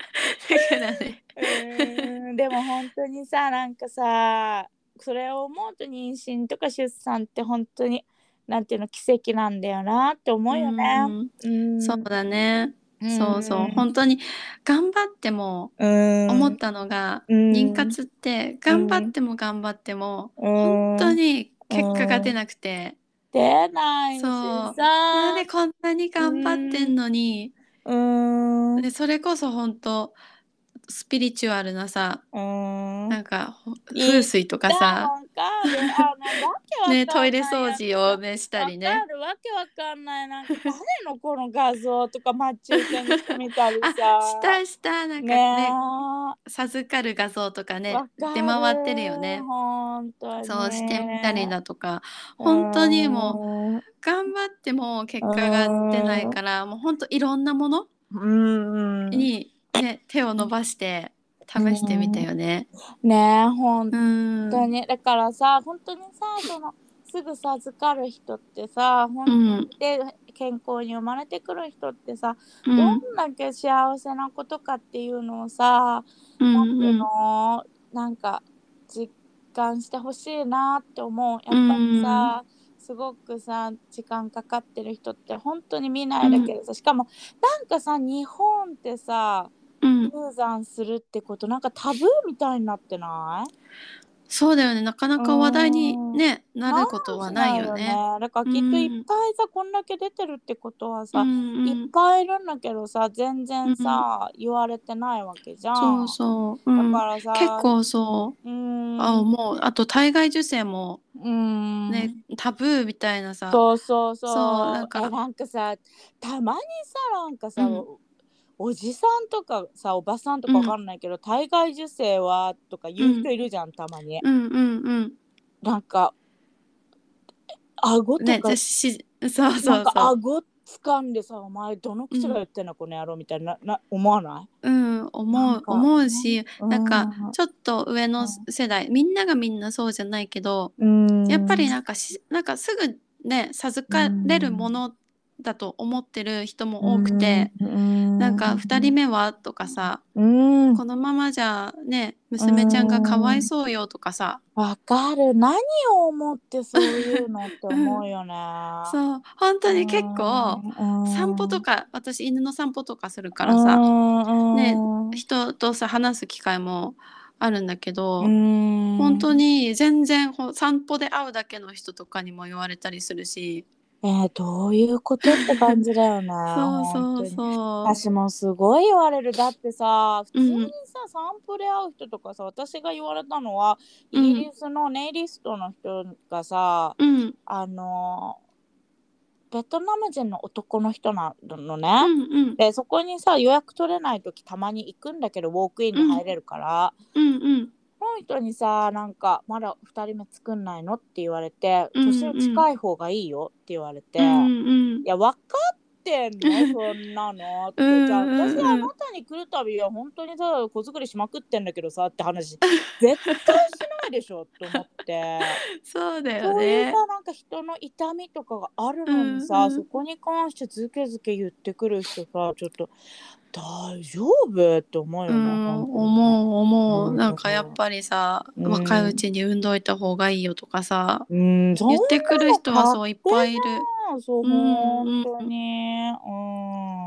Speaker 2: だからね
Speaker 3: うーんでも本当にさなんかさそれを思うと妊娠とか出産って本当になんていうの奇跡なんだよなって思うよね。
Speaker 2: うんそうだね、
Speaker 3: ん
Speaker 2: そうそう本当に頑張っても
Speaker 3: うん
Speaker 2: 思ったのが、
Speaker 3: うん
Speaker 2: 妊活って頑張っても頑張っても、
Speaker 3: 本
Speaker 2: 本当に結果が出なくて、
Speaker 3: 出ないし
Speaker 2: そうな
Speaker 3: さ
Speaker 2: んでこんなに頑張ってんのに、
Speaker 3: うーんう
Speaker 2: でそれこそ本当スピリチュアルなさ
Speaker 3: ーん
Speaker 2: なんかほ
Speaker 3: いい
Speaker 2: 風水とかさ、
Speaker 3: わかるあのわけわかんない
Speaker 2: ね、トイレ掃除をねしたり
Speaker 3: わ
Speaker 2: ね
Speaker 3: か。るわけわかんないなんか誰のこの画像とか待ち受けにしてみたり
Speaker 2: あ
Speaker 3: さ
Speaker 2: したしたなん
Speaker 3: ね
Speaker 2: かね
Speaker 3: え
Speaker 2: 授かる画像とかね
Speaker 3: わかる
Speaker 2: 出回ってるよね。
Speaker 3: 本当に
Speaker 2: そうしてみたりだとか本当にも
Speaker 3: も
Speaker 2: 頑張っても結果が出ないからもう本当いろんなもの
Speaker 3: ううんうんね
Speaker 2: に、ね、手を伸ばして試してみたよね。
Speaker 3: え本
Speaker 2: うん、
Speaker 3: 当に、だからさ本当に さそのすぐ授かる人ってさ
Speaker 2: う
Speaker 3: 本
Speaker 2: ん
Speaker 3: 当で健康に生まれてくる人ってさ、
Speaker 2: うん
Speaker 3: どんだけ幸せなことかっていうのをさ、
Speaker 2: う
Speaker 3: なんていうんのなんか実感してほしいなって思うやっぱりさ、すごくさ時間かかってる人って本当に見ないだけどさ、しかもなんかさ日本ってさ
Speaker 2: うん、
Speaker 3: 流産するってことなんかタブーみたいになってない
Speaker 2: そうだよねなかなか話題に、ね、なることはないよね。
Speaker 3: だからきっといっぱいさ、こんだけ出てるってことはさ、
Speaker 2: うんう
Speaker 3: いっ
Speaker 2: ん、
Speaker 3: ぱいいるんだけどさ全然さ、言われてないわけじゃん
Speaker 2: そうそう、うん、
Speaker 3: だ
Speaker 2: 結
Speaker 3: からさ
Speaker 2: 構そう
Speaker 3: うーん
Speaker 2: あもうあと体外受精も
Speaker 3: うーん
Speaker 2: ね、タブーみたいなさ
Speaker 3: そうそうそう
Speaker 2: そうなんか
Speaker 3: えなんかさたまにさなんかさ、
Speaker 2: うん
Speaker 3: おおじさんとかさおばさんとかわかんないけど、体外受精はとか言う人いるじゃん、たまに
Speaker 2: うんうんうん
Speaker 3: なんか顎とか、
Speaker 2: ねじゃあしそうそ
Speaker 3: な
Speaker 2: うん
Speaker 3: か
Speaker 2: そう
Speaker 3: 顎掴んでさお前どの口が言ってんの、この野郎みたいなな思わない
Speaker 2: うん思
Speaker 3: なん
Speaker 2: う
Speaker 3: か
Speaker 2: 思うしなんか
Speaker 3: うん
Speaker 2: ちょっと上の世代みんながみんなそうじゃないけど
Speaker 3: うん
Speaker 2: やっぱりなんかしなんかすぐね授かれるものだと思ってる人も多くて、
Speaker 3: な
Speaker 2: なんか2人目はとかさ
Speaker 3: うん
Speaker 2: このままじゃね娘ちゃんがかわいそうよとかさ
Speaker 3: わかる何を思ってそういうのって思うよ ねう
Speaker 2: そう本当に結構散歩と
Speaker 3: か
Speaker 2: か私犬の散歩とかする
Speaker 3: か
Speaker 2: からさね
Speaker 3: うん
Speaker 2: 人とさ話す機会もあるんだけど
Speaker 3: 本
Speaker 2: 本当に全然ほ散歩で会うだけの人とかにも言われたりするし
Speaker 3: えーどういうことって感じだよね
Speaker 2: そうそう
Speaker 3: う
Speaker 2: そう
Speaker 3: 私もすごい言われるだってさ普通
Speaker 2: うん
Speaker 3: にさ、散歩で会う人とかさ私が言われたのは
Speaker 2: う
Speaker 3: イ
Speaker 2: ん
Speaker 3: ギリスのネイリストの人がさ、
Speaker 2: うん
Speaker 3: あのベトナム人の男の人なのね、
Speaker 2: うんうん
Speaker 3: でそこにさ予約取れない時たまに行くんだけどウォークインで入れるから、
Speaker 2: うんうん
Speaker 3: その人にさなんか「まだ2人目作んないの?」って言われて「
Speaker 2: うんうん
Speaker 3: 年近い方がいいよ」って言われて「
Speaker 2: うんう
Speaker 3: い
Speaker 2: ん
Speaker 3: や分かってんのそんなの」って
Speaker 2: うんうん
Speaker 3: 「
Speaker 2: うん
Speaker 3: じゃあ私あなたに来るたびは本当にさ子作りしまくってんだけどさ」って話絶対しないでしょって思って。
Speaker 2: そうだよ
Speaker 3: そういう
Speaker 2: ね
Speaker 3: さなんか人の痛みとかがあるのにさ、
Speaker 2: うんうん
Speaker 3: そこに関してずけずけ言ってくる人さちょっと大丈夫って思うよ
Speaker 2: う
Speaker 3: ね。
Speaker 2: ん
Speaker 3: う。
Speaker 2: 思う思う
Speaker 3: うん
Speaker 2: なんかやっぱりさ
Speaker 3: うん
Speaker 2: 若いうちに産んどいた方がいいよとかさ
Speaker 3: うん、そん
Speaker 2: 言
Speaker 3: な
Speaker 2: ってくる人はそういっぱいいる
Speaker 3: のそう、
Speaker 2: うん
Speaker 3: 本当に。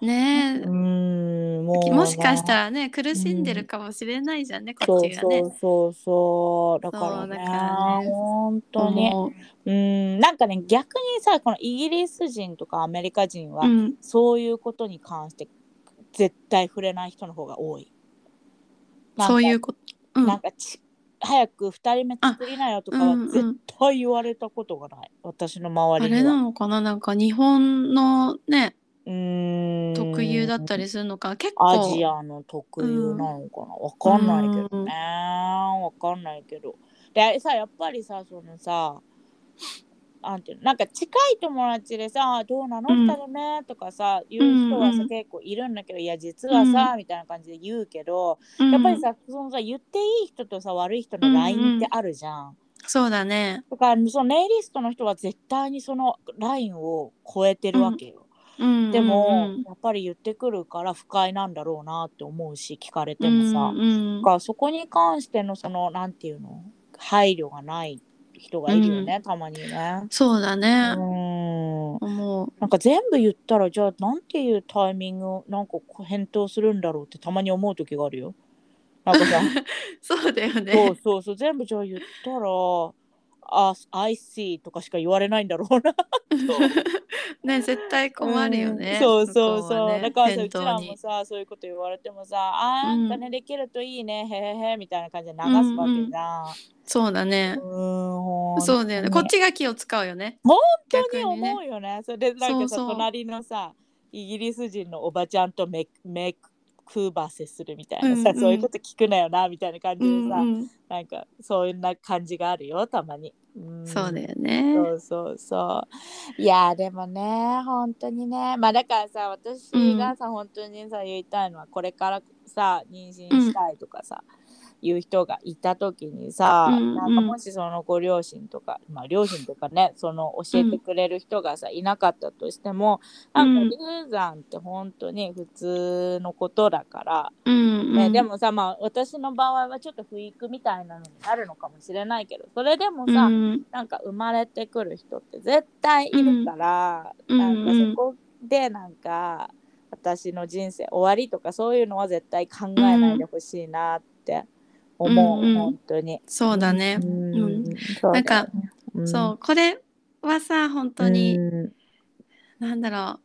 Speaker 2: ねえ
Speaker 3: うん。うん、もう。
Speaker 2: もしかした
Speaker 3: ら。
Speaker 2: らね苦しんでるかもしれないじゃんね、こ
Speaker 3: そ
Speaker 2: っ
Speaker 3: う
Speaker 2: ちがね
Speaker 3: そう。そうそう。だからね。
Speaker 2: そうだからね
Speaker 3: 本当に。
Speaker 2: 思う
Speaker 3: うん、なんかね、逆にさ、このイギリス人とかアメリカ人は
Speaker 2: う。ん、
Speaker 3: そういうことに関して絶対触れない人の方が多い。なんか
Speaker 2: そういうこと。うん
Speaker 3: なんかち早く2人目作りなよとか
Speaker 2: う
Speaker 3: は
Speaker 2: んう
Speaker 3: 絶
Speaker 2: ん、
Speaker 3: 対言われたことがない、私の
Speaker 2: あ
Speaker 3: 周り
Speaker 2: れ
Speaker 3: に
Speaker 2: な
Speaker 3: は。
Speaker 2: のかななんか日本のね
Speaker 3: うーん
Speaker 2: 特有だったりするのか結構
Speaker 3: アジアの特有なのかなわかんないけどねわかんないけど。でさやっぱりさそのさなんていうのなんか近い友達でさ「どうなの
Speaker 2: うん
Speaker 3: 2人目?」とかさ言う人は
Speaker 2: うん
Speaker 3: さ
Speaker 2: うん
Speaker 3: 結構いるんだけど「いや実はさ」みたいな感じで言うけどやっぱり
Speaker 2: うん
Speaker 3: さそのさ言っていい人とさ悪い人のラインってあるじゃん。
Speaker 2: そうだね。
Speaker 3: だからそのネイリストの人は絶対にそのラインを超えてるわけよ。
Speaker 2: うん、
Speaker 3: でも、
Speaker 2: うん
Speaker 3: やっぱり言ってくるから不快なんだろうなって思うし聞かれて
Speaker 2: う
Speaker 3: も
Speaker 2: ん、
Speaker 3: さ、
Speaker 2: うん
Speaker 3: だからそこに関してのそのなんていうの配慮がない人がいるよね、たまにね。
Speaker 2: そうだ
Speaker 3: う
Speaker 2: ね。
Speaker 3: ん
Speaker 2: 思う。
Speaker 3: なんか全部言ったらじゃあなんていうタイミングなんか返答するんだろうってたまに思う時があるよ。なんか さ
Speaker 2: そうだよ
Speaker 3: そう
Speaker 2: ね。
Speaker 3: そうそう全部じゃあ言ったら「あ I see」とかしか言われないんだろうな
Speaker 2: ね絶対困るよね。
Speaker 3: うんそうそう
Speaker 2: 向こ
Speaker 3: そう。
Speaker 2: はね
Speaker 3: だからさ、う
Speaker 2: 返
Speaker 3: ち
Speaker 2: 答
Speaker 3: ら
Speaker 2: に
Speaker 3: もさ、そういうこと言われてもさ、あー
Speaker 2: うん
Speaker 3: なんかね、できるといいね、へへへみたいな感じで流すわけじゃん。
Speaker 2: そうだね。
Speaker 3: うん、ん
Speaker 2: そうだよね。こっちが気を使うよね。
Speaker 3: 本
Speaker 2: 当
Speaker 3: に思うよね。それで、なんかさ、
Speaker 2: そうそう
Speaker 3: 隣のさ、イギリス人のおばちゃんとメメクーバー接するみたい
Speaker 2: うん
Speaker 3: なさ、
Speaker 2: うん
Speaker 3: そういうこと聞くなよな、みたいな感じ
Speaker 2: う
Speaker 3: で
Speaker 2: ん
Speaker 3: さ、
Speaker 2: うん、
Speaker 3: なんか、そういうな感じがあるよ、たまに。ん
Speaker 2: そうだよね。
Speaker 3: そうそうそう。いやーでもね本当にねまあだからさ私がさ、本当にさ言いたいのはこれからさ妊娠したいとかさ、いう人がいた時にさ、
Speaker 2: うんうん
Speaker 3: なんかもしそのご両親とかまあ両親とかねその教えてくれる人がさ、いなかったとしてもなんか
Speaker 2: うん
Speaker 3: 流産って本当に普通のことだから、
Speaker 2: うんうん
Speaker 3: ね、でもさまあ私の場合はちょっと不育みたいなのになるのかもしれないけどそれでもさ、
Speaker 2: うん
Speaker 3: なんか生まれてくる人って絶対いるから、
Speaker 2: うん
Speaker 3: なんかそこでなんか私の人生終わりとかそういうのは絶対考えないでほしいなって思う、
Speaker 2: うんうん
Speaker 3: 本当に。
Speaker 2: そうだね
Speaker 3: う。ん
Speaker 2: うん
Speaker 3: そうだよね
Speaker 2: なんか
Speaker 3: うん
Speaker 2: そう、これはさ、本当に、
Speaker 3: う
Speaker 2: なんだろう。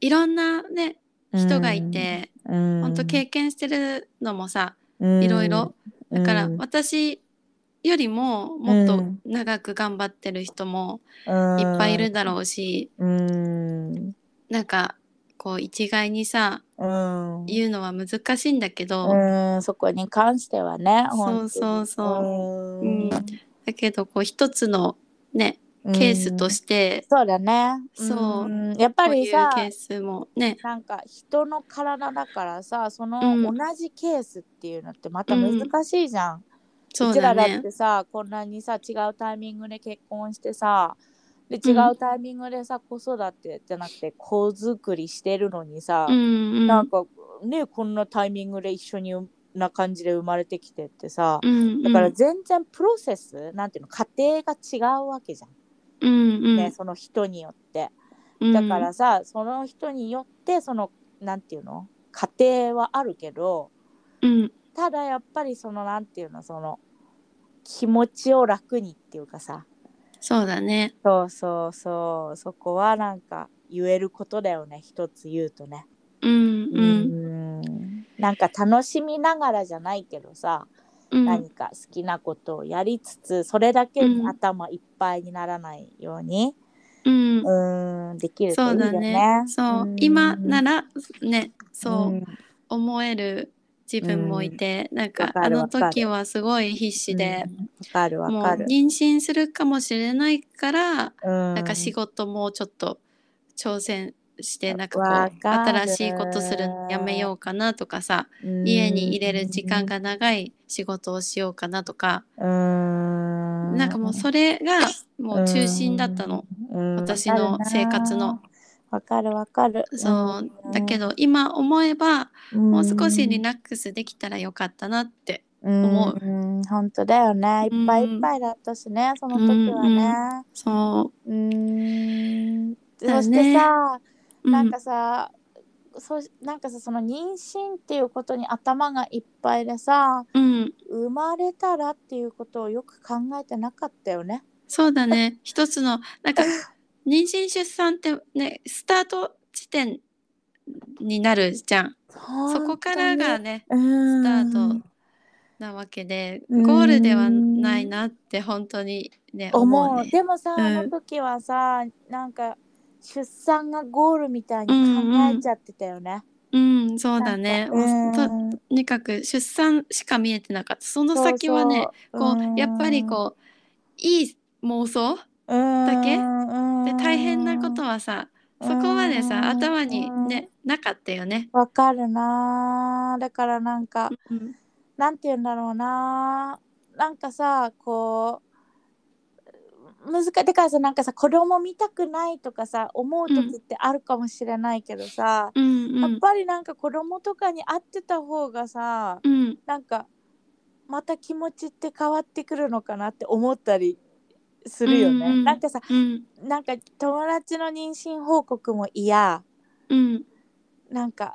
Speaker 2: いろんなね、
Speaker 3: ん
Speaker 2: 人がい、て、
Speaker 3: うん
Speaker 2: 本当経験してるのもさ、
Speaker 3: うん
Speaker 2: いろいろ。だから
Speaker 3: うん
Speaker 2: 私よりももっ
Speaker 3: う
Speaker 2: と
Speaker 3: ん
Speaker 2: 長く頑張ってる人も
Speaker 3: うん
Speaker 2: いっぱいいるだろうし、
Speaker 3: うん
Speaker 2: なんかこう一概にさ
Speaker 3: うん
Speaker 2: 言うのは難しいんだけど、
Speaker 3: うん、そこに関してはね
Speaker 2: そうそう
Speaker 3: そう
Speaker 2: だけどこう一つのね
Speaker 3: うん
Speaker 2: ケースとして、
Speaker 3: そうだね
Speaker 2: そうん
Speaker 3: やっぱ
Speaker 2: こう
Speaker 3: り
Speaker 2: いう
Speaker 3: さ
Speaker 2: ケースもね
Speaker 3: なんか人の体だからさその
Speaker 2: う
Speaker 3: 同
Speaker 2: ん
Speaker 3: じケースっていうのってまた難しいじゃん、
Speaker 2: そう
Speaker 3: ちら
Speaker 2: だ
Speaker 3: だっ
Speaker 2: ね
Speaker 3: てさこんなにさ違うタイミングで結婚してさで違うタイミングでさ、子育てじゃなくて子作りしてるのにさ、
Speaker 2: うんうん
Speaker 3: なんかねこんなタイミングで一緒にな感じで生まれてきてってさ、
Speaker 2: うんうん
Speaker 3: だから全然プロセスなんていうの過程が違うわけじゃん、
Speaker 2: うんうん
Speaker 3: ねその人によって
Speaker 2: うん
Speaker 3: だからさ、その人によってそのなんていうの過程はあるけど
Speaker 2: うん
Speaker 3: ただやっぱりそのなんていうのその気持ちを楽にっていうかさ
Speaker 2: そうだね
Speaker 3: そうそうそうそこはなんか言えることだよね一つ言うとね。
Speaker 2: うん
Speaker 3: う
Speaker 2: うん
Speaker 3: んなんか楽しみながらじゃないけどさ、
Speaker 2: うん
Speaker 3: 何か好きなことをやりつつそれだけ
Speaker 2: う
Speaker 3: に
Speaker 2: ん
Speaker 3: 頭いっぱいにならないように、
Speaker 2: うん
Speaker 3: うーん、できる
Speaker 2: そ
Speaker 3: というい
Speaker 2: だ
Speaker 3: よ
Speaker 2: ね
Speaker 3: ね。
Speaker 2: そう、
Speaker 3: ん
Speaker 2: 今ならねそう、
Speaker 3: ん
Speaker 2: 思える自分もいて、なんか
Speaker 3: わか
Speaker 2: あ
Speaker 3: る
Speaker 2: の
Speaker 3: わかる
Speaker 2: 時はすごい必死で
Speaker 3: う、んわかる
Speaker 2: も
Speaker 3: わ
Speaker 2: う
Speaker 3: かる。
Speaker 2: 妊娠するかもしれないから、
Speaker 3: な
Speaker 2: なんか仕事もちょっと挑戦してなん
Speaker 3: わ
Speaker 2: かこう
Speaker 3: かる
Speaker 2: 新しいことするのやめようかなとかさ家に入れる時間が長い仕事をしようかなとか、
Speaker 3: うん、
Speaker 2: なんかもうそれがもう中心だったの、
Speaker 3: うん、
Speaker 2: 私の生活の
Speaker 3: わかるなわかるわかる。
Speaker 2: そうだけど今思えば
Speaker 3: うん、
Speaker 2: も
Speaker 3: も
Speaker 2: う少しリラックスできたらよかったなって
Speaker 3: 思
Speaker 2: 思
Speaker 3: うん。うん、本当だよね。いっぱいいっぱいだったしね、その時はね。
Speaker 2: そう
Speaker 3: うん。そ
Speaker 2: だね
Speaker 3: してさ、
Speaker 2: う
Speaker 3: なんかさ、そうなんかさその妊娠っていうことに頭がいっぱいでさ
Speaker 2: うん、
Speaker 3: 生まれたらっていうことをよく考えてなかったよね。
Speaker 2: そうだね。一つの、なん か、妊娠出産ってね、スタート地点になるじゃん。そこからがね、ス
Speaker 3: ス
Speaker 2: タートなわけで、ゴールではないなって本当にね、思
Speaker 3: 思
Speaker 2: う
Speaker 3: う
Speaker 2: ね。
Speaker 3: でもさ、
Speaker 2: うん
Speaker 3: あの時はさなんか出産がゴールみたいに考えちゃってたよね。
Speaker 2: うん、そうだね。もうとと
Speaker 3: ん
Speaker 2: にかく出産しか見えてなかった。その先はね、こう、やっぱりこう、いい妄想
Speaker 3: うだ
Speaker 2: け
Speaker 3: で
Speaker 2: で大変なことはさ、そこまで
Speaker 3: うん
Speaker 2: さ、頭にね、なかったよね。
Speaker 3: わかるなーだからなんか、
Speaker 2: うん
Speaker 3: なんて言うんだろうななんかさこう難しいだからさなんかさ子供見たくないとかさ思う時ってあるかもしれないけどさ、
Speaker 2: うんう
Speaker 3: やっ
Speaker 2: ん。
Speaker 3: ぱりなんか子供とかに会ってた方がさ
Speaker 2: うん、
Speaker 3: なんかまた気持ちって変わってくるのかなって思ったりするよね。
Speaker 2: うんうん
Speaker 3: なんかさ
Speaker 2: うん
Speaker 3: なんか友達の妊娠報告も嫌
Speaker 2: うん
Speaker 3: なんか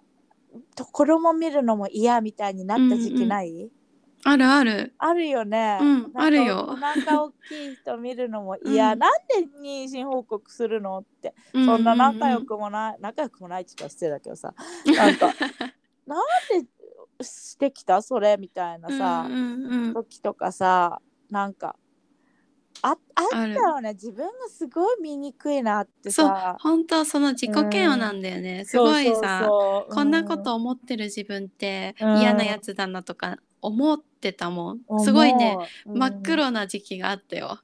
Speaker 3: と子供見るのも嫌みたいになった時期ない、
Speaker 2: あるある。
Speaker 3: あるよね。
Speaker 2: うん
Speaker 3: なんか
Speaker 2: あるよ
Speaker 3: お腹大きい人見るのも嫌、
Speaker 2: うん
Speaker 3: なんで妊娠報告するのって、
Speaker 2: ううう
Speaker 3: そんな仲良。くもない、仲良くもないって言ったら失礼だけど さ、なんか、なんでしてきたそれみたいなさ
Speaker 2: う、んうんうん
Speaker 3: 時とかさ、なんか、ああった
Speaker 2: ある
Speaker 3: よね、自分がすごい醜いなって
Speaker 2: そう
Speaker 3: さ、
Speaker 2: 本当その自己嫌悪なんだよね。す
Speaker 3: そう
Speaker 2: ごいさ
Speaker 3: そうそう
Speaker 2: こんなこと思ってる自分って
Speaker 3: うん
Speaker 2: 嫌なやつだなとか思ってたもん。
Speaker 3: うん
Speaker 2: すごいね
Speaker 3: 思う
Speaker 2: 真っ黒な時期があったよ。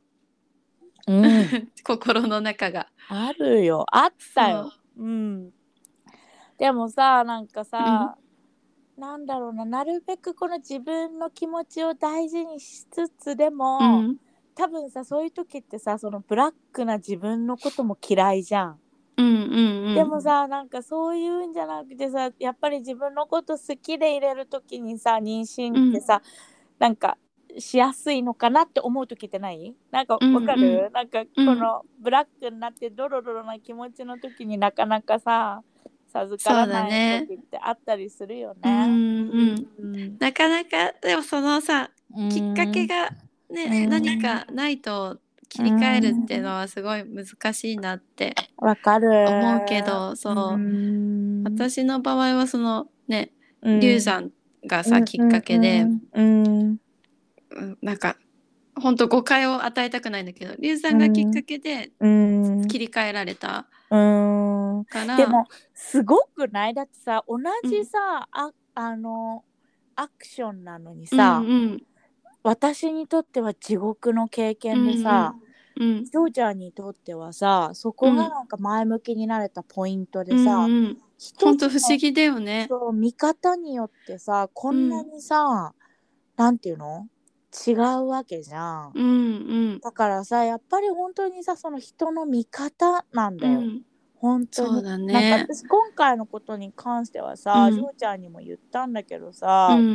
Speaker 3: うん
Speaker 2: 心の中が。
Speaker 3: あるよ、あったよ。うん、でもさなんかさ、なんだろうななるべくこの自分の気持ちを大事にしつつでも、
Speaker 2: そう。うん
Speaker 3: 多分さそういう時ってさそのブラックな自分のことも嫌いじゃん。
Speaker 2: うんうんうん。
Speaker 3: でもさなんかそういうんじゃなくてさやっぱり自分のこと好きでいれる時にさ妊娠ってさ、なんかしやすいのかなって思う時ってないなんかわかる、
Speaker 2: うん
Speaker 3: なんかこのブラックになってドロドロな気持ちの時になかなかさ授から
Speaker 2: そうだ
Speaker 3: な
Speaker 2: ね
Speaker 3: い時ってあったりするよ
Speaker 2: う
Speaker 3: ね。
Speaker 2: んうん
Speaker 3: うん
Speaker 2: なかなかでもそのさきっかけがね、
Speaker 3: うん
Speaker 2: 何かないと切り替えるっていうのはすごい難しいなって
Speaker 3: わかる
Speaker 2: 思うけど、そう、私の場合はそのね流
Speaker 3: ん
Speaker 2: 産がさ、きっかけで、
Speaker 3: うん
Speaker 2: うんなんかほんと誤解を与えたくないんだけど流産がきっかけで
Speaker 3: うん
Speaker 2: 切り替えられた
Speaker 3: うん
Speaker 2: から、
Speaker 3: でもすごくないだってさ同じさ、ああのアクションなのにさ、
Speaker 2: うんうん
Speaker 3: 私にとっては地獄の経験でさ、
Speaker 2: うんうん
Speaker 3: 翔ちゃんにとってはさそこがなんか前向きになれたポイントでさ、
Speaker 2: うんうん、
Speaker 3: 一つの
Speaker 2: ほんと不思議だよね。
Speaker 3: そう見方によってさこんなにさ、なんていうの違うわけじゃん。
Speaker 2: うんうん
Speaker 3: だからさやっぱり本当にさその人の見方なんだ
Speaker 2: う
Speaker 3: よ、
Speaker 2: ん、
Speaker 3: 本当
Speaker 2: そう
Speaker 3: に
Speaker 2: だ
Speaker 3: なん
Speaker 2: ね
Speaker 3: か。私今回のことに関してはさ、
Speaker 2: うん
Speaker 3: しょうちゃんにも言ったんだけどさ、
Speaker 2: うん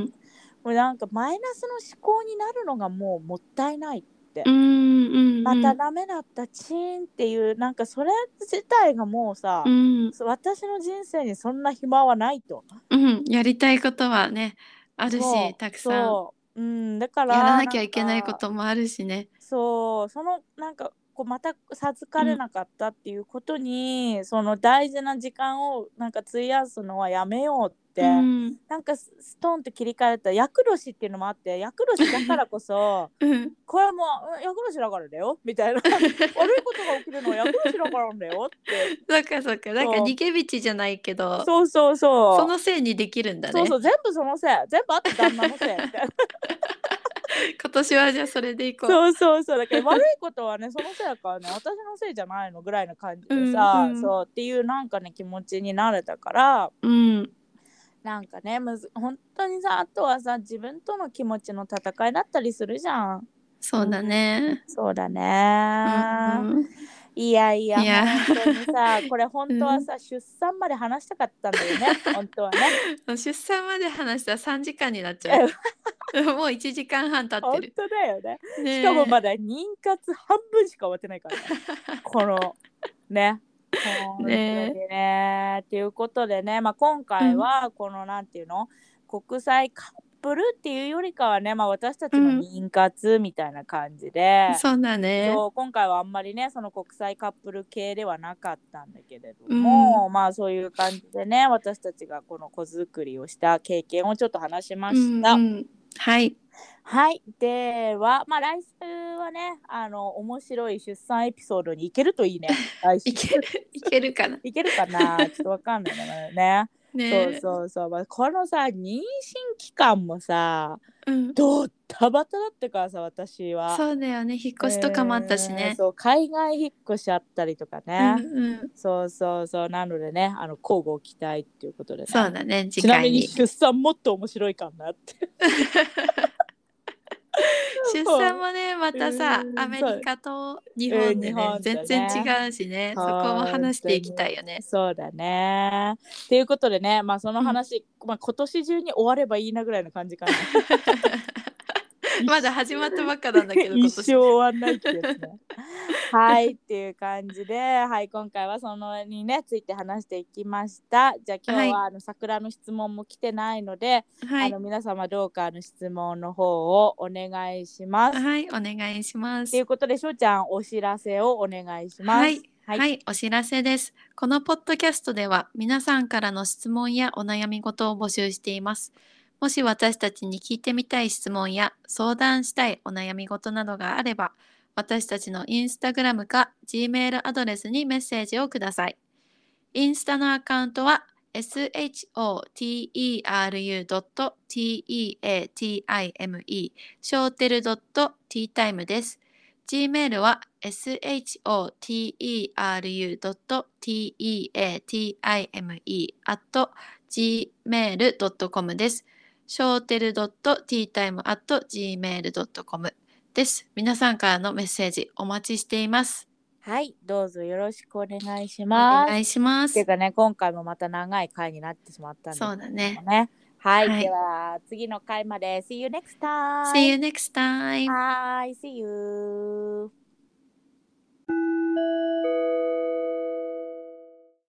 Speaker 3: もうなんかマイナスの思考になるのがもうもったいない、
Speaker 2: うんうん、
Speaker 3: またダメだったチーンっていうなんかそれ自体がもうさ、
Speaker 2: うん、
Speaker 3: 私の人生にそんな暇はないと。
Speaker 2: うん、やりたいことはねある
Speaker 3: そう
Speaker 2: したくさんや
Speaker 3: そう、うん、だから
Speaker 2: らなきゃいけないこ
Speaker 3: んか
Speaker 2: ともあるしね。
Speaker 3: そうそのなんかこうまた授かれなかったっていうことに、その大事な時間をなんか費やすのはやめようって、
Speaker 2: うん
Speaker 3: なんかスストンと切り替えた厄年っていうのもあって厄年だからこ そ
Speaker 2: うん
Speaker 3: これはもううん厄年だからだよみ たいな悪いことが起きるのは厄年だからなんだよって
Speaker 2: そっかそっかなんか
Speaker 3: そう
Speaker 2: 逃げ道じゃないけどそ
Speaker 3: そうそうそう
Speaker 2: のせいにできるんだね
Speaker 3: そうそう全部そのせい全部あった旦那のせいみたいな
Speaker 2: 今年はじゃあそれでいこう。
Speaker 3: そうそうそうだから悪いことはねそのせいだからね私のせいじゃないのぐらいの感じでさ、
Speaker 2: うんうん
Speaker 3: そうっていうなんかね気持ちになれたから
Speaker 2: うん
Speaker 3: なんかねむず本当にさあとはさ自分との気持ちの戦いだったりするじゃん
Speaker 2: そうだね。
Speaker 3: そうだね、
Speaker 2: うん
Speaker 3: いやいや
Speaker 2: いや
Speaker 3: 本当に さこれ本当はさ、出産まで話したかったんだよね本当はね
Speaker 2: うん、出産まで話したら3時間になっちゃう。もう1時間半経っ
Speaker 3: 本
Speaker 2: てる。
Speaker 3: 当だよね
Speaker 2: ねえ
Speaker 3: しかもまだ妊活半分しか終わってないからね。 このね。本当にね。ということでね、まあ、今回はこのなんていうの、国際カップルっていうよりかはね、まあ、私たちの妊活みたいな感じで、
Speaker 2: そうだね。
Speaker 3: そう今回はあんまりねその国際カップル系ではなかったんだけれども、まあそういう感じでね私たちがこの子作りをした経験をちょっと話しました。
Speaker 2: うんうん、はい。
Speaker 3: はい。では、まあ来週はね、あの、面白い出産エピソードに行けるといいね。来週
Speaker 2: いけるいけるかな。
Speaker 3: 行けるかなちょっとわかんないね。
Speaker 2: ね
Speaker 3: ね
Speaker 2: え。
Speaker 3: そうそうそう。まあ、このさ、妊娠期間もさ、
Speaker 2: うん
Speaker 3: ドッタバタだったからさ、私は。
Speaker 2: そうだよね引っ越しとかもあったし
Speaker 3: えー
Speaker 2: ね。
Speaker 3: そう、海外引っ越しあったりとかね。
Speaker 2: うんうん、
Speaker 3: そうそうそう。なのでね、あの、交互期待っていうことでね。
Speaker 2: そうだね次
Speaker 3: ちなみ
Speaker 2: 回
Speaker 3: に
Speaker 2: に。
Speaker 3: 出産もっと面白いかな って。
Speaker 2: 出産もねまたさ
Speaker 3: うん
Speaker 2: アメリカと日本で
Speaker 3: うん日
Speaker 2: ね
Speaker 3: 本でね
Speaker 2: 全然違うしねそこも話していきたいよね。
Speaker 3: そうだね。ということでね、まあその話、まあ今年中に終わればいいなぐらいの感じか な。
Speaker 2: まだ始まったばっかなんだけど今
Speaker 3: 一生
Speaker 2: 年。
Speaker 3: 終わんないってやつ ね。はいっていう感じで、はい今回はそのにねついて話していきました。じゃあ今日はあの桜の質問も来てないので、
Speaker 2: は
Speaker 3: あ
Speaker 2: い
Speaker 3: の皆様どうかあの質問の方をお願いします。
Speaker 2: はいお願いしま
Speaker 3: と
Speaker 2: す
Speaker 3: いう。ことでしょうちゃんお知らせをお願いします。
Speaker 2: はい
Speaker 3: はい
Speaker 2: はい、お知らせです。このポッドキャストでは皆さんからの質問やお悩み事を募集しています。もし私たちに聞いてみたい質問や相談したいお悩み事などがあれば、私たちのインスタグラムか Gmail アドレスにメッセージをください。インスタのアカウントは shoteru.teatime ショーテル .teatime です。Gmail は shoteru.teatime.gmail.com です。ショーテル .teatime.gmail.com です。皆さんからのメッセージお待ちしています。
Speaker 3: はいどうぞよろしくお願いし
Speaker 2: お
Speaker 3: ます。
Speaker 2: 願いしま
Speaker 3: っていう。
Speaker 2: す
Speaker 3: かね今回もまた長い回になってしまったんですけ
Speaker 2: そ
Speaker 3: ど
Speaker 2: うだね。
Speaker 3: ねはい、
Speaker 2: はい
Speaker 3: では次の回まで See you next time!
Speaker 2: See you next time!
Speaker 3: Bye! See you!